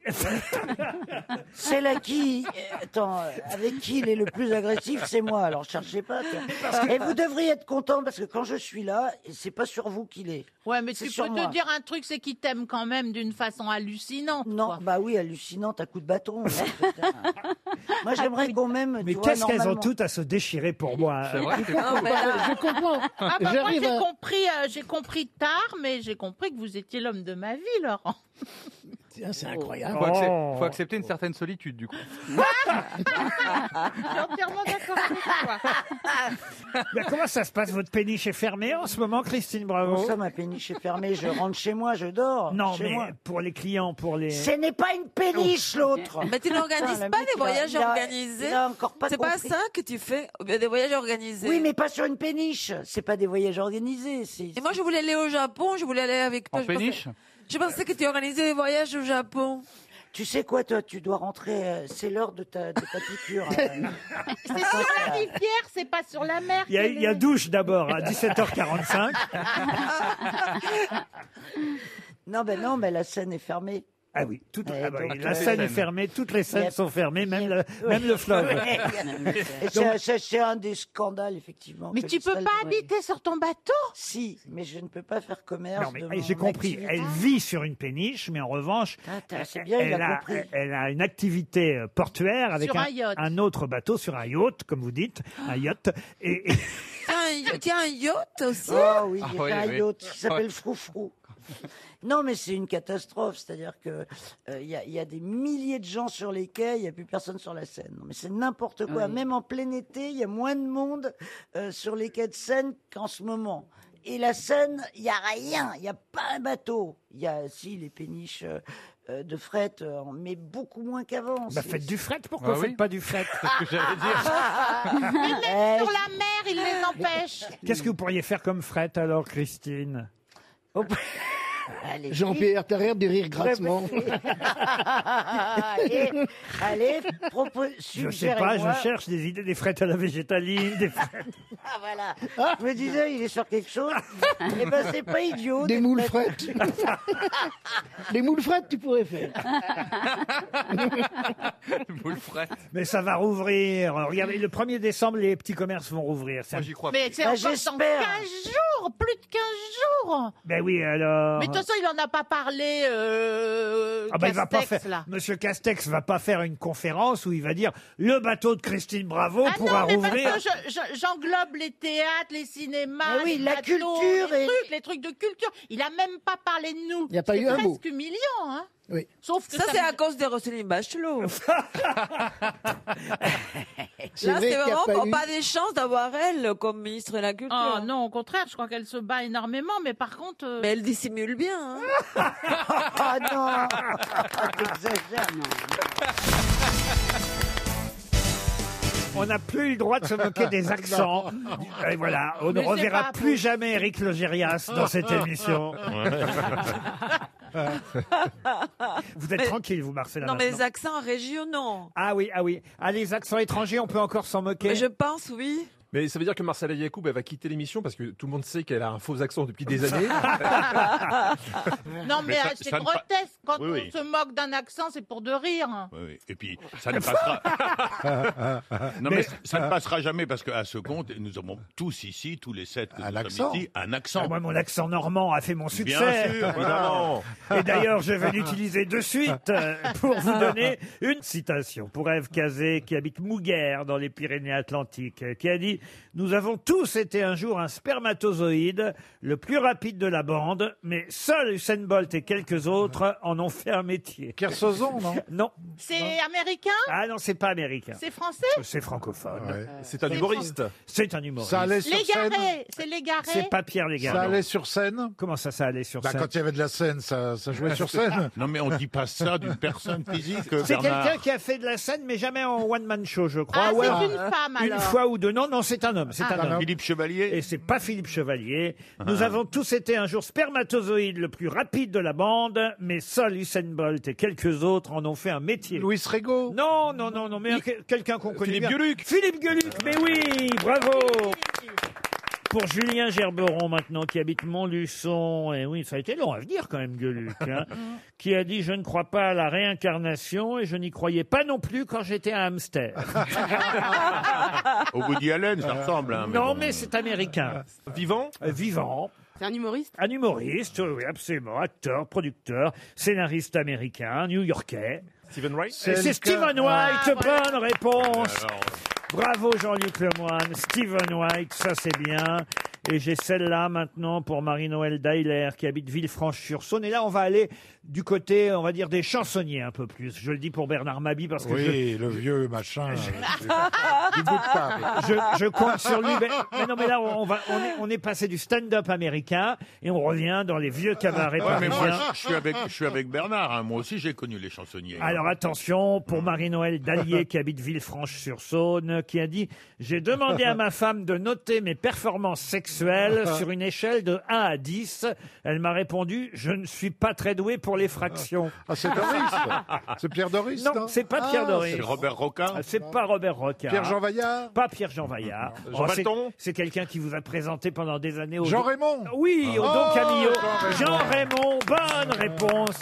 Celle à qui, attends, euh, avec qui il est le plus agressif, c'est moi. Alors cherchez pas. tiens. Et vous devriez être content parce que quand je suis là, c'est pas sur vous qu'il est.
Ouais, mais tu
C'est
peux
sur
te
moi.
dire un truc, c'est qu'il t'aime quand même d'une façon hallucinante.
Non, bah oui, hallucinante à coup de bâton. là, putain. moi, j'aimerais qu'on m'aime.
Mais
tu vois,
qu'est-ce qu'elles ont
normalement.
toutes à se déchirer pour moi hein.
C'est vrai, c'est
Ah, bah là.
Je comprends.
Ah bah moi
J'arrive
j'ai
à-
compris, euh, j'ai compris tard, mais j'ai compris que vous étiez l'homme de ma vie, Laurent.
Tiens, c'est
Faut,
incroyable.
Oh.
accep- faut accepter une certaine solitude, du coup.
Je suis entièrement d'accord avec toi.
Mais comment ça se passe Votre péniche est fermée en ce moment, Christine Bravo
Bon, ça, ma péniche est fermée. Je rentre chez moi, je dors.
Non,
chez
mais
moi.
pour les clients, pour les...
Ce n'est pas une péniche, l'autre.
Mais tu n'organises
Putain, le
pas
mec,
des
il a-
voyages
il a-
organisés.
il a encore pas
C'est pas
compris.
ça que tu fais, mais des voyages organisés.
Oui, mais pas sur une péniche. C'est pas des voyages organisés. C'est
Et moi, je voulais aller au Japon, je voulais aller avec toi.
En
je pensais-
péniche
Je pensais que tu organisais des voyages au Japon.
Tu sais quoi, toi, tu dois rentrer. euh, c'est l'heure de ta, de ta piqûre. hein.
C'est sur la rivière, c'est pas sur la mer.
Il y, a,
que
il y a
les-
douche d'abord à 17h45.
non, ben non, mais la scène est fermée.
Ah oui, tout, ah bah,
donc,
la
euh,
scène est
scène.
fermée, toutes les scènes
Yep.
sont fermées, même, le-
Oui.
même le fleuve.
Ouais. Et c'est-
Donc-
c'est- C'est un des scandales, effectivement.
Mais
que
tu
le
peux
seul-
pas habiter sur ton bateau
Si, mais je ne peux pas faire commerce.
Non, mais
de
eh, j'ai
mon
compris.
activité.
Ah,
Elle vit sur une péniche, mais en revanche,
Ah, t'as- c'est bien, il
elle
a
a,
compris.
elle a une activité euh, portuaire avec
Sur un yacht.
autre bateau sur un yacht, comme vous dites, un yacht. Et, et-
Tu as un- tu as un yacht aussi
Oh oui, il y a
Ah oui,
un
oui.
yacht qui s'appelle
Ouais.
Froufrou. Non, mais c'est une catastrophe. C'est-à-dire que euh, il y, a- il y a des milliers de gens sur les quais, il n'y a plus personne sur la Seine. Non, mais c'est n'importe quoi.
Oui.
Même en plein été, il y a moins de monde euh, sur les quais de Seine qu'en ce moment. Et la Seine, il n'y a rien. Il n'y a pas un bateau. Il y a, si, les péniches euh, euh, de fret, euh, mais beaucoup moins qu'avant.
bah,
C'est-
faites du fret, pourquoi
Bah oui.
faites pas du fret
C'est ce que j'allais dire.
Mais même sur la mer, il les empêche.
Oh, bah,
Qu'est-ce que vous pourriez faire comme fret alors, Christine
Jean-Pierre Tarère des rires grassement.
allez, allez propose,
Je sais pas, je cherche des idées, des frettes à la végétaline, des frettes-
Ah voilà. Je me disais, il est sur quelque chose. Eh ben, c'est pas idiot.
Des
d'être
moules
bête.
frettes. Des moules frettes, tu pourrais faire.
Vous le ferez.
Mais ça va rouvrir. Regardez, le 1er décembre, les petits commerces vont rouvrir. Ça...
j'y crois
Mais c'est
Bah,
encore dans 15
j'espère.
jours, plus de 15 jours.
Ben oui, alors.
Mais de toute façon, il en a pas parlé. Euh,
Ah bah, il va pas
Castex,
faire-
là.
Monsieur Castex va pas faire une conférence où il va dire le bateau de Christine Bravo
Ah
pourra
non, mais parce
rouvrir.
que je- je- J'englobe les théâtres, les cinémas,
Mais oui,
les
la
plateaux,
culture
les
et-
trucs, les trucs de culture. Il a même pas parlé de nous. Il
n'y a pas eu un mot.
Presque humiliant, hein.
Oui.
Sauf que
Ça,
ça
c'est
me-
à cause de Roselyne Bachelot.
C'est
Là,
vrai qu'il
c'est
y a
vraiment
pas
qu'on
eu-
n'a pas des chances d'avoir elle comme ministre de la Culture.
Oh non, au contraire, je crois qu'elle se bat énormément, mais par contre. euh,
Mais elle dissimule bien. hein.
Ah non T'exagères, non.
On n'a plus le droit de se moquer des accents. Et voilà, on ne
Mais c'est
reverra
pas
plus jamais Eric Logérias dans cette émission. vous êtes
Mais-
tranquille, vous, Marcella.
Non, mais les
maintenant.
accents régionaux.
Ah oui, ah oui. Ah, les accents étrangers, on peut encore s'en moquer.
Mais je pense, oui.
Mais ça veut dire que Marcela Yacoub, elle va quitter l'émission parce que tout le monde sait qu'elle a un faux accent depuis des années.
Non, mais,
Mais ça-
ah, c'est
ça ne pas-
grotesque. Quand
Oui,
on
oui.
se moque d'un accent, c'est pour de rire.
Oui, oui. Et puis, ça ne passera. non, mais, ça ne passera jamais parce qu'à ce compte, nous avons tous ici, tous les sept que nous sommes
accent.
ici, un
Ah,
accent.
moi, mon accent normand a fait mon succès. Ah.
Bien sûr, évidemment.
Et d'ailleurs, je vais l'utiliser de suite euh, pour vous donner une citation pour Ève Cazé, qui habite Mouguère, dans les Pyrénées-Atlantiques, euh, qui a dit « Nous avons tous été un jour un spermatozoïde, le plus rapide de la bande, mais seul Usain Bolt et quelques autres en ont fait un métier. »
Kersozon, non
Non.
C'est américain
Ah non, c'est pas américain.
C'est français
Euh, C'est francophone.
C'est un humoriste.
C'est un humoriste.
Ça allait sur scène.
Légaré, c'est légaré.
C'est pas Pierre Légaré.
Ça allait sur scène.
Comment ça, ça allait sur
Bah,
scène
quand il y avait de la scène, ça, ça jouait sur scène.
Non, mais on ne dit pas ça d'une personne physique.
C'est
Bernard.
quelqu'un qui a fait de la scène, mais jamais en one-man show, je crois.
Ah,
Ouais,
c'est une femme
Une
alors.
fois ou deux. Non, non, c'est un homme. C'est
Ah.
un homme.
Philippe Chevalier.
Et c'est pas Philippe Chevalier. Nous avons tous été un jour spermatozoïde le plus rapide de la bande, mais seul Usain Bolt et quelques autres en ont fait un métier.
Louis Rego.
Non, non, non, non, mais un- quelqu'un qu'on connaît
Philippe
bien.
Gueluc.
Philippe Gueluc, mais oui, bravo. Pour Julien Gerberon maintenant, qui habite Montluçon, et oui, ça a été long à venir quand même, Gueluc, hein, qui a dit « Je ne crois pas à la réincarnation et je n'y croyais pas non plus quand j'étais un hamster
Au bout d'Allen, ça ressemble. ». hein,
Non,
bon.
mais c'est américain.
Vivant
Euh, Vivant,
C'est un humoriste
un humoriste, oui, absolument, acteur, producteur, scénariste américain, new-yorkais.
Stephen Wright
Et c'est Stephen
Ah,
White, bonne réponse
Alors,
Bravo Jean-Luc Lemoine, Stephen White, ça c'est bien. Et j'ai celle-là maintenant pour Marie-Noël Dailer qui habite Villefranche-sur-Saône. Et là, on va aller du côté, on va dire, des chansonniers un peu plus. Je le dis pour Bernard Mabi parce que
Oui, le vieux machin. euh, du bout de table.
je, je, je compte sur lui. Mais, mais non, mais là, on, va, on, est, on est passé du stand-up américain et on revient dans les vieux cabarets
ouais, mais moi,
parisiens.
je- je suis avec, je suis avec Bernard. hein. Moi aussi, j'ai connu les chansonniers.
Alors attention, pour Marie-Noël Dallier qui habite Villefranche-sur-Saône, qui a dit « J'ai demandé à ma femme de noter mes performances sexuelles sur une échelle de 1 à 10. Elle m'a répondu « Je ne suis pas très doué pour les fractions
Ah, c'est Doris. C'est Pierre ». Doris, non,
Non, c'est pas Pierre
Ah,
Doris. Ah,
C'est Robert Roca.
C'est pas Robert Roca.
Pierre-Jean Vaillard
Pas Pierre-Jean Vaillard.
Jean
Oh, c'est-
Balton
C'est quelqu'un qui vous a présenté pendant des années au...
Jean
Don-
Raymond
Oui, au Don
Oh,
Camillo. Jean
Jean
Raymond, bonne réponse.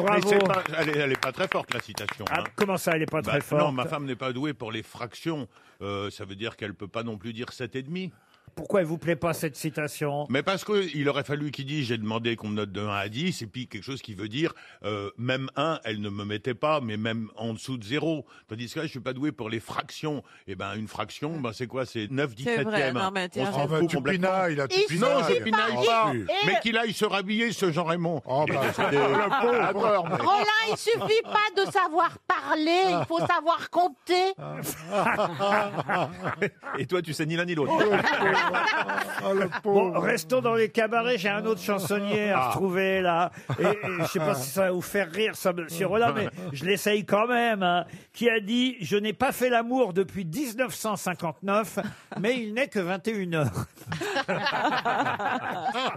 Mais
Bravo.
c'est pas, elle, est, elle est pas très forte la citation.
Ah,
hein.
comment ça, elle est pas
Bah,
très forte
Non, ma femme n'est pas douée pour les fractions. Euh, ça veut dire qu'elle peut pas non plus dire sept et demi.
Pourquoi elle vous plaît pas cette citation
Mais parce qu'il aurait fallu qu'il dise j'ai demandé qu'on me note de 1 à 10, et puis quelque chose qui veut dire euh, même 1, elle ne me mettait pas, mais même en dessous de 0. Tandis que là, je suis pas doué pour les fractions. Et ben une fraction, ben, c'est quoi C'est 9
C'est vrai,
17e.
non, mais tiens,
On s'en
Oh, bah,
fout
tu
complètement.
pinailles, là, tu
Il
pinailles.
Non, je pinaille pas.
Oh,
Et-
Mais qu'il aille se rhabiller, ce Jean Raymond.
Oh, bah, c'est des- le pauvre.
Oh
mais-
Roland, il suffit pas de savoir parler, il faut savoir compter.
Et toi, tu sais ni l'un ni l'autre.
Bon, Oh, restons dans les cabarets. J'ai un autre chansonnier à
Ah.
retrouver là. Et, et je sais pas si ça va vous faire rire, ça, monsieur Roland, mais je l'essaye quand même. hein. Qui a dit Je n'ai pas fait l'amour depuis 1959, mais il n'est que 21 heures.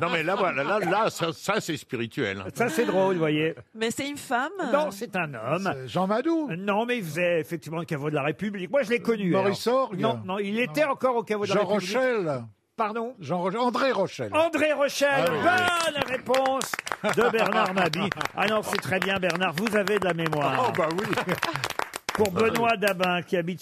Non, mais là, voilà, là, là, ça, ça, c'est spirituel.
Ça, c'est drôle, vous voyez.
Mais c'est une femme
Non, c'est un homme. Jean Madou Non, mais il faisait effectivement le caveau de la République. Moi, je l'ai connu.
Maurice
alors.
Orgue
Non, non, il était encore au caveau de la
Jean
République.
Rochelle.
Pardon
Jean Rochelle. André Rochelle.
André Rochelle,
Ah oui.
bonne réponse de Bernard Mabi. Ah non, c'est très bien, Bernard, vous avez de la mémoire.
Oh, bah oui. Bah
Pour Benoît Dabin, qui habite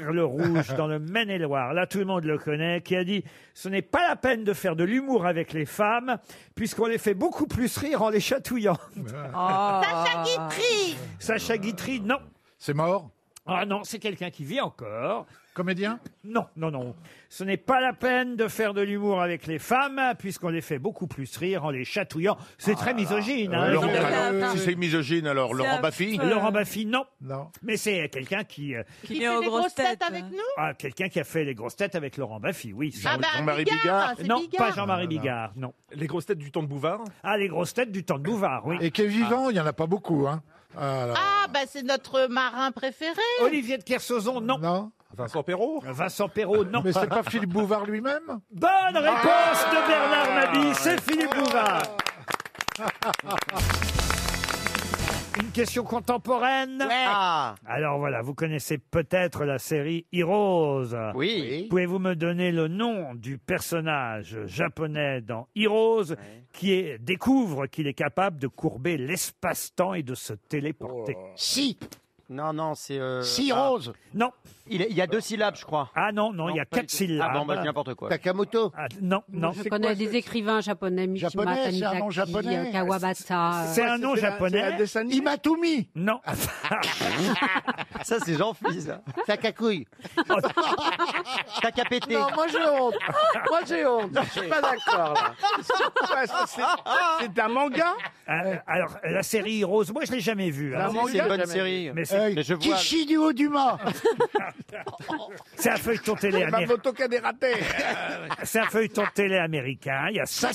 Chevire-le-Rouge, dans le Maine-et-Loire, là tout le monde le connaît, qui a dit « Ce n'est pas la peine de faire de l'humour avec les femmes, puisqu'on les fait beaucoup plus rire en les chatouillant. »
Oh.
Sacha Guitry
Ah. Sacha Guitry, non. C'est mort Ah non, c'est quelqu'un qui vit encore. Comédien Non, non, non. Ce n'est pas la peine de faire de l'humour avec les femmes, puisqu'on les fait beaucoup plus rire en les chatouillant. C'est très misogyne. hein.
Euh, Laurent- si c'est misogyne, alors Laurent Baffy
Laurent Baffy, non. Mais c'est quelqu'un qui... euh,
euh. Qui fait les grosses têtes, hein. avec nous
ah, quelqu'un qui a fait les grosses têtes avec Laurent Baffy, oui.
Ah bah, Jean-Marie Bigard, Bigard. c'est
Non,
Bigard.
pas Jean-Marie
Non, non, non.
Bigard, non. Les grosses têtes du temps de Bouvard Ah, les grosses têtes du temps de Bouvard, oui.
Et qui est vivant, il n'y en a pas beaucoup. Hein. Alors,
Ah, bah c'est notre marin préféré
Olivier de Kersauzon, non.
Vincent Perrault
Vincent Perrault, non.
Mais c'est pas Philippe Bouvard lui-même
Bonne réponse de Bernard Mabie, c'est Philippe Bouvard. Une question contemporaine.
Ah.
Alors voilà, vous connaissez peut-être la série Heroes.
Oui.
Pouvez-vous me donner le nom du personnage japonais dans Heroes qui est- découvre qu'il est capable de courber l'espace-temps et de se téléporter Si.
Non, non, c'est. Euh...
Si,
ah.
Rose. Non.
Il, est- il y a deux syllabes, je crois.
Ah non, non, il y a
pas du
quatre
tout.
syllabes.
Ah bon, bah, je dis n'importe quoi.
Takamoto Ah, Non, non.
Je connais des écrivains japonais, Mishima
Japonais, c'est un nom
Tanizaki,
japonais. Ah,
euh,
Ah,
Kawabata.
C'est un nom japonais. Imatumi. Non.
Ça, c'est Jean-Fils.
hein.
Takakouille.
Takapété.
Non, moi j'ai honte. Moi j'ai honte. Je suis pas d'accord là.
Ouais, ça, c'est- C'est un manga
Euh, Alors, la série Rose, moi je l'ai jamais vue.
La
hein.
manga, C'est une bonne jamais. série.
Mais c'est-
Euh,
mais je vois-
Kishidio Dumas
C'est un feuilleton télé
Ma
américain.
moto des ratés.
C'est un feuilleton télé américain. Il y a soix-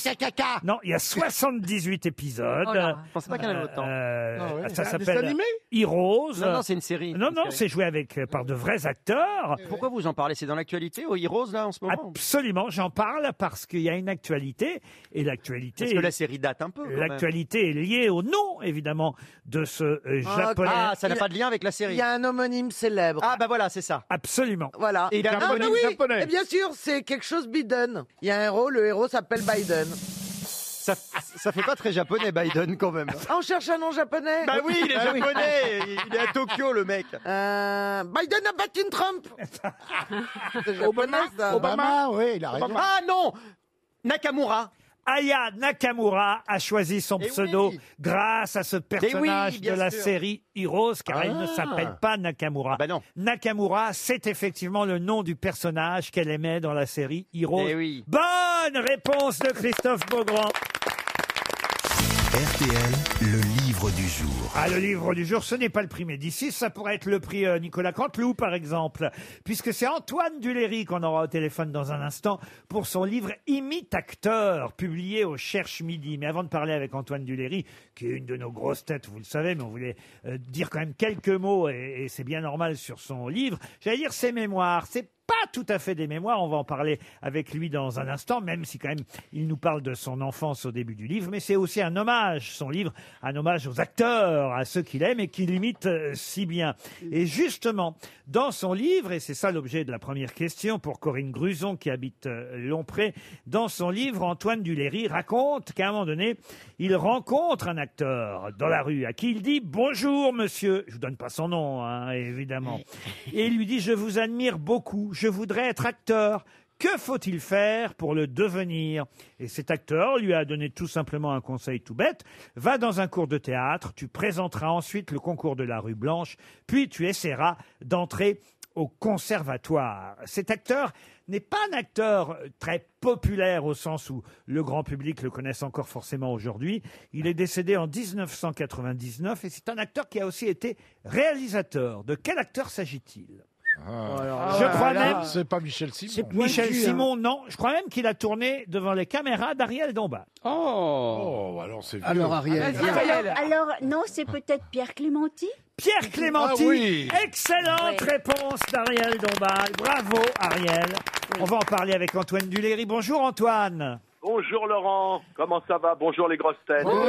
Non, il y a 78 épisodes.
Oh là. Je pensais pas qu'il y en avait autant.
Euh,
Ah ouais.
Ça
C'est un dessin
s'appelle
animé
Heroes.
Non, non, c'est une série.
Non,
Une
non,
série.
c'est joué avec euh, par de vrais acteurs.
Euh, Pourquoi vous en parlez C'est dans l'actualité au Heroes, là, en ce moment
Absolument, j'en parle parce qu'il y a une actualité et l'actualité.
Parce que la série date un peu. quand même.
L'actualité est liée au nom, évidemment, de ce euh,
Ah,
japonais.
Ah, ça n'a pas de lien avec la
Il
série.
y a un homonyme célèbre.
Ah, bah voilà, c'est ça.
Absolument.
Voilà.
Et il a un
ah,
homonyme
oui.
japonais.
Et bien sûr, c'est quelque chose Biden. Il y a un héros, le héros s'appelle Biden.
ça. Ça fait pas très japonais, Biden, quand même.
Ah, on cherche un nom japonais
Bah oui, il est
Ah oui.
japonais. Il est à Tokyo, le mec.
Euh, Biden a battu une Trump C'est japonais, ça.
oui, il a raison.
Ah non Nakamura. Eh
Aya Nakamura a choisi son pseudo grâce à ce personnage de
bien
la
sûr. Ah. bah
série Heroes, car elle ne s'appelle pas Nakamura. Nakamura, c'est effectivement le nom du personnage qu'elle aimait dans la série Heroes.
Eh oui.
Bonne réponse de Christophe Beaugrand.
RTL, le livre du jour.
Ah, le livre du jour, ce n'est pas le prix Médicis, ça pourrait être le prix euh, Nicolas Canteloup, par exemple, puisque c'est Antoine Duléry qu'on aura au téléphone dans un instant pour son livre Imite acteur, publié au Cherche Midi. Mais avant de parler avec Antoine Duléry, qui est une de nos grosses têtes, vous le savez, mais on voulait euh, dire quand même quelques mots, et, et c'est bien normal sur son livre, j'allais dire ses mémoires, c'est pas tout à fait des mémoires, on va en parler avec lui dans un instant, même si quand même il nous parle de son enfance au début du livre, mais c'est aussi un hommage, son livre, un hommage aux acteurs, à ceux qu'il aime et qu'il imite euh, si bien. Et justement, dans son livre, et c'est ça l'objet de la première question pour Corinne Gruson qui habite euh, Lompré, dans son livre, Antoine Duléry raconte qu'à un moment donné, il rencontre un acteur dans la rue à qui il dit « Bonjour monsieur », je vous donne pas son nom, hein, évidemment, et il lui dit « Je vous admire beaucoup, je voudrais être acteur ». Que faut-il faire pour le devenir Et cet acteur lui a donné tout simplement un conseil tout bête. Va dans un cours de théâtre, tu présenteras ensuite le concours de la rue Blanche, puis tu essaieras d'entrer au conservatoire. Cet acteur n'est pas un acteur euh, très populaire au sens où le grand public le connaisse encore forcément aujourd'hui. Il est décédé en 1999 et c'est un acteur qui a aussi été réalisateur. De quel acteur s'agit-il
Oh
Ah. Je crois même.
Ah, C'est pas Michel Simon.
Michel
hein.
Simon, non. Je crois même qu'il a tourné devant les caméras d'Ariel Dombas. hein.
Oh, alors c'est vieux. Ah,
Alors, alors, non, c'est peut-être Pierre Clémenti
Pierre Clémenti.
Ah oui.
Excellente
Oui.
réponse d'Ariel Dombal. Bravo, Ariel. On va en parler avec Antoine Duléry. Bonjour, Antoine.
Bonjour Laurent, comment ça va Bonjour les grosses têtes. Bonjour,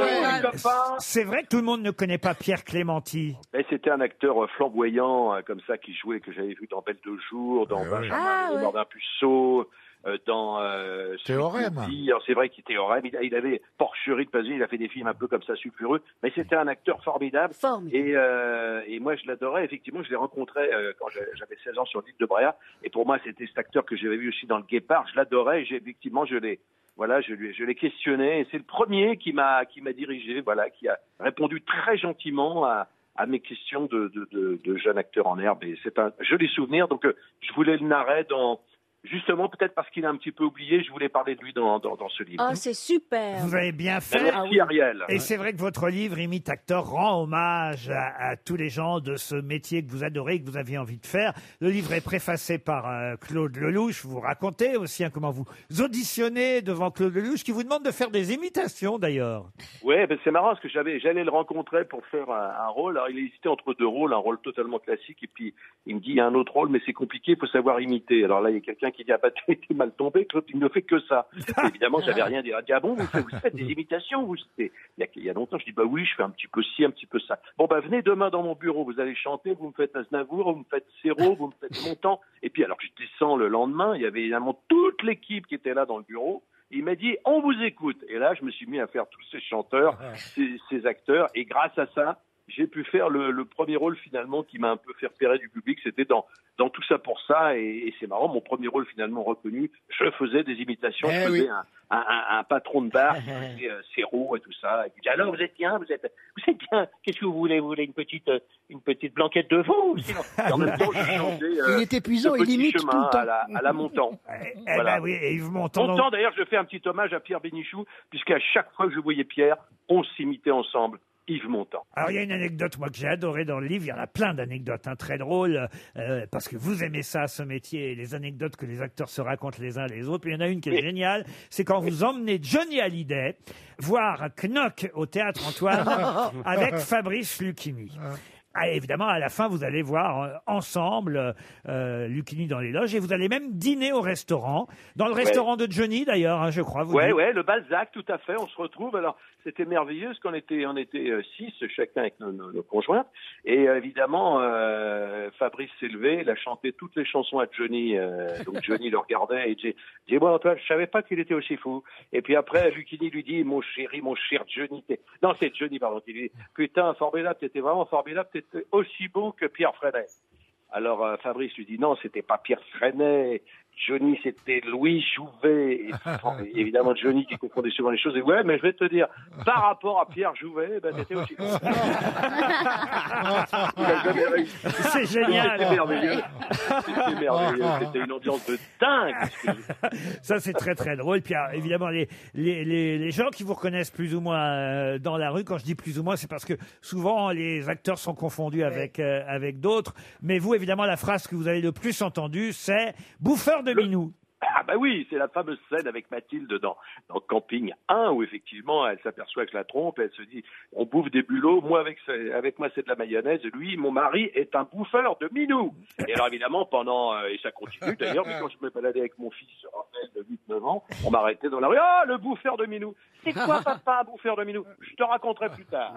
les copains.
C'est vrai que tout le monde ne connaît pas Pierre Clémenti.
Mais c'était un acteur euh, flamboyant, hein, comme ça, qui jouait, que j'avais vu dans Belle de Jour, dans Benjamin,
Ah, ouais.
dans Un Puceau, euh, dans... euh,
Théorème.
Celui qui dit. Alors, C'est vrai qu'il Théorème, il, il avait Porcherie de Pasolini, il a fait des films un peu comme ça, sulfureux, mais c'était un acteur formidable. Et, euh, et moi, je l'adorais, effectivement, je l'ai rencontré euh, quand j'avais- j'avais 16 ans sur l'île de Bréa, et pour moi, c'était cet acteur que j'avais vu aussi dans Le Guépard, je l'adorais, et j'ai- effectivement, je l'ai... Voilà, je lui, je l'ai questionné et c'est le premier qui m'a, qui m'a dirigé, voilà, qui a répondu très gentiment à, à mes questions de, de, de, de jeune acteur en herbe. Et c'est un joli souvenir. Donc, euh, je voulais le narrer dans, justement, peut-être parce qu'il est un petit peu oublié, je voulais parler de lui dans, dans, dans ce livre.
Oh, c'est super.
Vous avez bien fait.
Merci, Ah oui. Ariel.
Et c'est vrai que votre livre, Imite Acteur, rend hommage à, à tous les gens de ce métier que vous adorez, que vous aviez envie de faire. Le livre est préfacé par euh, Claude Lelouch. Vous racontez aussi hein, comment vous auditionnez devant Claude Lelouch, qui vous demande de faire des imitations d'ailleurs.
Ouais, ben c'est marrant parce que j'avais, j'allais le rencontrer pour faire un, un rôle. Alors il hésitait entre deux rôles, un rôle totalement classique et puis il me dit il y a un autre rôle, mais c'est compliqué, il faut savoir imiter. Alors là il y a quelqu'un qui dit ah bah t'es t'es mal tombé, Claude, il ne fait que ça. Et évidemment j'avais rien dit. Il a dit ah bon vous faites, vous faites des imitations vous c'était il y, a, il y a longtemps je dis bah oui je fais un petit peu ci, un petit peu ça. Bon bah venez demain dans mon bureau, vous allez chanter, vous me faites Aznavour, vous me faites Serrault, vous me faites Montand. Et puis alors je descends le lendemain, il y avait évidemment toute l'équipe qui était là dans le bureau. Il m'a dit, on vous écoute. Et là, je me suis mis à faire tous ces chanteurs, ces, ces acteurs. Et grâce à ça, j'ai pu faire le, le premier rôle finalement qui m'a un peu fait repérer du public. C'était dans, dans Tout ça pour ça. Et, et c'est marrant, mon premier rôle finalement reconnu, je faisais des imitations.
Eh
je
oui.
faisais un, un- un- un patron de bar, qui faisait, euh, Serrault et tout ça. Et puis, alors, vous êtes bien, vous êtes, vous êtes bien. Qu'est-ce que vous voulez Vous voulez une petite, euh, une petite blanquette de veau ou sinon Et En même temps, je chantais, euh,
Il est épuisant,
Ce
il
petit
imite
chemin
tout le temps.
À la, à la Montand.
Eh ben oui, et Yves Montand.
Montand, d'ailleurs, je fais un petit hommage à Pierre Bénichou, puisqu'à chaque fois que je voyais Pierre, on s'imitait ensemble. Yves Montand.
Alors, il y a une anecdote, moi, que j'ai adorée dans le livre. Il y en a plein d'anecdotes, hein, très drôles, euh, parce que vous aimez ça, ce métier, et les anecdotes que les acteurs se racontent les uns les autres. Puis il y en a une qui est géniale, c'est quand vous emmenez Johnny Hallyday voir Knock au Théâtre Antoine avec Fabrice Lucchini. Ah, et évidemment, à la fin, vous allez voir euh, ensemble euh, euh, Lucchini dans les loges et vous allez même dîner au restaurant. Dans le
Ouais.
restaurant de Johnny, d'ailleurs, hein, je crois. Vous
Ouais,
dites.
ouais, le Balzac, tout à fait. On se retrouve. Alors, c'était merveilleux, parce qu'on était, on était euh, six, chacun avec nos, nos- nos conjoints. Et euh, évidemment, euh, Fabrice s'est levé, il a chanté toutes les chansons à Johnny. euh, donc Johnny le regardait et dit Dis-moi, Antoine, je savais pas qu'il était aussi fou. Et puis après, Lucini lui dit Mon chéri, mon cher Johnny, t'es- non, c'est Johnny, pardon, qui lui dit Putain, formidable, t'étais vraiment formidable, t'étais aussi beau que Pierre Freinet. Alors euh, Fabrice lui dit non, c'était pas Pierre Freinet. Johnny, c'était Louis Jouvet. Et puis, évidemment, Johnny qui confondait souvent les choses. Et ouais, mais je vais te dire, par rapport à Pierre Jouvet, ben, t'étais aussi. Il a jamais réussi.
C'est génial.
C'était merveilleux. C'était merveilleux. C'était une ambiance de dingue.
Ça, c'est très très drôle. Puis ah, évidemment, les, les, les, les gens qui vous reconnaissent plus ou moins euh, dans la rue, quand je dis plus ou moins, c'est parce que souvent les acteurs sont confondus avec, euh, avec d'autres. Mais vous, évidemment, la phrase que vous avez le plus entendue, c'est bouffeur de minou.
Ah bah oui, c'est la fameuse scène avec Mathilde dans, dans Camping 1 où effectivement elle s'aperçoit que je la trompe, elle se dit on bouffe des bulots, moi avec, ce- avec moi c'est de la mayonnaise, lui mon mari est un bouffeur de minou. Et alors évidemment pendant, euh, et ça continue d'ailleurs, mais quand je me baladais avec mon fils Raphaël de 8-9 ans, on m'arrêtait dans la rue, ah le bouffeur de minou, c'est quoi papa un bouffeur de minou Je te raconterai plus tard.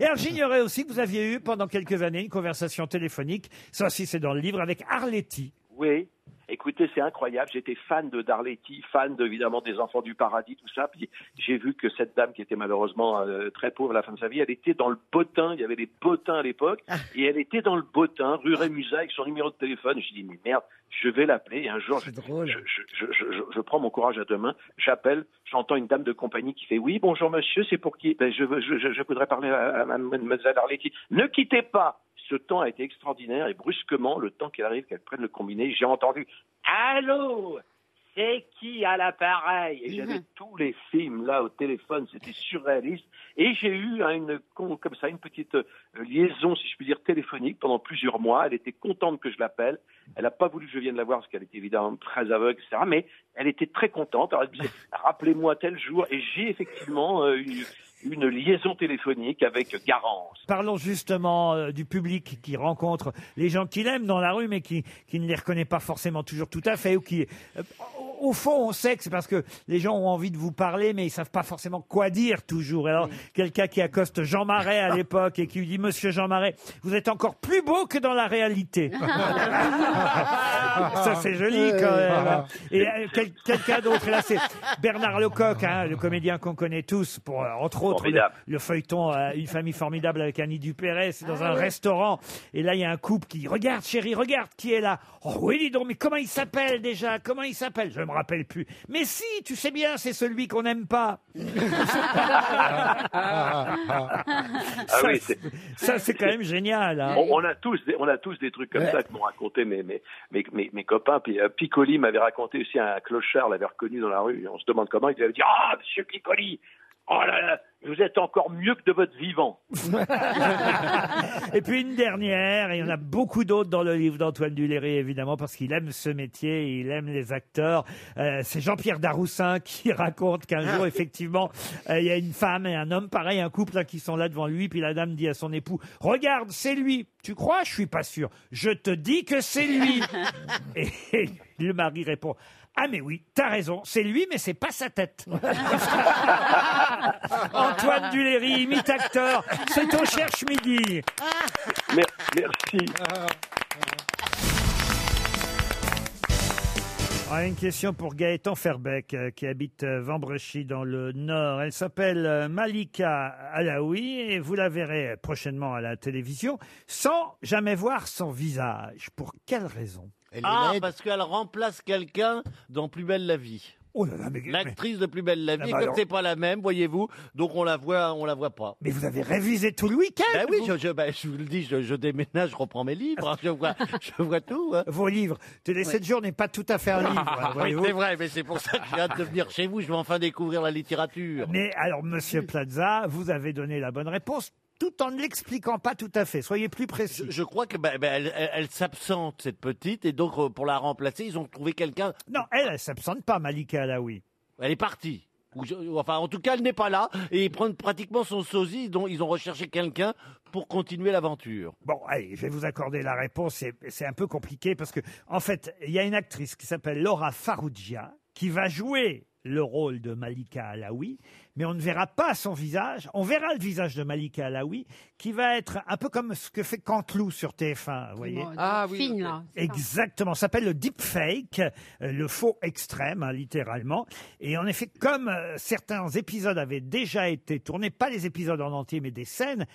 Et alors, j'ignorais aussi que vous aviez eu pendant quelques années une conversation téléphonique, ça aussi c'est dans le livre, avec Arletty.
Oui. Écoutez, c'est incroyable. J'étais fan de Darletti, fan de, évidemment des Enfants du Paradis, tout ça. Puis j'ai vu que cette dame qui était malheureusement euh, très pauvre à la fin de sa vie, elle était dans le bottin. Il y avait des bottins à l'époque. Et elle était dans le bottin, rue Rémusat, avec son numéro de téléphone. Je dis, mais merde, je vais l'appeler. Et un jour, je, je, je- je- je- je prends mon courage à deux mains. J'appelle. J'entends une dame de compagnie qui fait, oui, bonjour monsieur, c'est pour qui ben, je, veux- je, je- je voudrais parler à, à mademoiselle Darletti. Ne quittez pas ce temps a été extraordinaire et brusquement, le temps qu'elle arrive, qu'elle prenne le combiné, j'ai entendu Allô
c'est qui à l'appareil Et j'avais tous les films là au téléphone, c'était surréaliste. Et j'ai eu hein, une con- comme ça une petite euh, liaison, si je puis dire, téléphonique pendant plusieurs mois. Elle était contente que je l'appelle. Elle n'a pas voulu que je vienne la voir parce qu'elle était évidemment très aveugle, etc. Mais elle était très contente. Alors elle disait rappelez-moi tel jour. Et j'ai effectivement euh, une, une liaison téléphonique avec Garance.
Parlons justement euh, du public qui rencontre les gens qu'il aime dans la rue, mais qui, qui ne les reconnaît pas forcément toujours tout à fait, ou qui, euh, au au fond, on sait que c'est parce que les gens ont envie de vous parler, mais ils savent pas forcément quoi dire toujours. Alors, quelqu'un qui accoste Jean Marais à l'époque et qui lui dit, Monsieur Jean Marais, vous êtes encore plus beau que dans la réalité. Ça, c'est joli quand même. Et euh, quel- quelqu'un d'autre, et là, c'est Bernard Lecoq, hein, le comédien qu'on connaît tous, pour, euh, entre autres, le,
Formidable.
le feuilleton euh, Une famille formidable avec Annie Dupéret. C'est dans
Ah
un
ouais.
restaurant. Et là, il y a un couple qui dit, Regarde, chérie, regarde qui est là. Oh oui, dis donc, mais comment il s'appelle déjà Comment il s'appelle Je me rappelle plus. Mais si, tu sais bien, c'est celui qu'on n'aime pas.
Ah
Ça,
oui, c'est-
Ça, c'est quand même génial. hein.
On, on a tous, des, on a tous des trucs comme
Ouais.
ça que m'ont raconté mes, mes, mes, mes, mes copains. Puis euh, Piccoli m'avait raconté aussi un clochard, l'avait reconnu dans la rue. On se demande comment. Il avait dit Ah, monsieur Piccoli, oh là là, vous êtes encore mieux que de votre vivant.
Et puis une dernière, et il y en a beaucoup d'autres dans le livre d'Antoine Duléry, évidemment, parce qu'il aime ce métier, il aime les acteurs. Euh, c'est Jean-Pierre Daroussin qui raconte qu'un jour, effectivement, euh, il y a une femme et un homme, pareil, un couple là, qui sont là devant lui, puis la dame dit à son époux, regarde, c'est lui. Tu crois Je suis pas sûr. Je te dis que c'est lui. et, et le mari répond, ah mais oui, t'as raison, c'est lui, mais c'est pas sa tête. Antoine Duléry, imite acteur, c'est au Cherche Midi.
Merci.
Ah, une question pour Gaëtan Ferbeck, euh, qui habite euh, Vambrechy dans le Nord. Elle s'appelle euh, Malika Alaoui et vous la verrez euh, prochainement à la télévision sans jamais voir son visage. Pour quelle raison
Ah, parce qu'elle remplace quelqu'un dans Plus belle la vie.
Oh Ah,
L'actrice de Plus belle la vie,
bah
comme
alors.
c'est pas la même, voyez-vous, donc on la voit, on la voit pas.
Mais vous avez révisé tout le week-end.
Ben oui, je, je- ben, je vous le dis, je, je déménage, je reprends mes livres, hein, je vois, je vois tout. hein.
Ah,
Ah
Vos livres. Télé 7 jours n'est pas tout à fait un livre. hein,
oui,
voyez-vous.
c'est vrai, mais c'est pour ça que j'ai hâte de venir chez vous, je vais enfin découvrir la littérature.
Mais alors, monsieur Plaza, vous avez donné la bonne réponse tout en ne l'expliquant pas tout à fait. Soyez plus précis.
Je crois que ben, ben, elle, elle- elle s'absente cette petite et donc euh, pour la remplacer ils ont trouvé quelqu'un.
Non, elle, elle s'absente pas, Malika Alaoui.
Elle est partie. Ou je- ou enfin, en tout cas, elle n'est pas là et ils prennent pratiquement son sosie. dont ils ont recherché quelqu'un pour continuer l'aventure.
Bon, allez, je vais vous accorder la réponse. C'est- C'est un peu compliqué parce que, en fait, il y a une actrice qui s'appelle Laura Farrugia qui va jouer le rôle de Malika Alaoui, mais on ne verra pas son visage. On verra le visage de Malika Alaoui qui va être un peu comme ce que fait Canteloup sur TF1, vous voyez.
Ah oui. Fine, là. c'est ça.
Exactement, ça s'appelle le deepfake, euh, le faux extrême, hein, littéralement. Et en effet, comme euh, certains épisodes avaient déjà été tournés, pas les épisodes en entier, mais des scènes,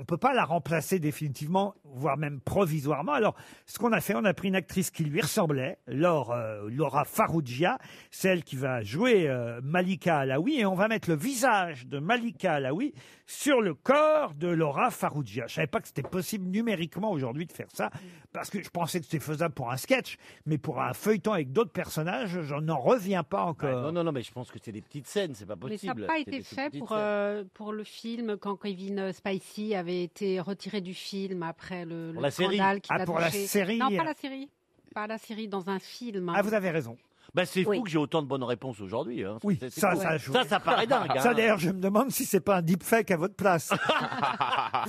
on peut pas la remplacer définitivement, voire même provisoirement. Alors, ce qu'on a fait, on a pris une actrice qui lui ressemblait, Laure, euh, Laura Farrugia, celle qui va jouer euh, Malika Alaoui, et on va mettre le visage de Malika Alaoui sur le corps de Laura Farrugia. Je savais pas que c'était possible numériquement aujourd'hui de faire ça, parce que je pensais que c'était faisable pour un sketch, mais pour un feuilleton avec d'autres personnages, j'en n'en reviens pas encore.
non, non, non, mais je pense que c'est des petites scènes, c'est pas
Mais ça
possible.
n'a pas
C'est
été
des
fait
petites
pour,
scènes.
euh, pour le film quand Kevin euh, Spacey avait été retiré du film après le,
Pour
le
la série.
scandale qui
Ah,
l'a
pour la
touché.
série.
Non, pas la série. Pas la série, dans un film. hein.
Ah, vous
avez raison.
Bah, c'est
Oui.
fou que j'ai autant de bonnes réponses aujourd'hui. hein.
Oui,
C'est- c'est
ça,
fou.
ça, joue.
ça, ça paraît dingue.
Ça,
hein.
d'ailleurs, je me demande si c'est pas un deepfake à votre place.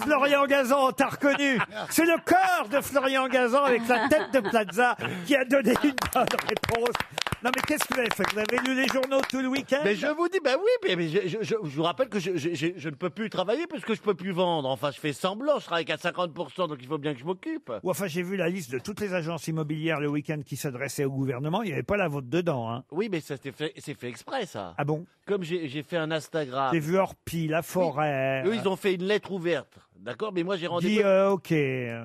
Florian Gazan, t'as reconnu C'est le corps de Florian Gazan avec la tête de Plaza qui a donné une bonne réponse. Non, mais qu'est-ce que vous avez fait Vous avez lu les journaux tout le week-end
Mais je vous dis, bah oui, mais, mais je, je- je- je vous rappelle que je, je- je- je ne peux plus travailler parce que je peux plus vendre. Enfin, je fais semblant, je travaille qu'à 50%, donc il faut bien que je m'occupe.
Ou enfin, j'ai vu la liste de toutes les agences immobilières le week-end qui s'adressaient au gouvernement. Il n'y avait pas la vôtre dedans. Hein.
Oui, mais ça c'est fait, c'est fait exprès, ça.
Ah bon
Comme j'ai j'ai fait un Instagram.
J'ai vu Orpi, La Forêt.
Ah. Eux, ils ont fait une lettre ouverte, d'accord Mais moi, j'ai rendu.
dit euh, OK.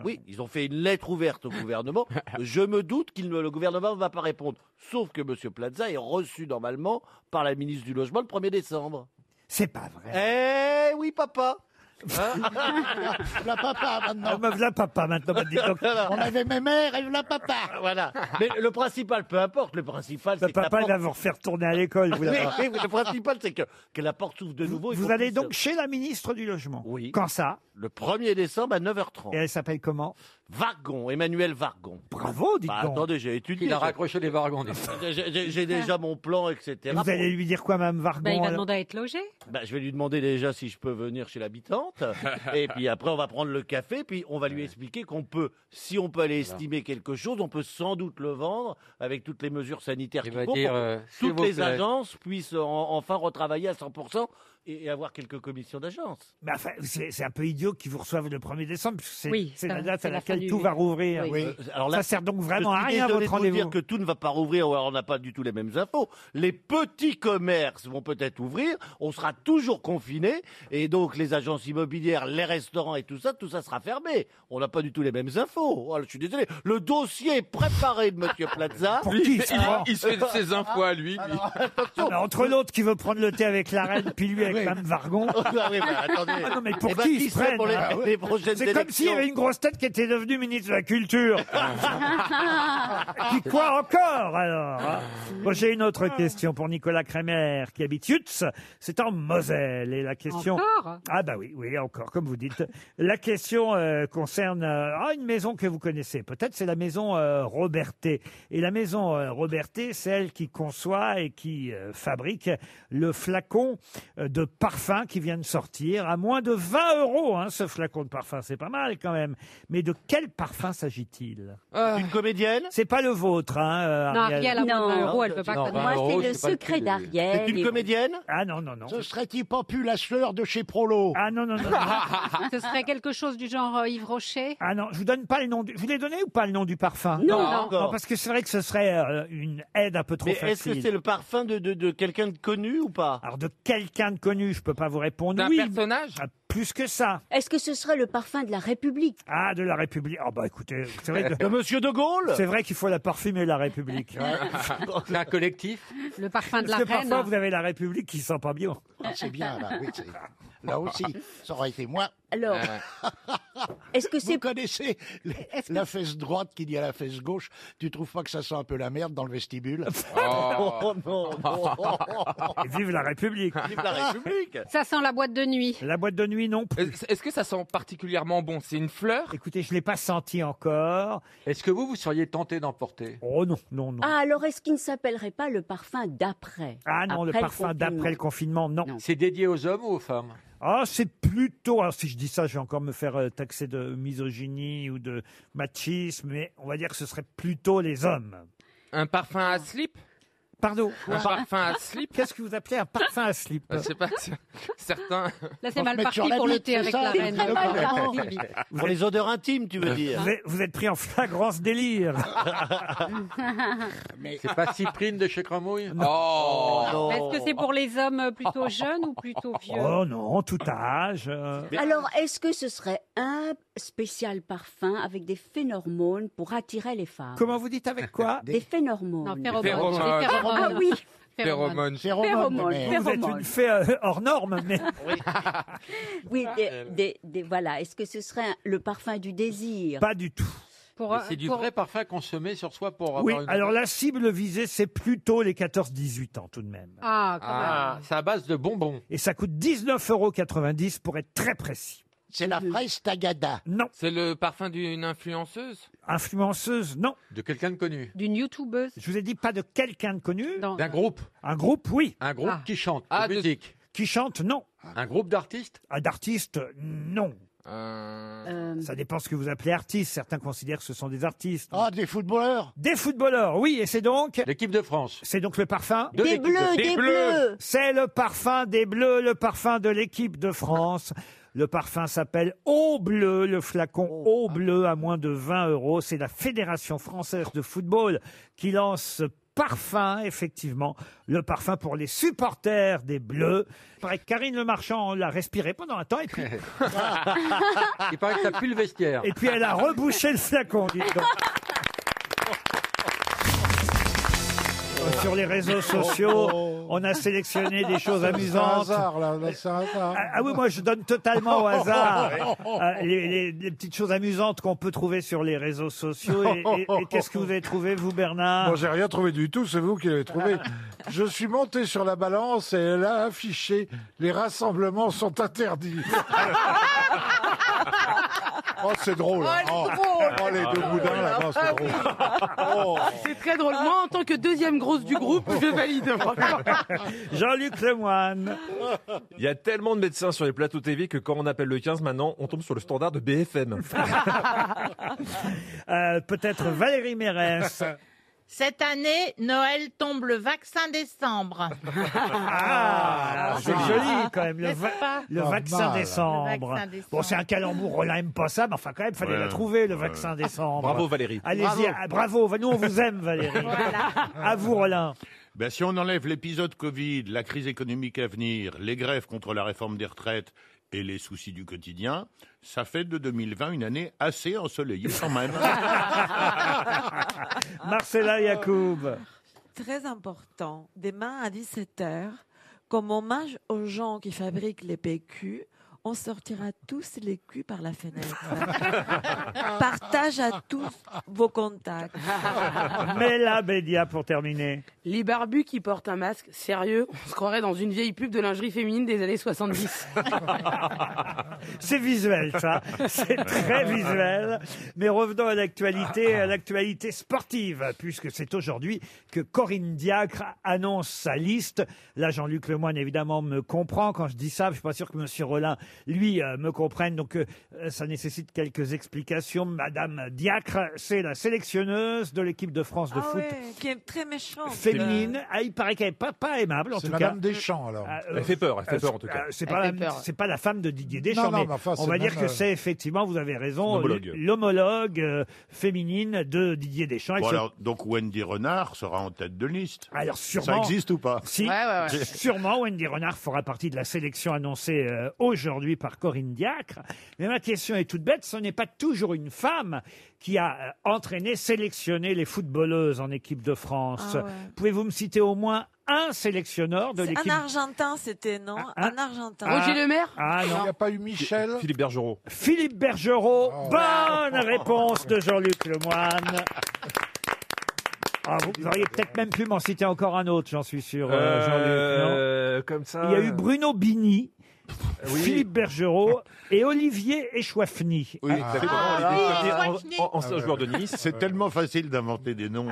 Oui, ils ont fait une lettre ouverte au gouvernement. Je me doute que le gouvernement ne va pas répondre. Sauf que M. Plaza est reçu normalement par la ministre du Logement le 1er décembre.
C'est pas vrai.
Eh oui, papa
V'là papa maintenant.
me Ah, voilà papa maintenant. bah, dis donc.
On avait mes mères et v'là papa.
Voilà. Mais le principal, peu importe, le principal, c'est que la
Papa, il
porte-
va vous refaire tourner à l'école. Vous,
Oui,
là-bas.
oui, le principal, c'est que, que la porte s'ouvre de nouveau. il faut
Vous allez
qu'on
donc chez la ministre du Logement.
Oui.
Quand ça
Le 1er décembre à 9h30.
Et elle s'appelle comment
Vargon, Emmanuel Vargon.
Bravo, dites
Bah,
donc.
attendez, j'ai étudié.
Il a
raccroché les Vargons. J'ai j'ai déjà mon plan, etc.
Et Vous allez lui dire quoi, Mme Vargon
Ben, il va
alors
demander à être logé.
Bah, je vais lui demander déjà si je peux venir chez l'habitante. et puis après, on va prendre le café, puis on va lui expliquer qu'on peut, si on peut aller estimer quelque chose, on peut sans doute le vendre avec toutes les mesures sanitaires qu'il
va
faut
dire,
pour que
euh, s'il
toutes
vous
les
plaît.
agences puissent en- enfin retravailler à 100% et, et avoir quelques commissions d'agence.
Mais enfin, c'est c'est un peu idiot qu'ils vous reçoivent le 1er décembre. puisque C'est
Oui,
c'est
ça-
la date
c'est
à
la
laquelle
fin du-
tout va rouvrir.
Euh, alors là,
ça sert donc vraiment
je
à
suis
rien
désolé
votre
de vous dire
rendez-vous.
que tout ne va pas rouvrir, alors on n'a pas du tout les mêmes infos. Les petits commerces vont peut-être ouvrir, on sera toujours confinés, et donc les agences immobilières, les restaurants et tout ça, tout ça sera fermé. On n'a pas du tout les mêmes infos. Oh, je suis désolé. Le dossier est préparé de Monsieur Plaza.
Pour qui, ça
Ah,
Il se fait de ses infos à
lui.
Ah
Alors, entre l'autre qui veut prendre le thé avec la reine, puis lui avec Mme Vargon.
Ah oui, bah, attendez.
Ah non, mais pour
Eh ben,
qui
qui
ils se
serait
prennent
pour les-
hein
les prochaines
C'est comme s'il y
élections
avait une grosse tête qui était devenue ministre de la Culture.
Ah.
Qui quoi encore alors hein Bon, J'ai une autre question pour Nicolas Kremer qui habite Yutz. C'est en Moselle et la question.
Encore
Ah bah oui, oui encore comme vous dites. La question euh, concerne euh, ah, une maison que vous connaissez. Peut-être c'est la maison euh, Roberté. Et la maison euh, Roberté, c'est elle qui conçoit et qui euh, fabrique le flacon euh, de parfum qui vient de sortir à moins de 20 euros. hein, ce flacon de parfum, c'est pas mal quand même. Mais de quel parfum s'agit-il
Une comédienne
C'est pas le vôtre, hein, euh,
Non,
Ariel.
Ariel, à moins de Non. 20 euros, elle peut pas Non, connaître. 20 Moi, euros, c'est le c'est pas le secret prix du- d'Ariel. C'est une
comédienne
Ah non, non, non.
Ce serait-il pas pu la sueur de chez Prolo
Ah non, non, non.
Ce serait quelque chose du genre euh, Yves Rocher.
Ah non, je vous donne pas le nom du... Je vous l'ai donné ou pas le nom du parfum
Non, Non, non. encore.
parce que c'est vrai que ce serait euh, une aide un peu trop
Mais
facile.
est-ce que c'est le parfum de, de- de quelqu'un de connu ou pas
Alors de quelqu'un de connu, je peux pas vous répondre. D'un personnage Plus que ça.
Est-ce que ce serait le parfum de la République
Ah, de la République. Ah bah écoutez, c'est vrai que...
De Monsieur de Gaulle
C'est vrai qu'il faut la parfumer, la République.
C'est un collectif
Le parfum de la
Parce que
reine.
parfois, vous avez la République qui sent pas bien.
Ah, c'est bien, là, oui, c'est- là aussi, ça aurait été moi.
Alors,
Ah
est-ce que c'est. Vous connaissez le- la fesse droite qui dit à la fesse gauche Tu trouves pas que ça sent un peu la merde dans le vestibule
Oh, non, non.
oh,
Et vive la République
Vive la République
Ça sent la boîte de nuit.
La boîte de nuit, non plus.
Est-ce que ça sent particulièrement bon C'est une fleur
Écoutez, je l'ai pas senti encore.
Est-ce que vous, vous seriez tenté d'emporter
Oh non, non, non.
ah, alors est-ce qu'il ne s'appellerait pas le parfum d'après
Ah non, le
Après
parfum
confinement.
d'après le confinement, non.
C'est dédié aux hommes ou aux femmes
Ah, c'est plutôt. Alors, si je dis ça, je vais encore me faire euh, taxer de misogynie ou de machisme, mais on va dire que ce serait plutôt les hommes.
Un parfum à slip
Pardon
Un parfum à slip
Qu'est-ce que vous appelez un parfum à slip
Je sais pas, c'est- certains.
Là, c'est mal parti pour le thé avec la reine.
Pour les odeurs intimes, tu veux dire
Vous êtes, vous êtes pris en flagrance délire.
C'est pas Cyprine de chez Cramouille
Oh non.
Est-ce que c'est pour les hommes euh, plutôt jeunes ou plutôt vieux
Oh non, tout âge. euh.
Alors, est-ce que ce serait un spécial parfum avec des phénormones pour attirer les femmes
Comment vous dites avec quoi
Des phénormones.
Non,
phéromones. Phéromones. Des phéromones.
Ah oui.
Phéromones.
Phéromones.
Vous êtes une fée euh, hors norme, mais
Oui,
Ah.
des, des- des- voilà. Est-ce que ce serait un- le parfum du désir
pas du tout.
Pour, euh,
C'est du
pour-
vrai parfum consommé sur soi pour avoir
Oui,
une...
alors la cible visée, c'est plutôt les 14-18 ans tout de même.
Ah, quand
Ah, c'est à base de bonbons.
Et ça coûte 19,90 euros pour être très précis.
C'est la fraise Tagada.
Non.
C'est le parfum d'une influenceuse
Influenceuse, non.
De quelqu'un de connu.
D'une youtubeuse.
Je vous ai dit pas de quelqu'un de connu.
Non.
D'un groupe.
Un groupe, oui.
Un groupe
Ah.
qui chante,
Ah,
de
de-
musique.
Qui chante, non.
Un groupe d'artistes
Ah, D'artistes, non.
Euh,
Euh,
Ça dépend ce que vous appelez artiste. Certains considèrent que ce sont des artistes.
Ah, des footballeurs
Des footballeurs, oui. Et c'est donc,
L'équipe de France.
c'est donc le parfum.
De
Des
l'équipe de-
bleus, des bleus.
C'est le parfum des Bleus, le parfum de l'équipe de France. Le parfum s'appelle Eau Bleu, le flacon Eau Bleu à moins de 20 euros. C'est la Fédération française de football qui lance ce parfum, effectivement, le parfum pour les supporters des Bleus. Il paraît que Karine Le Marchand l'a respiré pendant un temps et puis,
Il paraît que ça pue le vestiaire.
et puis elle a rebouché le flacon, dites donc. sur les réseaux sociaux. On a sélectionné des choses
Ah,
C'est un
amusantes.
hasard, là. là, c'est un hasard.
Ah, ah oui, moi je donne totalement au hasard euh, les, les- les petites choses amusantes qu'on peut trouver sur les réseaux sociaux. Et, et- et qu'est-ce que vous avez trouvé, vous, Bernard
ah. Bon, j'ai rien trouvé du tout, c'est vous qui l'avez trouvé. Je suis monté sur la balance et elle a affiché les rassemblements sont interdits. oh, c'est drôle. hein.
Oh, elle est drôle. Ah
Oh, les deux
Ah,
boudins là-bas, c'est drôle.
Oh.
C'est très drôle. Moi, en tant que deuxième grosse du groupe, je valide.
Jean-Luc Lemoine.
Il y a tellement de médecins sur les plateaux TV que quand on appelle le 15 maintenant, on tombe sur le standard de BFM.
Euh, Peut-être Valérie Mérès.
Cette année, Noël tombe le vaccin décembre.
Ah, c'est joli quand même, le, va- le
Pas
vaccin
mal. Le
décembre.
vaccin décembre.
Bon, c'est un calembour, on n'aime pas ça, mais enfin quand même, fallait
Ouais,
la trouver, le
ouais.
vaccin décembre.
Bravo, Valérie.
Allez-y,
Bravo.
ah, bravo. nous on vous aime Valérie. À vous Roland.
Ben, si on enlève l'épisode Covid, la crise économique à venir, les grèves contre la réforme des retraites et les soucis du quotidien, ça fait de 2020 une année assez ensoleillée quand même.
Marcella Yacoub.
Très important, demain à 17h, comme hommage aux gens qui fabriquent les PQ, on sortira tous les culs par la fenêtre. Partage à tous vos contacts.
Mella Bédia pour terminer.
Les barbus qui portent un masque, sérieux, on se croirait dans une vieille pub de lingerie féminine des années 70.
C'est visuel, ça. C'est très visuel. Mais revenons à l'actualité, à l'actualité sportive, puisque c'est aujourd'hui que Corinne Diacre annonce sa liste. Là, Jean-Luc Lemoyne, évidemment, me comprend. Quand je dis ça, je suis pas sûr que Monsieur Rollin, lui, euh, me comprenne. Donc, euh, ça nécessite quelques explications. Madame Diacre, c'est la sélectionneuse de l'équipe de France de
Ah
foot.
ouais, qui est très méchant.
Féminine, Ah, il paraît qu'elle n'est pas, pas aimable en
C'est
tout cas.
Madame Deschamps, alors.
euh,
Elle fait peur, elle fait
euh,
peur, en tout cas.
euh, C'est
Elle
pas,
fait
la-
peur.
c'est pas la femme de Didier Deschamps,
Non, non,
mais
mais enfin,
on
c'est
va
même,
dire que
euh,
c'est effectivement, vous avez raison, euh,
L'homologue.
l'homologue euh, féminine de Didier Deschamps. Elle
Bon,
se-
alors, donc Wendy Renard sera en tête de liste.
Alors sûrement.
Ça existe ou pas
Si. Sûrement, Wendy Renard fera partie de la sélection annoncée euh, aujourd'hui par Corinne Diacre. Mais ma question est toute bête, ce n'est pas toujours une femme qui a euh, entraîné, sélectionné les footballeuses en équipe de France.
Ah ouais.
Pouvez-vous me citer au moins un sélectionneur de
Un
l'équipe
Argentin, c'était, non Un Argentin.
Ah non.
Il n'y a pas eu Michel
Philippe Bergerot.
Philippe Bergerot, bonne réponse de Jean-Luc Lemoine. Ah, vous, vous auriez peut-être même pu m'en citer encore un autre, j'en suis sûr, euh, Jean-Luc. non
Euh, comme ça.
Il y a eu Bruno Bini,
Oui.
Philippe Bergerot et Olivier Echouafny.
Oui,
Ah.
exactement.
Ah,
Olivier
oui,
Chouafny,
Chouafny.
an- an-
Ah,
ancien
ouais.
joueur de Nice. C'est tellement facile d'inventer des noms.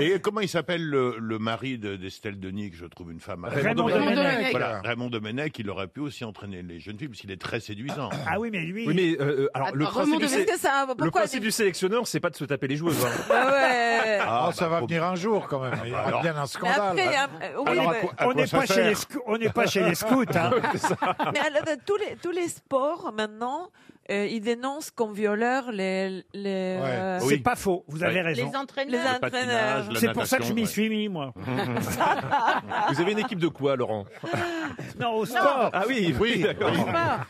Et comment il s'appelle le, le mari de- d'Estelle Denis, que je trouve une femme
Raymond Raymond Domenech. Domenech.
Voilà, Raymond Domenech, il aurait pu aussi entraîner les jeunes filles, parce qu'il est très séduisant.
Ah oui, mais lui.
Oui, mais euh, euh,
Ah,
alors, le
Attends,
principe,
remonte
du,
de-
sé-
Est-ce que ça-
le
pourquoi-
principe du sélectionneur, c'est pas de se taper les joueuses. hein.
Ah ouais.
Ah, ça va venir un jour quand même. Il y aura
Alors-
bien un
bah Mais
scandale.
après, il y a- euh, oui, mais-
on n'est pas, chez les scou- on n'est pas chez les scouts. hein.
Mais alors, dans tous les, tous les sports, maintenant, euh, ils dénoncent comme violeurs les. les euh,
C'est pas faux, vous avez
Les
raison.
entraîneurs. Les Le patinage, entraîneurs. la
C'est pour ça que je m'y
natation,
suis mis, moi.
Vous avez une équipe de quoi, Laurent
Non, au sport.
Ah oui, oui, d'accord.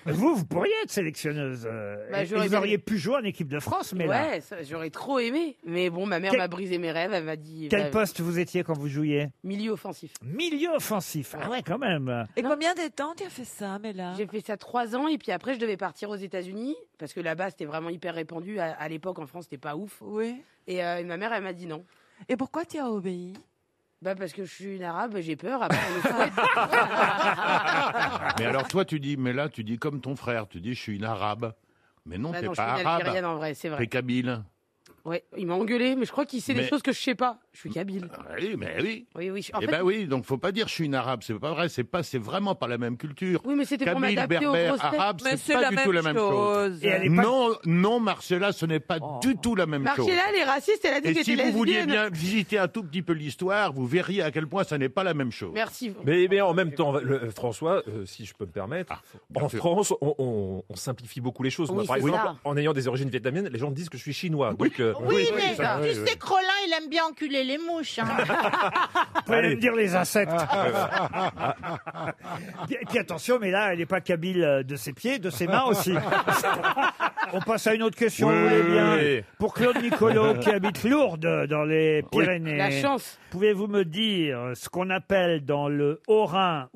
Vous, vous pourriez être sélectionneuse. euh,
Bah,
et- et
j'aurais
vous
bien-
auriez pu jouer en équipe de France, mais là.
ouais, ça, j'aurais trop aimé. Mais bon, ma mère
Quel-
m'a brisé mes rêves. Elle m'a dit.
Quel
bah,
poste vous étiez quand vous jouiez
Milieu offensif.
Milieu offensif. Ah ouais, quand même.
Et combien de temps tu as fait ça, Mela
J'ai fait ça trois ans et puis après je devais partir aux États-Unis parce que là-bas c'était vraiment hyper répandu. À, à l'époque en France c'était pas ouf.
Oui.
Et, euh, et ma mère elle m'a dit non.
Et pourquoi tu as obéi
Bah parce que je suis une arabe, j'ai peur. Après, on le fait.
Mais alors, toi, tu dis, mais là, tu dis comme ton frère, tu dis, je suis une arabe. Mais non,
Bah
t'es
non, je
pas
suis une
arabe.
Algérienne en vrai, c'est vrai.
T'es kabyle.
Ouais, il m'a engueulé, mais je crois qu'il sait
Mais-
des choses que je sais pas. Je suis kabyle.
Bah Oui, mais oui.
Oui, oui. je- En
eh
fait,
ben oui, donc faut pas dire je suis une arabe, c'est pas vrai, c'est pas, c'est vraiment pas la même culture.
Oui, mais c'était pour
Kabyle,
m'adapter aux
berbère,
grosses têtes.
arabe,
Mais
c'est pas du tout la même chose.
chose. Et elle est pas-
Non, non, Marcella, ce n'est pas du tout la même chose.
Oh. Marcella, elle est raciste, elle a dit
Et
que
si
j'étais
vous vouliez
lesbienne.
bien visiter un tout petit peu l'histoire, vous verriez à quel point ça n'est pas la même chose.
Merci.
Mais, mais en même temps, le- François, euh, si je peux me permettre, en
sûr.
France, on, on- on simplifie beaucoup les choses. Moi,
Oui,
par
c'est
exemple,
ça.
en ayant des origines vietnamiennes, les gens disent que je suis chinois. Donc, euh,
Oui,
Oui,
mais bah,
ça,
tu
oui,
sais,
oui.
Crolin, il aime bien enculer les mouches. hein.
Vous pouvez me dire les insectes.
Ah.
puis, puis attention, mais là, elle n'est pas kabyle euh, de ses pieds, de ses mains aussi. On passe à une autre question, vous voulez bien
oui.
Pour Claude Nicolo, qui habite Lourdes, dans les Pyrénées.
La chance.
Pouvez-vous me dire ce qu'on appelle dans le Haut-Rhin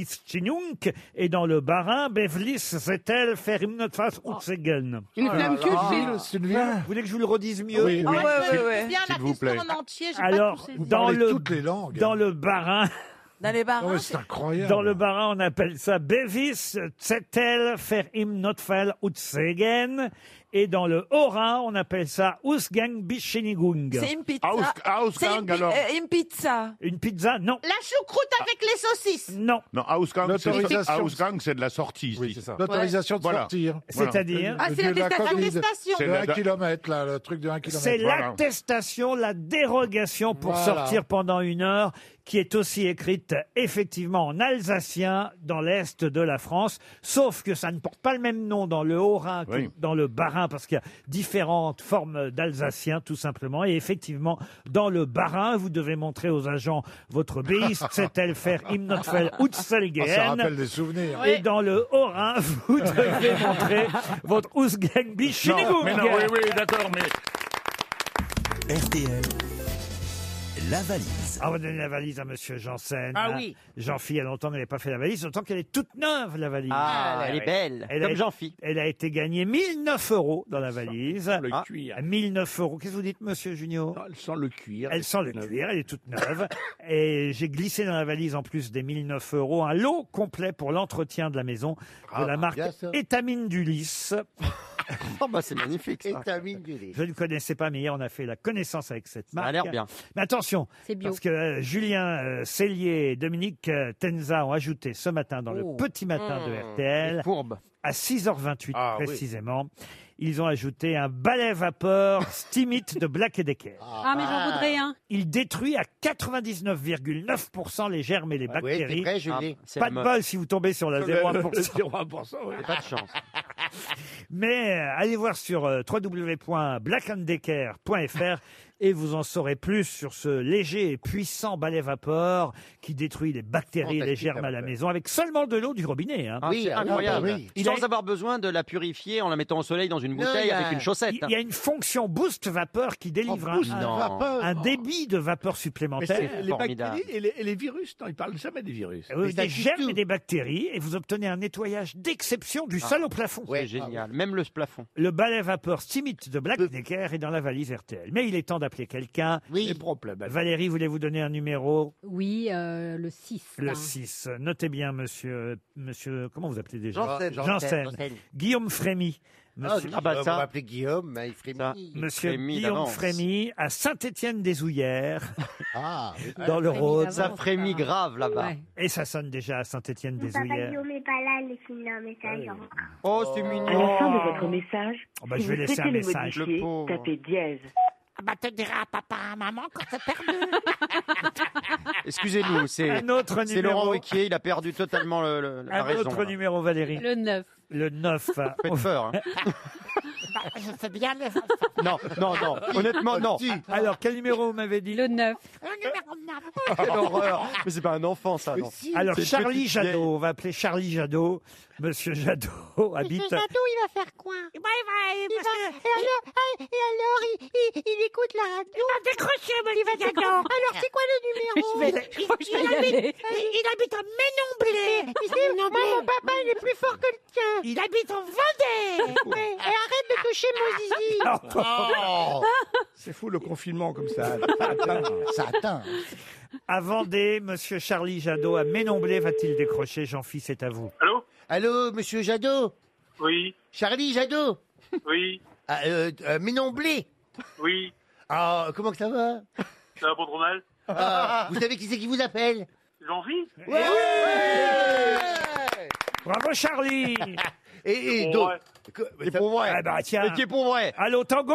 Usgangsbistinunk et dans le Bas-Rhin Bevlis Zetel Ferimnotfas Utzegen
Une Oh là flamme là, culte,
c'est une Vous voulez que je vous le redise mieux
Oui, Ah oui, ouais, s'il- ouais, ouais. s'il
vous plaît. en
entier,
j'ai pas
Alors,
tous les- Vous
dans
parlez
le,
toutes les langues.
dans le Bas-Rhin...
Dans les barres.
Dans le barin, on appelle ça Bevis, Zettel, Fer im Notfall, Utzegen. Et dans le Haut-Rhin, on appelle ça Usgang Bischenigung.
C'est une pizza. C'est une, pi- euh, une pizza.
Une pizza, non.
La choucroute avec les saucisses.
Non.
Non, Ausgang, c'est
L'autorisation.
Ausgang, c'est de la sortie. c'est ça.
L'autorisation de sortir.
C'est-à-dire Ah, c'est
De la
l'attestation.
Covid.
L'attestation.
C'est
C'est
de
la-
1 km, là, le truc de 1 km.
C'est l'attestation, la dérogation pour
Voilà.
sortir pendant une heure, qui est aussi écrite effectivement en alsacien dans l'est de la France, sauf que ça ne porte pas le même nom dans le Haut-Rhin que
Oui.
dans le Bas-Rhin, parce qu'il y a différentes formes d'alsacien tout simplement. Et effectivement, dans le Bas-Rhin, vous devez montrer aux agents votre Beist, Zettelfer, Imnotfel, Utzelgehen.
Ah, ça rappelle des souvenirs.
Et dans le Haut-Rhin, vous devez montrer votre Usgengbi
Non, mais non, oui, oui, d'accord, mais
RTL, la valise.
Ah, on va donner la valise à Monsieur Janssen.
Ah oui.
Jean-Phi, il y a longtemps, n'avait pas fait la valise, autant qu'elle est toute neuve, la valise.
Ah, elle est belle, comme
Jean-Phi. Elle a été gagnée 1009 euros dans la valise. Le cuir. 1009 euros. Qu'est-ce que vous dites, Monsieur Junio Elle sent le cuir. Elle sent le cuir, elle est toute neuve. Et j'ai glissé dans la valise, en plus des 1009 euros, un lot complet pour l'entretien de la maison de la marque
bien ça.
Étamine du Lys.
Oh, bah, c'est magnifique, ça.
Étamine du lait.
Je ne connaissais pas, mais hier on a fait la connaissance avec cette marque.
a l'air bien.
Mais attention,
C'est bio.
parce que euh, Julien euh, Cellier et Dominique euh, Tenza ont ajouté ce matin dans le
Oh.
petit matin
Mmh.
de RTL,
Les fourbes.
à 6h28
Ah, oui.
précisément, ils ont ajouté un balai vapeur Steamit de Black Decker.
Ah, mais j'en voudrais un.
Il détruit à 99,9% les germes et les bactéries. Ah,
c'est vrai, je l'ai. C'est
pas
la
de
mode.
bol si vous tombez sur la 0,1%.
Pas de chance.
Mais euh, allez voir sur euh, www.blackanddecker.fr et vous en saurez plus sur ce léger et puissant balai vapeur qui détruit les bactéries et les
Fantastique,
germes
la
à la
vapeur.
maison avec seulement de l'eau du robinet. hein.
Ah, c'est incroyable.
Il a-
Sans avoir besoin de la purifier en la mettant au soleil dans une
Non,
bouteille
il y a-
avec une chaussette. Oh,
Il y a une fonction boost vapeur qui délivre un-
boost
un,
vapeur.
un débit de vapeur
Mais
supplémentaire.
c'est les bactéries et les, et les virus, non, ils parlent jamais des virus.
Euh, des germes et des bactéries, et vous obtenez un nettoyage d'exception du
Ah.
sol au plafond.
C'est
Ah
génial. Même le plafond.
Le balai vapeur Stimit de Black Decker est dans la valise RTL. Mais il est temps d'appeler quelqu'un.
Oui.
Valérie, voulez-vous donner un numéro
Oui, euh, le 6.
Le 6. Notez bien, monsieur. monsieur comment vous appelez déjà
Janssen.
Janssen.
Janssen.
Guillaume Frémy.
Ah,
Monsieur,
bah, on va appeler Guillaume, mais il frémit.
monsieur Guillaume Frémy à Saint-Étienne-des-Ouillères.
Ah, oui.
dans le
Frémit
Rhône.
d'avance, Ça frémit ça. grave, là-bas. Ouais.
Et ça sonne déjà à Saint-Étienne-des-Ouillères.
n'est pas là, laissez-nous un message.
Oh, c'est mignon.
À la fin de votre message,
Ah Oh, bah,
si
je vais
vous
laisser
souhaitez
un
le
message. Le
modifier,
pauvre.
tapez dièse.
Ah bah, te diras à papa,
Ah,
à maman quand t'as perdu.
Excusez-nous, c'est
Un autre
c'est
numéro.
Laurent Wauquiez, il a perdu totalement le, le- la
Un
raison.
autre
là.
numéro, Valérie.
Le 9.
Le 9.
Faites peur. hein.
Bah, je sais bien les enfants.
Non, non, non. Honnêtement, non.
Alors, quel numéro vous m'avez dit
Le 9.
Le numéro 9.
Quelle horreur. Mais c'est pas un enfant, ça, non.
Alors,
C'est une
Charlie
petite vieille.
Jadot, on va appeler Charlie Jadot. Monsieur Jadot habite.
il va faire quoi Eh ben, il va, et, alors, ah, et alors, il, il- il écoute la radio. Il va décrocher, il va dire,
Jadot.
Alors, c'est quoi le numéro
Je vais- je crois que je vais
il,
y
habite,
aller.
il, il habite à Ménomblé. Il dit, moi, mon papa, il est plus fort que le tien. Il habite en Vendée. Ouais, Et arrête de toucher mon zizi.
Oh.
Ah.
C'est fou le confinement comme ça. Ça atteint. Ça atteint.
À Vendée, monsieur Charlie Jadot à Ménomblé va-t-il décrocher Jean-Fils, c'est à vous.
Allô Allô, monsieur Jadot Oui. Charlie Jadot Oui. Ah, euh, euh, Ménon Blé Oui. Ah, comment que ça va
C'est un bon journal
Ah, Vous savez qui c'est qui vous appelle
Jean-Vie
Ouais
Bravo, Charlie
Et, et
Pour
donc...
vrai.
que- ça- pour vrai.
Ah bah tiens.
Et qui est pour vrai.
Allô, Tango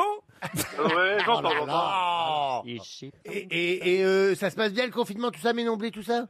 Euh,
Ouais, j'entends,
Ah.
j'entends. Oh Et, et, et, euh, ça se passe bien le confinement, tout ça, Ménon Blé, tout ça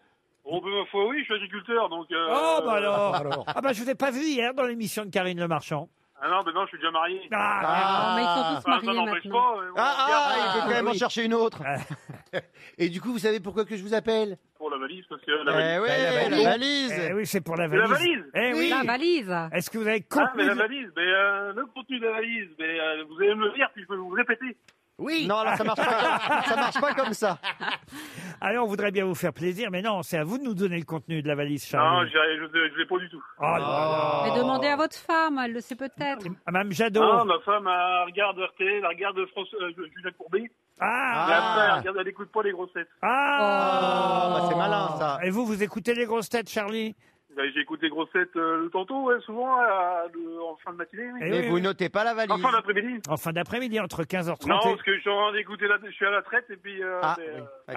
On peut ma foi, oui, je suis agriculteur, donc. euh,
Ah, Oh, bah alors Ah, bah je vous ai pas vu hier dans l'émission de Karine Le Marchand.
Ah non, mais non, je suis déjà marié.
Ah, mais ils sont tous
Enfin, ça
mariés
n'empêche
maintenant.
pas. euh, on
Ah, ah,
regarde,
il peut
euh,
quand même en
oui.
chercher une autre.
Et du coup, vous savez pourquoi que je vous appelle
ah.
Pour la valise, parce que la
Eh
valise.
ouais,
Ah,
la valise.
Eh oui, c'est pour la
C'est la
valise.
valise.
Eh oui.
Oui. La
valise. Est-ce que vous avez
Ah, mais
compris
la valise, mais euh, le contenu de la valise, mais euh, vous allez me le dire, puis je peux vous répéter.
Oui.
Non, alors ça marche pas comme, ça marche pas comme ça.
Allez, on voudrait bien vous faire plaisir, mais non, c'est à vous de nous donner le contenu de la valise,
Non,
Charlie.
j'ai- je ne l'ai pas du tout.
Oh là là.
Mais demandez à votre femme, elle le sait peut-être.
Ah, Mme Jadot.
Non, ma femme elle regarde RTL, elle regarde France, euh, Julien Courbet.
Ah
Et après, elle regarde, elle écoute pas les grossettes.
Oh,
Ah
bah, c'est malin, ça.
Et vous, vous écoutez les grosses têtes, Charlie
Ben, J'ai écouté les grossettes euh, le tantôt, ouais, souvent, à- le- en fin de matinée. oui.
Eh Mais oui, vous oui.
notez pas la valise.
En fin d'après-midi
En fin d'après-midi, entre 15h30
Non,
et...
parce que je suis en train d'écouter, la- je suis à la traite, et puis... euh, mais, euh,
Ah,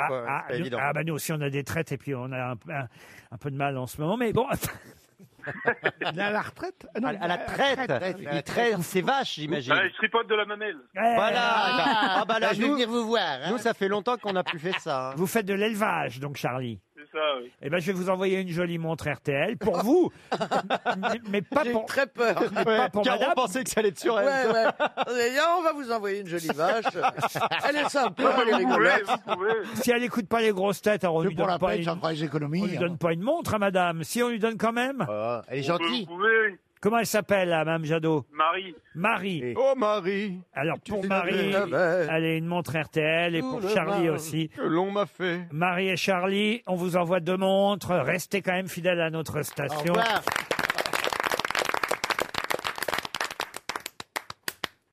ah, nous- ah, bah nous aussi on a des traites et puis on a un, un- un peu de mal en ce moment, mais bon.
Il est à la retraite
non,
à, à la traite. Il traite ses vaches, j'imagine.
ouais, Ah, je tripote de la mamelle.
Eh.
Voilà.
Ah,
Ah, bah là,
bah, je vais
nous-
venir
vous voir.
Nous, ça fait longtemps qu'on n'a plus fait ça. hein.
Vous faites de l'élevage, donc Charlie.
C'est ça, oui.
Eh ben, je vais vous envoyer une jolie montre RTL pour vous, mais, mais pas pour.
très peur.
mais pas pour Madame.
que ça allait être
Ouais, ouais. On a dit, Ah, on va vous envoyer une jolie vache. Elle est sympa, elle est rigolote.
Si elle n'écoute pas les grosses têtes, alors on lui
pour
donne
la
pas
peine,
une.
ça fera les économies,
on lui
hein.
donne pas une montre, à Madame. Si on lui donne quand même.
Ah, elle
est On peut, gentille. vous pouvez.
Comment elle s'appelle, là, Madame Jadot
Marie.
Marie.
Oh Marie.
Alors pour
Tu
Marie,
l'avais.
allez une montre RTL et
Tout
pour
le
Charlie
mal
aussi.
que l'on m'a fait.
Marie et Charlie, on vous envoie deux montres. Restez quand même fidèles à notre
Au
station.
revoir.